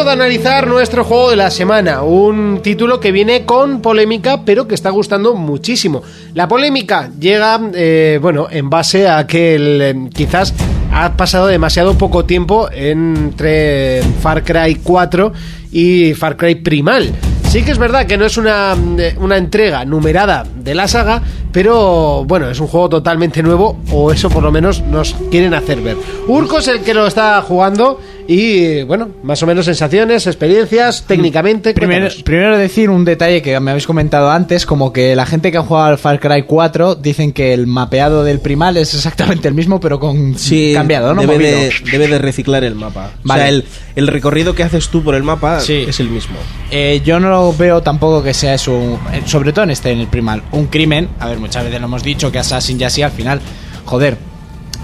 de analizar nuestro juego de la semana, un título que viene con polémica, pero que está gustando muchísimo. La polémica llega, eh, bueno, en base a que el, eh, quizás ha pasado demasiado poco tiempo entre Far Cry 4 y Far Cry Primal. Sí que es verdad que no es una, mm, una entrega numerada de la saga, pero bueno, es un juego totalmente nuevo, o eso por lo menos nos quieren hacer ver. Urco es el que lo está jugando y bueno, más o menos sensaciones, experiencias, técnicamente. Mm. Primero, cuéntanos. primero decir un detalle que me habéis comentado antes, como que la gente que ha jugado al Far Cry 4 dicen que el mapeado del primal es exactamente el mismo, pero con Sí, cambiado, ¿no? Debe de, Movido. debe de reciclar el mapa. Vale. O sea, el, el recorrido que haces tú por el mapa es el mismo. Eh, yo no lo veo tampoco que sea eso, un- eh, sobre todo en este, en el primal, un crimen. A ver, muchas veces lo hemos dicho que Assassin ya sí, al final, joder,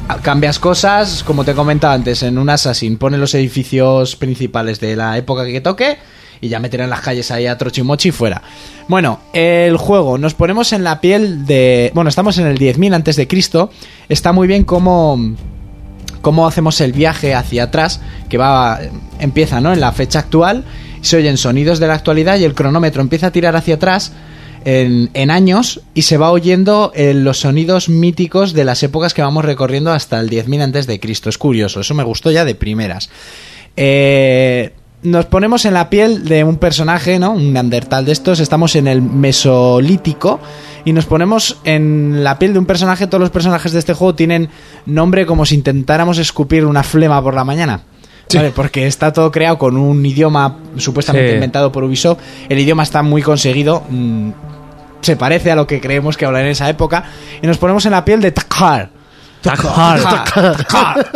a- cambias cosas, como te comentaba antes, en un Assassin pone los edificios principales de la época que toque y ya meterán las calles ahí a trochimochi y fuera. Bueno, el juego, nos ponemos en la piel de... Bueno, estamos en el 10.000 antes de Cristo, está muy bien como cómo hacemos el viaje hacia atrás, que va empieza ¿no? en la fecha actual, se oyen sonidos de la actualidad y el cronómetro empieza a tirar hacia atrás en, en años y se va oyendo eh, los sonidos míticos de las épocas que vamos recorriendo hasta el 10.000 antes de Cristo. Es curioso, eso me gustó ya de primeras. Eh, nos ponemos en la piel de un personaje, ¿no? Un Neandertal de estos. Estamos en el Mesolítico. Y nos ponemos en la piel de un personaje. Todos los personajes de este juego tienen nombre como si intentáramos escupir una flema por la mañana. ¿Vale? Porque está todo creado con un idioma supuestamente Sí. inventado por Ubisoft. El idioma está muy conseguido. mm, se parece a lo que creemos que hablan en esa época. Y nos ponemos en la piel de Takar. Takar. Takar.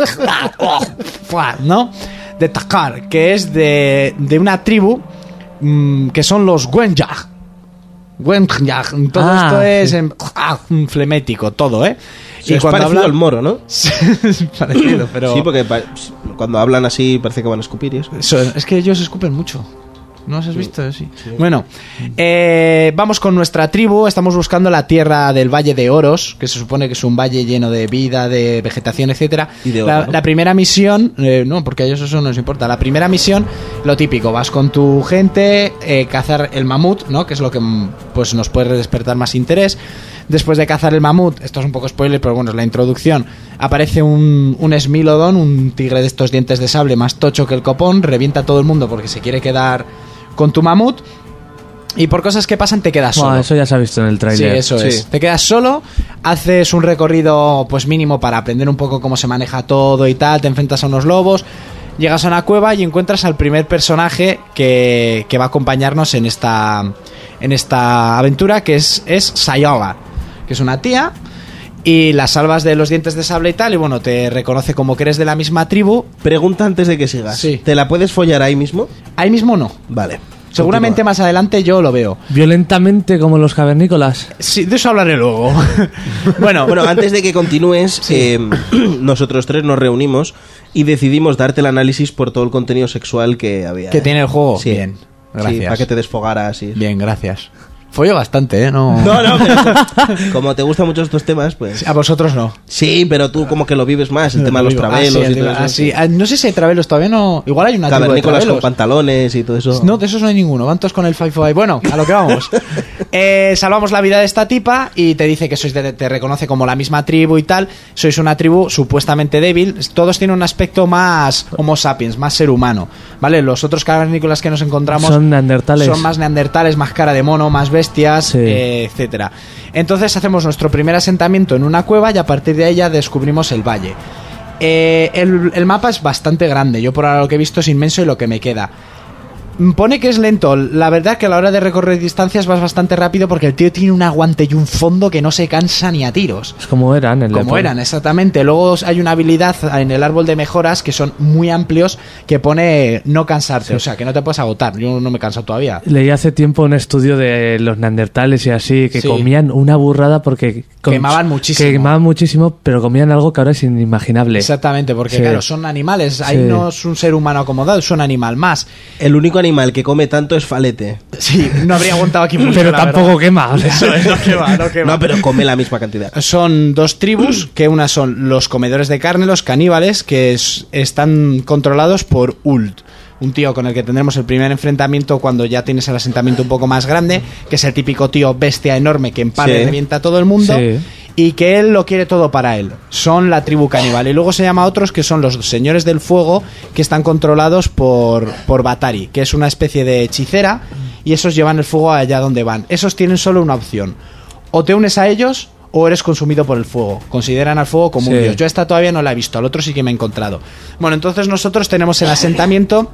Takar. ¿No? De Takar, que es de, de una tribu mm, que son los Gwenjag. Gwenjag. Todo Ah, esto es sí. en- ah, mm, flemético, todo, ¿eh? O sea, es parecido al moro, ¿no? es parecido, pero. Sí, porque pa- cuando hablan así parece que van a escupir y eso. Son- es que ellos escupen mucho. ¿No los has visto? Sí. Sí. Bueno, eh, vamos con nuestra tribu. Estamos buscando la tierra del Valle de Oros, que se supone que es un valle lleno de vida, de vegetación, etcétera. Y de oro, la, ¿no? la primera misión, eh, no, porque a ellos eso no les importa. La primera misión, lo típico, vas con tu gente, eh, cazar el mamut, ¿no? Que es lo que mm, pues nos puede despertar más interés. Después de cazar el mamut, esto es un poco spoiler, pero bueno, es la introducción. Aparece un, un esmilodón, un tigre de estos dientes de sable más tocho que el copón, revienta a todo el mundo porque se quiere quedar con tu mamut. Y por cosas que pasan te quedas solo. Buah, eso ya se ha visto en el tráiler. Sí, eso es. Te quedas solo, haces un recorrido pues mínimo para aprender un poco cómo se maneja todo y tal, te enfrentas a unos lobos, llegas a una cueva y encuentras al primer personaje que, que va a acompañarnos en esta, en esta aventura, que es, es Sayola, que es una tía. Y la salvas de los dientes de sable y tal, y bueno, te reconoce como que eres de la misma tribu. Pregunta antes de que sigas. ¿Te la puedes follar ahí mismo? Ahí mismo no. Vale. Seguramente más adelante yo lo veo. Violentamente como los cavernícolas. Sí, de eso hablaré luego. Bueno, bueno, antes de que continúes, eh, nosotros tres nos reunimos y decidimos darte el análisis por todo el contenido sexual que había. ¿eh? Que tiene el juego. Sí. Bien. Gracias. Sí, para que te desfogaras. Y... Bien, gracias. Follo bastante, ¿eh? No. No, no, pero como te gustan mucho estos temas, pues... A vosotros no. Sí, pero tú como que lo vives más, el tema de los travelos Ah, sí, y todo eso. ah, sí. Ah, No sé si hay travelos todavía no. Igual hay una tribu de Cavernícolas con travelos. pantalones y todo eso. No, de esos no hay ninguno. Van todos con el Five Five. Bueno, a lo que vamos. Eh, salvamos la vida de esta tipa y te dice que sois de- te reconoce como la misma tribu y tal. Sois una tribu supuestamente débil. Todos tienen un aspecto más Homo sapiens, más ser humano. ¿Vale? Los otros cavernícolas que nos encontramos Son neandertales. son más neandertales, más cara de mono, más bestias, eh, etcétera. Entonces hacemos nuestro primer asentamiento en una cueva y a partir de ella descubrimos el valle. Eh, el, el mapa es bastante grande. Yo por ahora lo que he visto es inmenso y lo que me queda. Mm, Pone que es lento. La verdad que a la hora de recorrer distancias vas bastante rápido porque el tío tiene un aguante y un fondo que no se cansa ni a tiros. Es Pues como eran en la Como época. eran, ¿eh? exactamente. Luego hay una habilidad en el árbol de mejoras que son muy amplios que pone no cansarte, o sea, que no te puedes agotar. Yo no me he cansado todavía. Leí hace tiempo un estudio de los neandertales y así, que Sí. comían una burrada porque... con- Quemaban muchísimo. Quemaban muchísimo, pero comían algo que ahora es inimaginable. Exactamente, porque Sí. claro, son animales. Ahí Sí. no es un ser humano acomodado, es un animal más. El único animal que come tanto es falete. Sí, no habría aguantado aquí mucho. Pero la tampoco verdad. quema. o sea, Eso es, no quema, no quema. No, pero come la misma cantidad. Son dos tribus, que una son los comedores de carne, los caníbales, que es- están controlados por Ult. un tío con el que tendremos el primer enfrentamiento cuando ya tienes el asentamiento un poco más grande, que es el típico tío bestia enorme que empala Sí. y revienta a todo el mundo. Sí. Y que él lo quiere todo para él. Son la tribu caníbal. Y luego se llama a otros que son los señores del fuego que están controlados por, por Batari, que es una especie de hechicera. Y esos llevan el fuego allá donde van. Esos tienen solo una opción. O te unes a ellos o eres consumido por el fuego. Consideran al fuego como un Sí. dios. Yo esta todavía no la he visto, al otro sí que me he encontrado. Bueno, entonces nosotros tenemos el asentamiento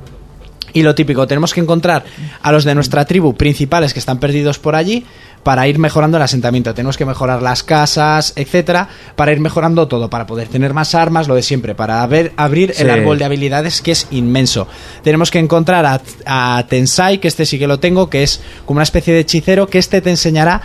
y lo típico, tenemos que encontrar a los de nuestra tribu principales que están perdidos por allí para ir mejorando el asentamiento. Tenemos que mejorar las casas, etcétera, para ir mejorando todo, para poder tener más armas, lo de siempre, para ver, abrir el Sí. árbol de habilidades que es inmenso. Tenemos que encontrar a, a Tensai, que este sí que lo tengo, que es como una especie de hechicero, que este te enseñará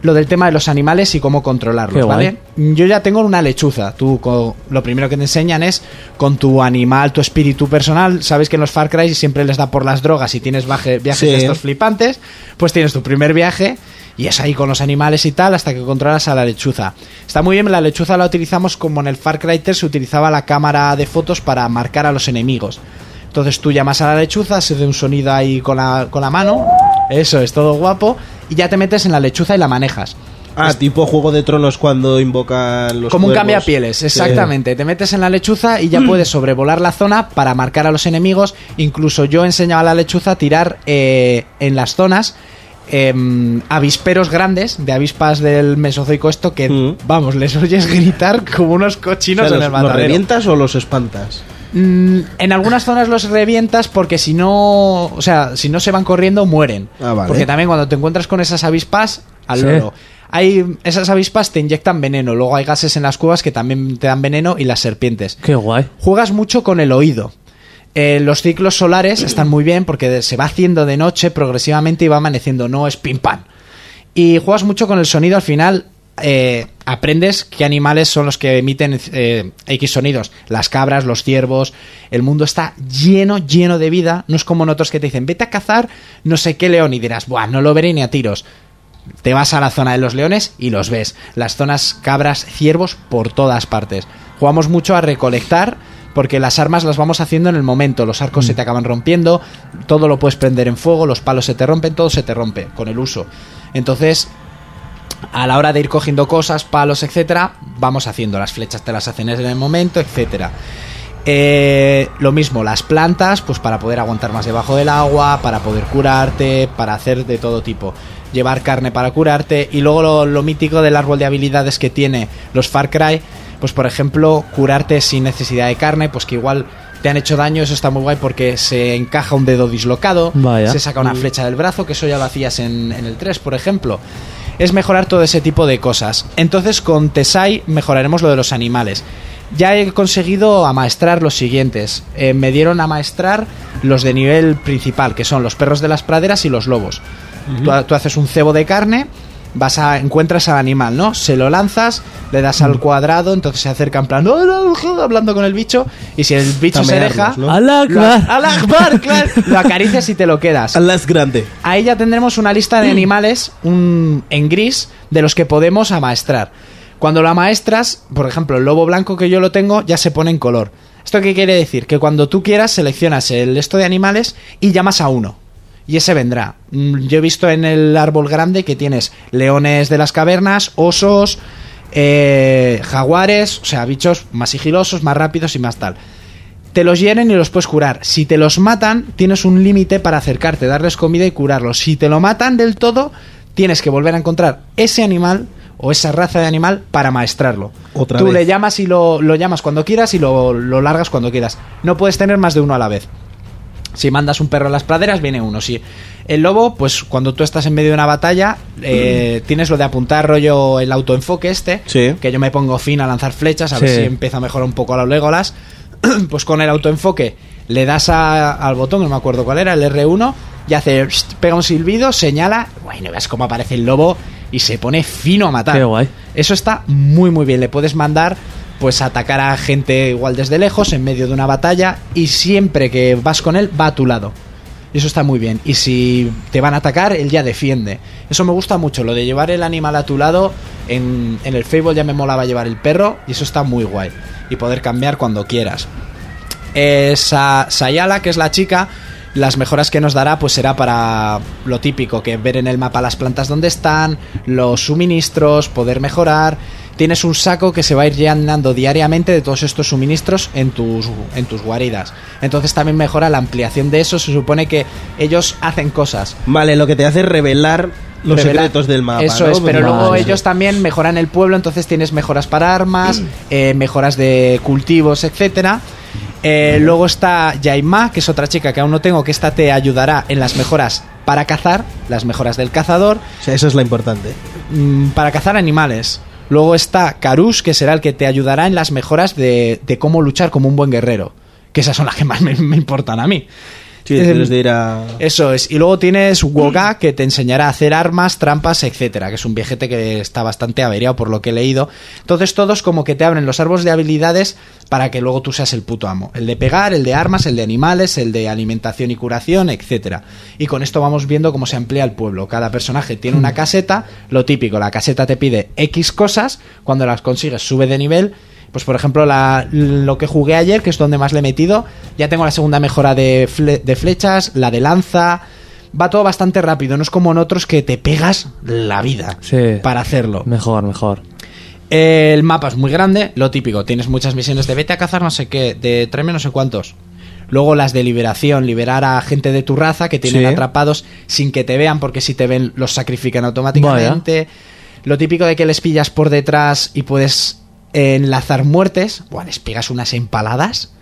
lo del tema de los animales y cómo controlarlos, Qué guay. ¿vale? Yo ya tengo una lechuza. Tú co- lo primero que te enseñan es con tu animal, tu espíritu personal. Sabes que en los Far Cry siempre les da por las drogas y tienes baje- viajes Sí. de estos flipantes. Pues tienes tu primer viaje y es ahí con los animales y tal hasta que controlas a la lechuza. Está muy bien, la lechuza la utilizamos como en el Far Cry 3 se utilizaba la cámara de fotos para marcar a los enemigos. Entonces tú llamas a la lechuza, se hace un sonido ahí con la, con la mano. Eso es todo guapo. Y ya te metes en la lechuza y la manejas. Ah, tipo Juego de Tronos cuando invocan los Como un cuervos. cambia pieles, Sí. exactamente. Te metes en la lechuza y ya puedes sobrevolar la zona para marcar a los enemigos. Incluso yo enseñaba a la lechuza a tirar eh, en las zonas em, avisperos grandes de avispas del Mesozoico esto que, vamos, les oyes gritar como unos Mm. O cochinos sea, en el ¿los, ¿Los matadero. revientas o los espantas? Mm, en algunas zonas los revientas porque si no, o sea, si no se van corriendo mueren. Ah, vale. Porque también cuando te encuentras con esas avispas, al Sí. loro. Hay, esas avispas te inyectan veneno, luego hay gases en las cuevas que también te dan veneno y las serpientes. Qué guay. Juegas mucho con el oído. Eh, los ciclos solares están muy bien porque de- se va haciendo de noche progresivamente y va amaneciendo, no es pim pam. Y juegas mucho con el sonido al final. eh, aprendes qué animales son los que emiten eh, X sonidos. Las cabras, los ciervos. El mundo está lleno, lleno de vida. No es como en otros que te dicen, vete a cazar no sé qué león y dirás, buah, no lo veré ni a tiros. Te vas a la zona de los leones y los ves. Las zonas cabras, ciervos por todas partes. Jugamos mucho a recolectar porque las armas las vamos haciendo en el momento. Los arcos se te acaban rompiendo, todo lo puedes prender en fuego, los palos se te rompen, todo se te rompe con el uso. Entonces, a la hora de ir cogiendo cosas, palos, etcétera, vamos haciendo. Las flechas te las hacen en el momento, etcétera. Eh, lo mismo, las plantas, pues para poder aguantar más debajo del agua, para poder curarte, para hacer de todo tipo. Llevar carne para curarte. Y luego lo, lo mítico del árbol de habilidades que tiene los Far Cry. Pues por ejemplo, curarte sin necesidad de carne, pues que igual te han hecho daño, eso está muy guay porque se encaja un dedo dislocado, Vaya. se saca una Mm. flecha del brazo, que eso ya lo hacías en, en el 3, por ejemplo. Es mejorar todo ese tipo de cosas. Entonces con Tesai mejoraremos lo de los animales. Ya he conseguido amaestrar los siguientes. Eh, me dieron a amaestrar los de nivel principal, que son los perros de las praderas y los lobos. Tú, ha- tú haces un cebo de carne, vas a encuentras al animal, ¿no? Se lo lanzas, le das al cuadrado, entonces se acerca en plan hablando con el bicho y si el bicho se Tamearlos, deja, ¿no? ¡Alá, lo- Akbar! ¡Alá Akbar, claro! Lo acaricias y te lo quedas. Alas grande. Ahí ya tendremos una lista de animales un, en gris de los que podemos amaestrar. Cuando lo amaestras, por ejemplo, el lobo blanco que yo lo tengo ya se pone en color. ¿Esto qué quiere decir? Que cuando tú quieras seleccionas el esto de animales y llamas a uno. Y ese vendrá. Mm, Yo he visto en el árbol grande que tienes leones de las cavernas, osos, eh, jaguares, o sea, bichos más sigilosos, más rápidos y más tal te los hieren y los puedes curar. Si te los matan, tienes un límite para acercarte, darles comida y curarlos. Si te lo matan del todo, tienes que volver a encontrar ese animal o esa raza de animal para maestrarlo. Otra Tú vez. le llamas y lo, lo llamas cuando quieras y lo, lo largas cuando quieras. No puedes tener más de uno a la vez. Si mandas un perro a las praderas, viene uno. Si el lobo, pues cuando tú estás en medio de una batalla, eh, tienes lo de apuntar rollo el autoenfoque este. Mm. Sí. Que yo me pongo fin a lanzar flechas, a ver Sí. si empieza a mejorar un poco a los Legolas. pues con el autoenfoque le das a- al botón, no me acuerdo cuál era, el R1, y hace. pst, pega un silbido, señala. Bueno, ves cómo aparece el lobo y se pone fino a matar. Qué guay. Eso está muy muy bien. Le puedes mandar pues a atacar a gente igual desde lejos, en medio de una batalla, y siempre que vas con él, va a tu lado. Y eso está muy bien. Y si te van a atacar, él ya defiende. Eso me gusta mucho, lo de llevar el animal a tu lado. En, en el Facebook ya me molaba llevar el perro, y eso está muy guay. Y poder cambiar cuando quieras. eh, Sa- Sayala, que es la chica, las mejoras que nos dará pues será para lo típico, que ver en el mapa las plantas donde están, los suministros, poder mejorar. Tienes un saco que se va a ir llenando diariamente de todos estos suministros en tus, en tus guaridas. Entonces también mejora la ampliación de eso. Se supone que ellos hacen cosas. Vale, lo que te hace es revelar los Revelar- secretos del mapa. Eso ¿no? Pues es, pero Vale. luego ellos también mejoran el pueblo, entonces tienes mejoras para Mm. armas, eh, mejoras de cultivos, etcétera. Eh, luego está Yaima, que es otra chica que aún no tengo, que esta te ayudará en las mejoras para cazar, las mejoras del cazador, O sea, esa es la importante. mm, para cazar animales. Luego está Karus, que será el que te ayudará en las mejoras de, de cómo luchar como un buen guerrero. Que esas son las que más me, me importan a mí. Sí, Eh, tienes de ir a... eso es. Y luego tienes Woga, que te enseñará a hacer armas, trampas, etcétera. Que es un viejete que está bastante averiado por lo que he leído. Entonces, todos como que te abren los árboles de habilidades para que luego tú seas el puto amo. El de pegar, el de armas, el de animales, el de alimentación y curación, etcétera. Y con esto vamos viendo cómo se amplía el pueblo. Cada personaje tiene una caseta, lo típico, la caseta te pide X cosas, cuando las consigues sube de nivel pues por ejemplo, la- lo que jugué ayer, que es donde más le he metido, ya tengo la segunda mejora de, fle- de flechas, la de lanza. Va todo bastante rápido, no es como en otros que te pegas la vida para hacerlo. Mejor, mejor. El mapa es muy grande, lo típico, tienes muchas misiones de vete a cazar no sé qué, de tráeme no sé cuántos. Luego las de liberación, liberar a gente de tu raza que tienen Sí. atrapados sin que te vean, porque si te ven los sacrifican automáticamente. Lo típico de que les pillas por detrás y puedes eh, enlazar muertes. Buah, les pegas unas empaladas.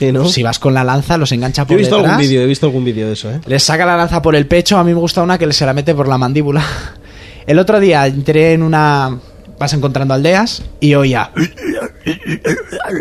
¿no? Si vas con la lanza, los engancha Yo por he visto detrás. algún vídeo, he visto algún vídeo de eso, ¿eh? Les saca la lanza por el pecho. A mí me gusta una que se la mete por la mandíbula. El otro día entré en una. Vas encontrando aldeas y oía.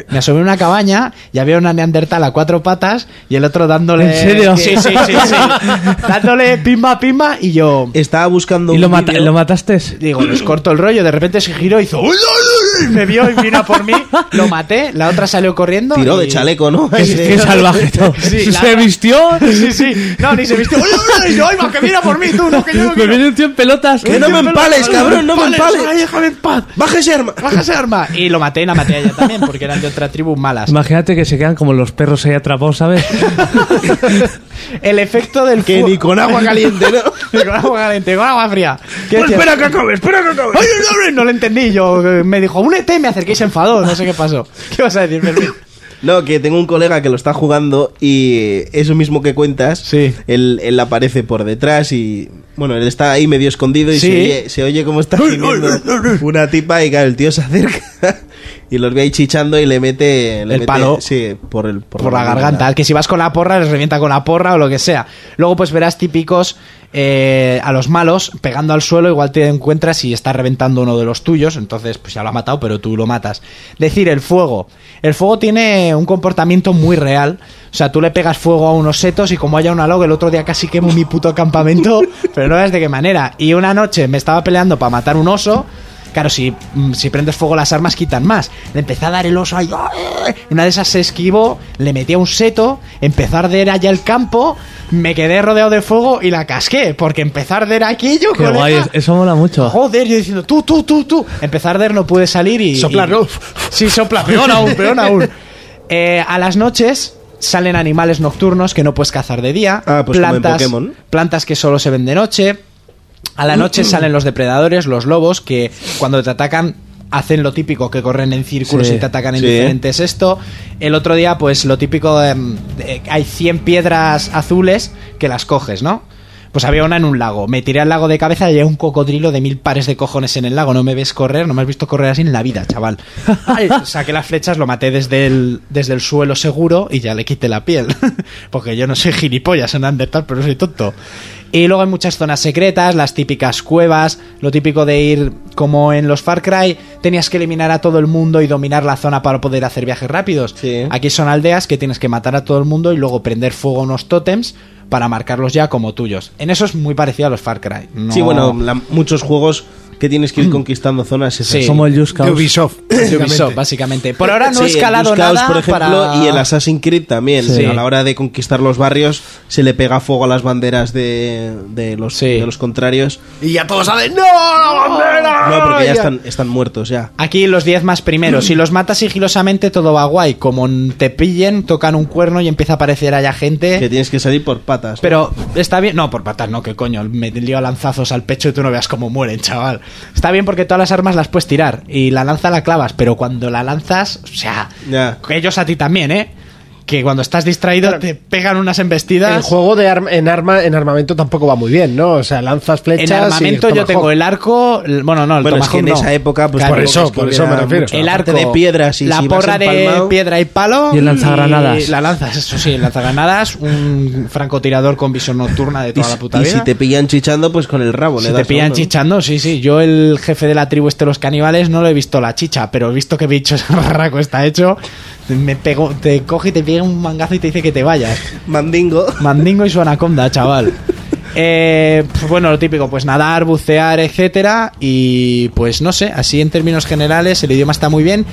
Me asomé a una cabaña y había una neandertal a cuatro patas y el otro dándole. ¿En serio? Sí, sí, sí. sí. dándole pimba, pimba y yo. Estaba buscando. ¿Y lo, mata- lo mataste? Digo, les corto el rollo. De repente se giró y hizo. "Uy, uy, uy", Me vio y vino a por mí. Lo maté. La otra salió corriendo. Tiró de y- chaleco, ¿no? Qué- qué salvaje todo. Sí, la- ¿Se vistió? Sí, sí. No, ni se vistió. ¡Uy, uy, uy! ¡Ay, va, que viene a por mí tú! ¡No, que yo no Me quiero! viene un tío en pelotas. ¡Que no me empales, cabrón! ¡No me empales! ¡Ay, déjame en paz! ¡Baja ese arma! ¡Baja ese arma! Y lo maté y la maté a ella también, porque eran de otra tribu malas. Imagínate que se quedan como los perros ahí atrapados, ¿sabes? El efecto del Que fuego- ni con agua caliente, ¿no? Ni con agua caliente, con agua fría. ¿Qué No, decías? espera que acabe, espera que acabe. ¡Ay, no, hombre! No lo entendí yo. eh, Me dijo, únete, me acerqué y se enfadó. No sé qué pasó. ¿Qué vas a decir, Fermín? No, que tengo un colega que lo está jugando y eso mismo que cuentas, él, él aparece por detrás y. Bueno, él está ahí medio escondido y Sí. se, oye, se oye cómo está gimiendo una tipa y claro, el tío se acerca y los ve ahí chichando y le mete. le El mete- palo. Sí, por, el, por la garganta. Al que si vas con la porra, les revienta con la porra o lo que sea. Luego, pues verás típicos eh, a los malos pegando al suelo. Igual te encuentras y está reventando uno de los tuyos. Entonces, pues ya lo ha matado, pero tú lo matas. Decir, el fuego. El fuego tiene un comportamiento muy real. O sea, tú le pegas fuego a unos setos y como haya una log, el otro día casi quemo mi puto campamento. pero no ves de qué manera. Y una noche me estaba peleando para matar un oso. Claro, si, mm, si prendes fuego las armas quitan más. Le empecé a dar el oso ahí. ¡ay! Una de esas se esquivó, le metí a un seto, empezó a arder allá el campo, me quedé rodeado de fuego y la casqué, porque empezó a arder aquello, Qué colega. guay, es- eso mola mucho. Joder, yo diciendo, tú, tú, tú, tú. Empezó a arder, no pude salir y... Soplar, y- ¿no? Sí, sopla, peor aún, peor aún. Eh, a las noches salen animales nocturnos que no puedes cazar de día. Ah, pues como en plantas, Pokémon. Mm. plantas que solo se ven de noche. A la noche salen los depredadores, los lobos, que cuando te atacan hacen lo típico, que corren en círculos Sí, y te atacan en sí. diferentes esto. El otro día, pues lo típico, em, de- hay 100 piedras azules que las coges, ¿no? Pues había una en un lago. Me tiré al lago de cabeza y había un cocodrilo de mil pares de cojones en el lago. No me ves correr, no me has visto correr así en la vida, chaval. Ay, saqué las flechas, lo maté desde el, desde el suelo seguro y ya le quité la piel. Porque yo no soy gilipollas en Undertale, pero soy tonto. Y luego hay muchas zonas secretas, las típicas cuevas, lo típico de ir como en los Far Cry, tenías que eliminar a todo el mundo y dominar la zona para poder hacer viajes rápidos. Aquí son aldeas que tienes que matar a todo el mundo y luego prender fuego a unos tótems para marcarlos ya como tuyos. En eso es muy parecido a los Far Cry. no- Mm. Sí, bueno, la- muchos juegos que tienes que ir conquistando zonas. esas. Sí. Somos el Just Cause. Ubisoft. De Ubisoft, básicamente. Por ahora no Sí, he escalado el Just Cause, nada por ejemplo, para- y el Assassin's Creed también. Sí. A la hora de conquistar los barrios, se le pega fuego a las banderas de, de los, de los contrarios. Y ya todos saben, ¡No, la bandera! No, porque ya están, están muertos ya. Aquí los 10 más primeros. Si los matas sigilosamente, todo va guay. Como n- te pillen, tocan un cuerno y empieza a aparecer allá gente. Que tienes que salir por patas. ¿no? Pero está bien. No, por patas no, que coño. Me lío a lanzazos al pecho y tú no veas cómo mueren, chaval. Está bien porque todas las armas las puedes tirar. Y la lanza la clavas. Pero cuando la lanzas, o sea. Ya. que Ellos a ti también, ¿eh? Que cuando estás distraído te pegan unas embestidas. El juego de arm- en, arma, en armamento tampoco va muy bien, ¿no? O sea, lanzas flechas. En armamento y yo tengo el arco, el- bueno, no, el Bueno, es que tomahawk no. en esa época, pues, Claro, por eso- porque por es eso que me hubiera refiero. mucho. El La parte arco de piedras y la si vas porra de empalmado- piedra y palo Y el lanzagranadas. La lanzas, eso sí, el lanzagranadas, un francotirador con visión nocturna de Y, toda la si- puta y vida. si te pillan chichando, pues con el rabo. Si le te das pillan uno. chichando, sí, sí. Yo, el jefe de la tribu este de los caníbales, no lo he visto la chicha, pero he visto que bicho ese barraco está hecho. Me pegó, te coge y te pega un mangazo y te dice que te vayas. Mandingo. Mandingo y su anaconda, chaval. Eh, pues bueno, lo típico, pues nadar, bucear, etcétera. Y pues no sé, así en términos generales, el idioma está muy bien.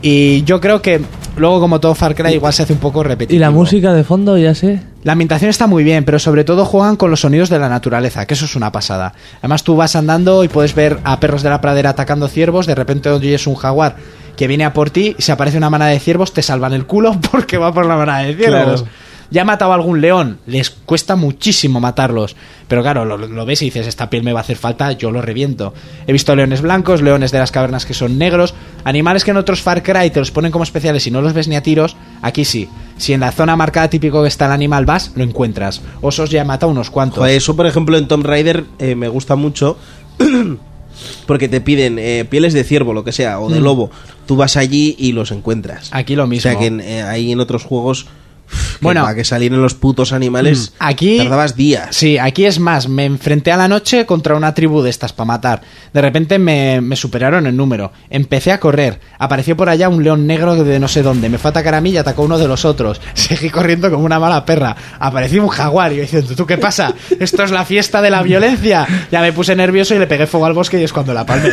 Y yo creo que luego, como todo Far Cry, igual se hace un poco repetitivo. Y la música de fondo, ya sé. La ambientación está muy bien, pero sobre todo juegan con los sonidos de la naturaleza, que eso es una pasada. Además tú vas andando y puedes ver a perros de la pradera atacando ciervos, de repente oyes un jaguar que viene a por ti y se aparece una manada de ciervos, te salvan el culo porque va por la manada de ciervos. Claro. Ya ha matado a algún león, les cuesta muchísimo matarlos. Pero claro, lo, lo ves y dices, esta piel me va a hacer falta, yo lo reviento. He visto leones blancos, leones de las cavernas que son negros, animales que en otros Far Cry te los ponen como especiales y no los ves ni a tiros, aquí sí. Si en la zona marcada típico que está el animal vas, lo encuentras. Osos ya he matado unos cuantos. Joder, eso, por ejemplo, en Tomb Raider eh, me gusta mucho. Porque te piden eh, pieles de ciervo, lo que sea, o de Mm. lobo. Tú vas allí y los encuentras. Aquí lo mismo. O sea que en- eh, ahí en otros juegos. uf, que Bueno. para que salieron los putos animales. Mm. Aquí- Tardabas días. Sí, aquí es más, me enfrenté a la noche contra una tribu de estas para matar. De repente me, me superaron en número. Empecé a correr. Apareció por allá un león negro de no sé dónde. Me fue a atacar a mí y atacó a uno de los otros. Seguí corriendo como una mala perra. Apareció un jaguar y yo diciendo, ¿tú qué pasa? Esto es la fiesta de la violencia. Ya me puse nervioso y le pegué fuego al bosque y es cuando la palme.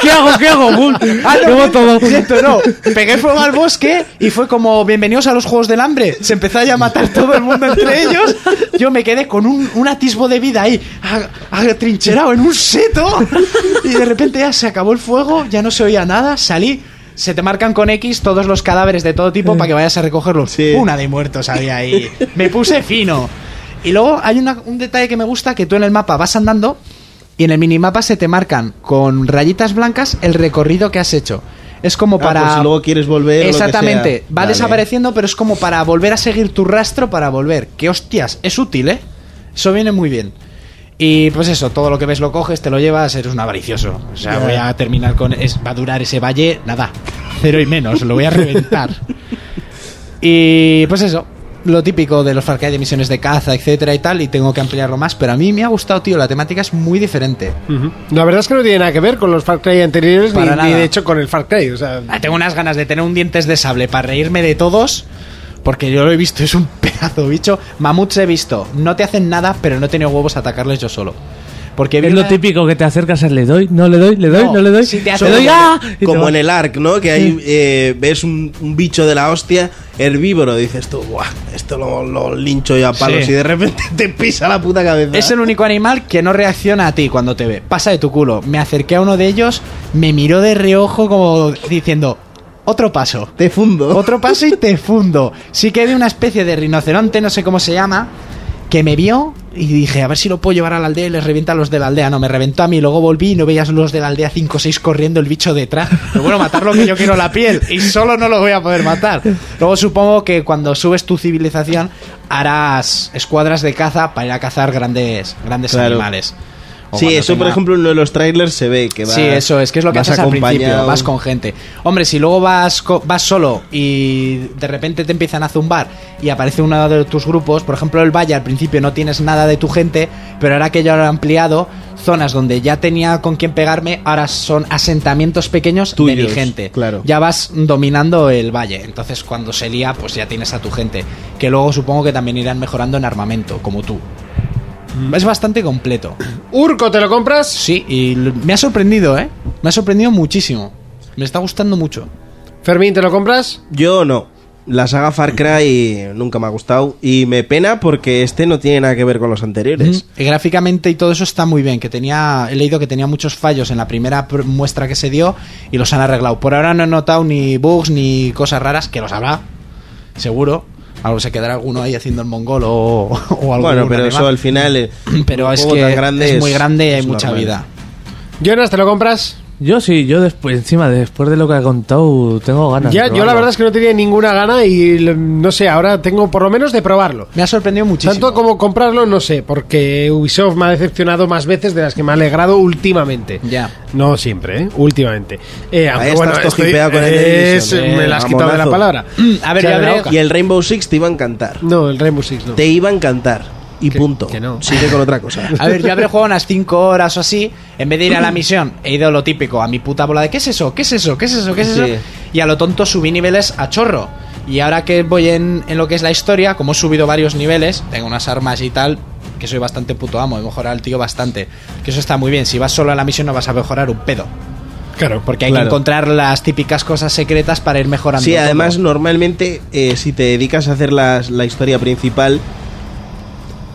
¿Qué hago? ¿Qué hago? Bum. Ah, no, Luego todo. Siento, no. Pegué fuego al bosque y fue como bienvenidos a los Juegos del Hambre. Se empezó ya a matar todo el mundo entre ellos. Yo me quedé con un, un atisbo de vida ahí, a- atrincherado en un seto. Y de repente ya se acabó el fuego, ya no se oía nada, salí. Se te marcan con X todos los cadáveres de todo tipo para que vayas a recogerlos. Una de muertos había ahí. Me puse fino. Y luego hay una- un detalle que me gusta, que tú en el mapa vas andando y en el minimapa se te marcan con rayitas blancas el recorrido que has hecho. Es como Ah, para... por si luego quieres volver. o lo que Exactamente. sea. Va desapareciendo, pero es como para volver a seguir tu rastro para volver. Que hostias, es útil, ¿eh? Eso viene muy bien. Y pues eso, todo lo que ves lo coges, te lo llevas, eres un avaricioso. O sea, Ya. voy a terminar con... es- va a durar ese valle, nada. Cero y menos, lo voy a reventar. Y pues eso, lo típico de los Far Cry de misiones de caza, etcétera y tal, y tengo que ampliarlo más, pero a mí me ha gustado, tío, la temática es muy diferente. La verdad es que no tiene nada que ver con los Far Cry anteriores ni, Para ni nada. de hecho con el Far Cry. O sea, Ah, Tengo unas ganas de tener un dientes de sable para reírme de todos. Porque yo lo he visto, es un pedazo de bicho. Mamuts he visto. No te hacen nada, pero no he tenido huevos a atacarles yo solo. Porque vi Es lo una- típico que te acercas, a le doy, no le doy, le doy, No, no, le doy. si te hace- le doy, Como- ¡ah! Y te Como va. en el ARC, ¿no? Que ahí eh, ves un, un bicho de la hostia herbívoro. Dices tú, Buah, esto lo, lo lincho yo a palos. Sí. Y de repente te pisa la puta cabeza. Es el único animal que no reacciona a ti cuando te ve. Pasa de tu culo. Me acerqué a uno de ellos, me miró de reojo como diciendo, otro paso. Te fundo. Otro paso y te fundo. Sí que vi una especie de rinoceronte, no sé cómo se llama, que me vio y dije, a ver si lo puedo llevar a la aldea y les revienta a los de la aldea. No, me reventó a mí, luego volví y no veías los de la aldea 5 o 6 corriendo el bicho detrás. Pero bueno, matarlo que yo quiero la piel y solo no lo voy a poder matar. Luego supongo que cuando subes tu civilización harás escuadras de caza para ir a cazar grandes, grandes Claro. animales. O Sí, cuando eso, por tenga- ejemplo, en uno de los trailers se ve que va. sí, eso es que es lo que vas haces al acompañado. principio, vas con gente. Hombre, si luego vas co- vas solo y de repente te empiezan a zumbar y aparece uno de tus grupos, por ejemplo el Valle al principio no tienes nada de tu gente, pero ahora que ya lo han ampliado, zonas donde ya tenía con quién pegarme, ahora son asentamientos pequeños de mi Tuyos, gente. claro. Ya vas dominando el valle, entonces cuando se lía pues ya tienes a tu gente, que luego supongo que también irán mejorando en armamento, como tú. Mm. Es bastante completo. ¿Urco te lo compras? Sí, y l- me ha sorprendido, ¿eh? Me ha sorprendido muchísimo. Me está gustando mucho. Fermín, ¿te lo compras? Yo no. La saga Far Cry nunca me ha gustado y me pena porque este no tiene nada que ver con los anteriores. Y gráficamente y todo eso está muy bien. Que tenía, he leído que tenía muchos fallos en la primera pr- muestra que se dio y los han arreglado. Por ahora no he notado ni bugs ni cosas raras, que los habrá, seguro. Algo se quedará alguno ahí haciendo el mongol o, o algo. Bueno, pero eso al final. eh, Pero un es juego que tan grande es muy grande y hay es mucha normal. vida. Jonas, ¿te lo compras? Yo sí, yo después, encima, después de lo que ha contado, tengo ganas. Ya, de yo la probarlo. verdad es que no tenía ninguna gana y l- no sé, ahora tengo por lo menos de probarlo. Me ha sorprendido muchísimo. Tanto como comprarlo, no sé, porque Ubisoft me ha decepcionado más veces de las que me ha alegrado últimamente. Ya. No siempre, ¿eh? Últimamente. Eh, aunque, Ahí bueno, estás todo estoy- hipeado con el es- Division, eh, me la has quitado de la mamonazo. Mm, palabra. a ver, O sea, ya de la veo. boca. Y el Rainbow Six te iba a encantar. No, el Rainbow Six no. Te iba a encantar. Y punto. Sigue con otra cosa. A ver, yo habré jugado unas 5 horas o así. En vez de ir a la misión, he ido lo típico, a mi puta bola de ¿qué es eso? ¿Qué es eso? ¿Qué es eso? ¿Qué es eso? Sí. Y a lo tonto subí niveles a chorro. Y ahora que voy en, en lo que es la historia, como he subido varios niveles, tengo unas armas y tal, que soy bastante puto amo, he mejorado al tío bastante. Que eso está muy bien. Si vas solo a la misión, no vas a mejorar un pedo. Claro. Porque hay que encontrar las típicas cosas secretas para ir mejorando. Sí, todo. además normalmente eh, si te dedicas a hacer las- la historia principal,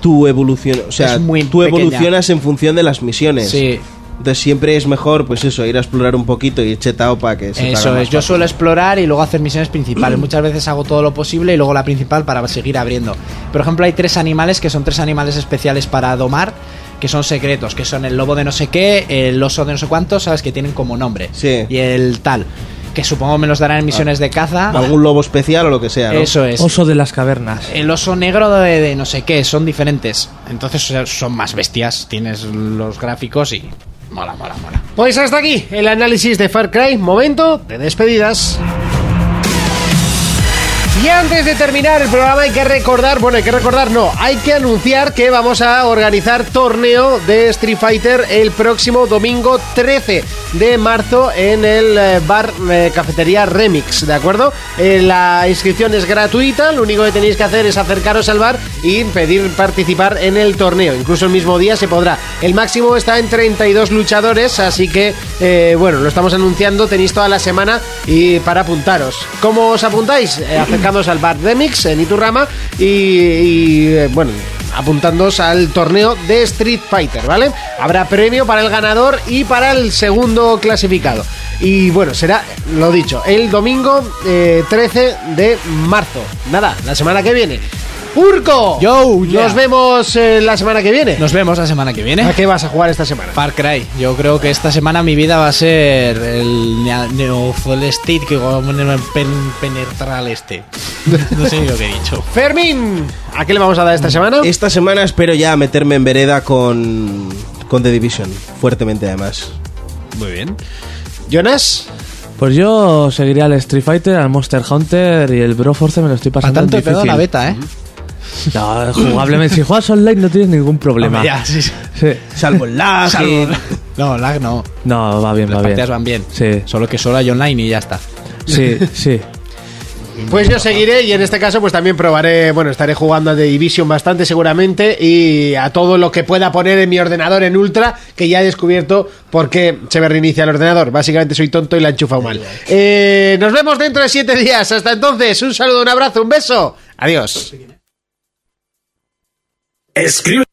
tú evolucionas, o sea, Es muy tú pequeña. evolucionas en función de las misiones. Sí. Entonces siempre es mejor, pues eso, ir a explorar un poquito y chetao para que se te haga Eso más es, yo suelo explorar y luego hacer misiones principales. Muchas veces hago todo lo posible y luego la principal para seguir abriendo. Por ejemplo, hay tres animales que son tres animales especiales para domar, que son secretos, que son el lobo de no sé qué, el oso de no sé cuánto, sabes que tienen como nombre. Y el tal, que supongo me los darán en misiones de caza. fácil. algún lobo especial o lo que sea. Ah, ¿no? Eso es. Oso de las cavernas. El oso negro de, de no sé qué, son diferentes. Entonces son más bestias, tienes los gráficos y mola, mola, mola. Pues hasta aquí el análisis de Far Cry. Momento de despedidas. Y antes de terminar el programa hay que recordar, bueno, hay que recordar, no, hay que anunciar que vamos a organizar torneo de Street Fighter el próximo domingo 13 de marzo en el eh, bar eh, cafetería Remix, ¿de acuerdo? Eh, la inscripción es gratuita, lo único que tenéis que hacer es acercaros al bar y pedir participar en el torneo, incluso el mismo día se podrá. El máximo está en 32 luchadores, así que, eh, bueno, lo estamos anunciando, tenéis toda la semana y para apuntaros. ¿Cómo os apuntáis? Eh, acercándoos al bar de Mix en Iturrama y, y, eh, bueno, apuntándoos al torneo de Street Fighter, ¿vale? Habrá premio para el ganador y para el segundo clasificado. Y bueno, será, lo dicho, el domingo eh, 13 de marzo. Nada, la semana que viene. ¡Urco! Yo, yeah. Nos vemos eh, la semana que viene. Nos vemos la semana que viene. ¿A qué vas a jugar esta semana? Far Cry. Yo creo que esta semana mi vida va a ser el nea- neocelestit que pen- penetral este. No sé lo que he dicho. Fermín, ¿a qué le vamos a dar esta semana? Esta semana espero ya meterme en vereda con, con The Division, fuertemente además. Muy bien. ¿Jonas? Pues yo seguiré al Street Fighter, al Monster Hunter y el Bro Force me lo estoy pasando. tanto en he pegado difícil. la beta, ¿eh? No, jugablemente. si juegas online no tienes ningún problema. Hombre, ya, sí, sí. Sí. Salvo el lag. Salvo- No, lag no. No, va bien, Las va bien. partidas van bien. Sí. Solo que solo hay online y ya está. Sí, sí. Pues yo seguiré y en este caso pues también probaré, bueno, estaré jugando a The Division bastante seguramente y a todo lo que pueda poner en mi ordenador en ultra que ya he descubierto por qué se me reinicia el ordenador. Básicamente soy tonto y la he enchufado mal. Eh, nos vemos dentro de siete días. Hasta entonces, un saludo, un abrazo, un beso. Adiós. Escribe.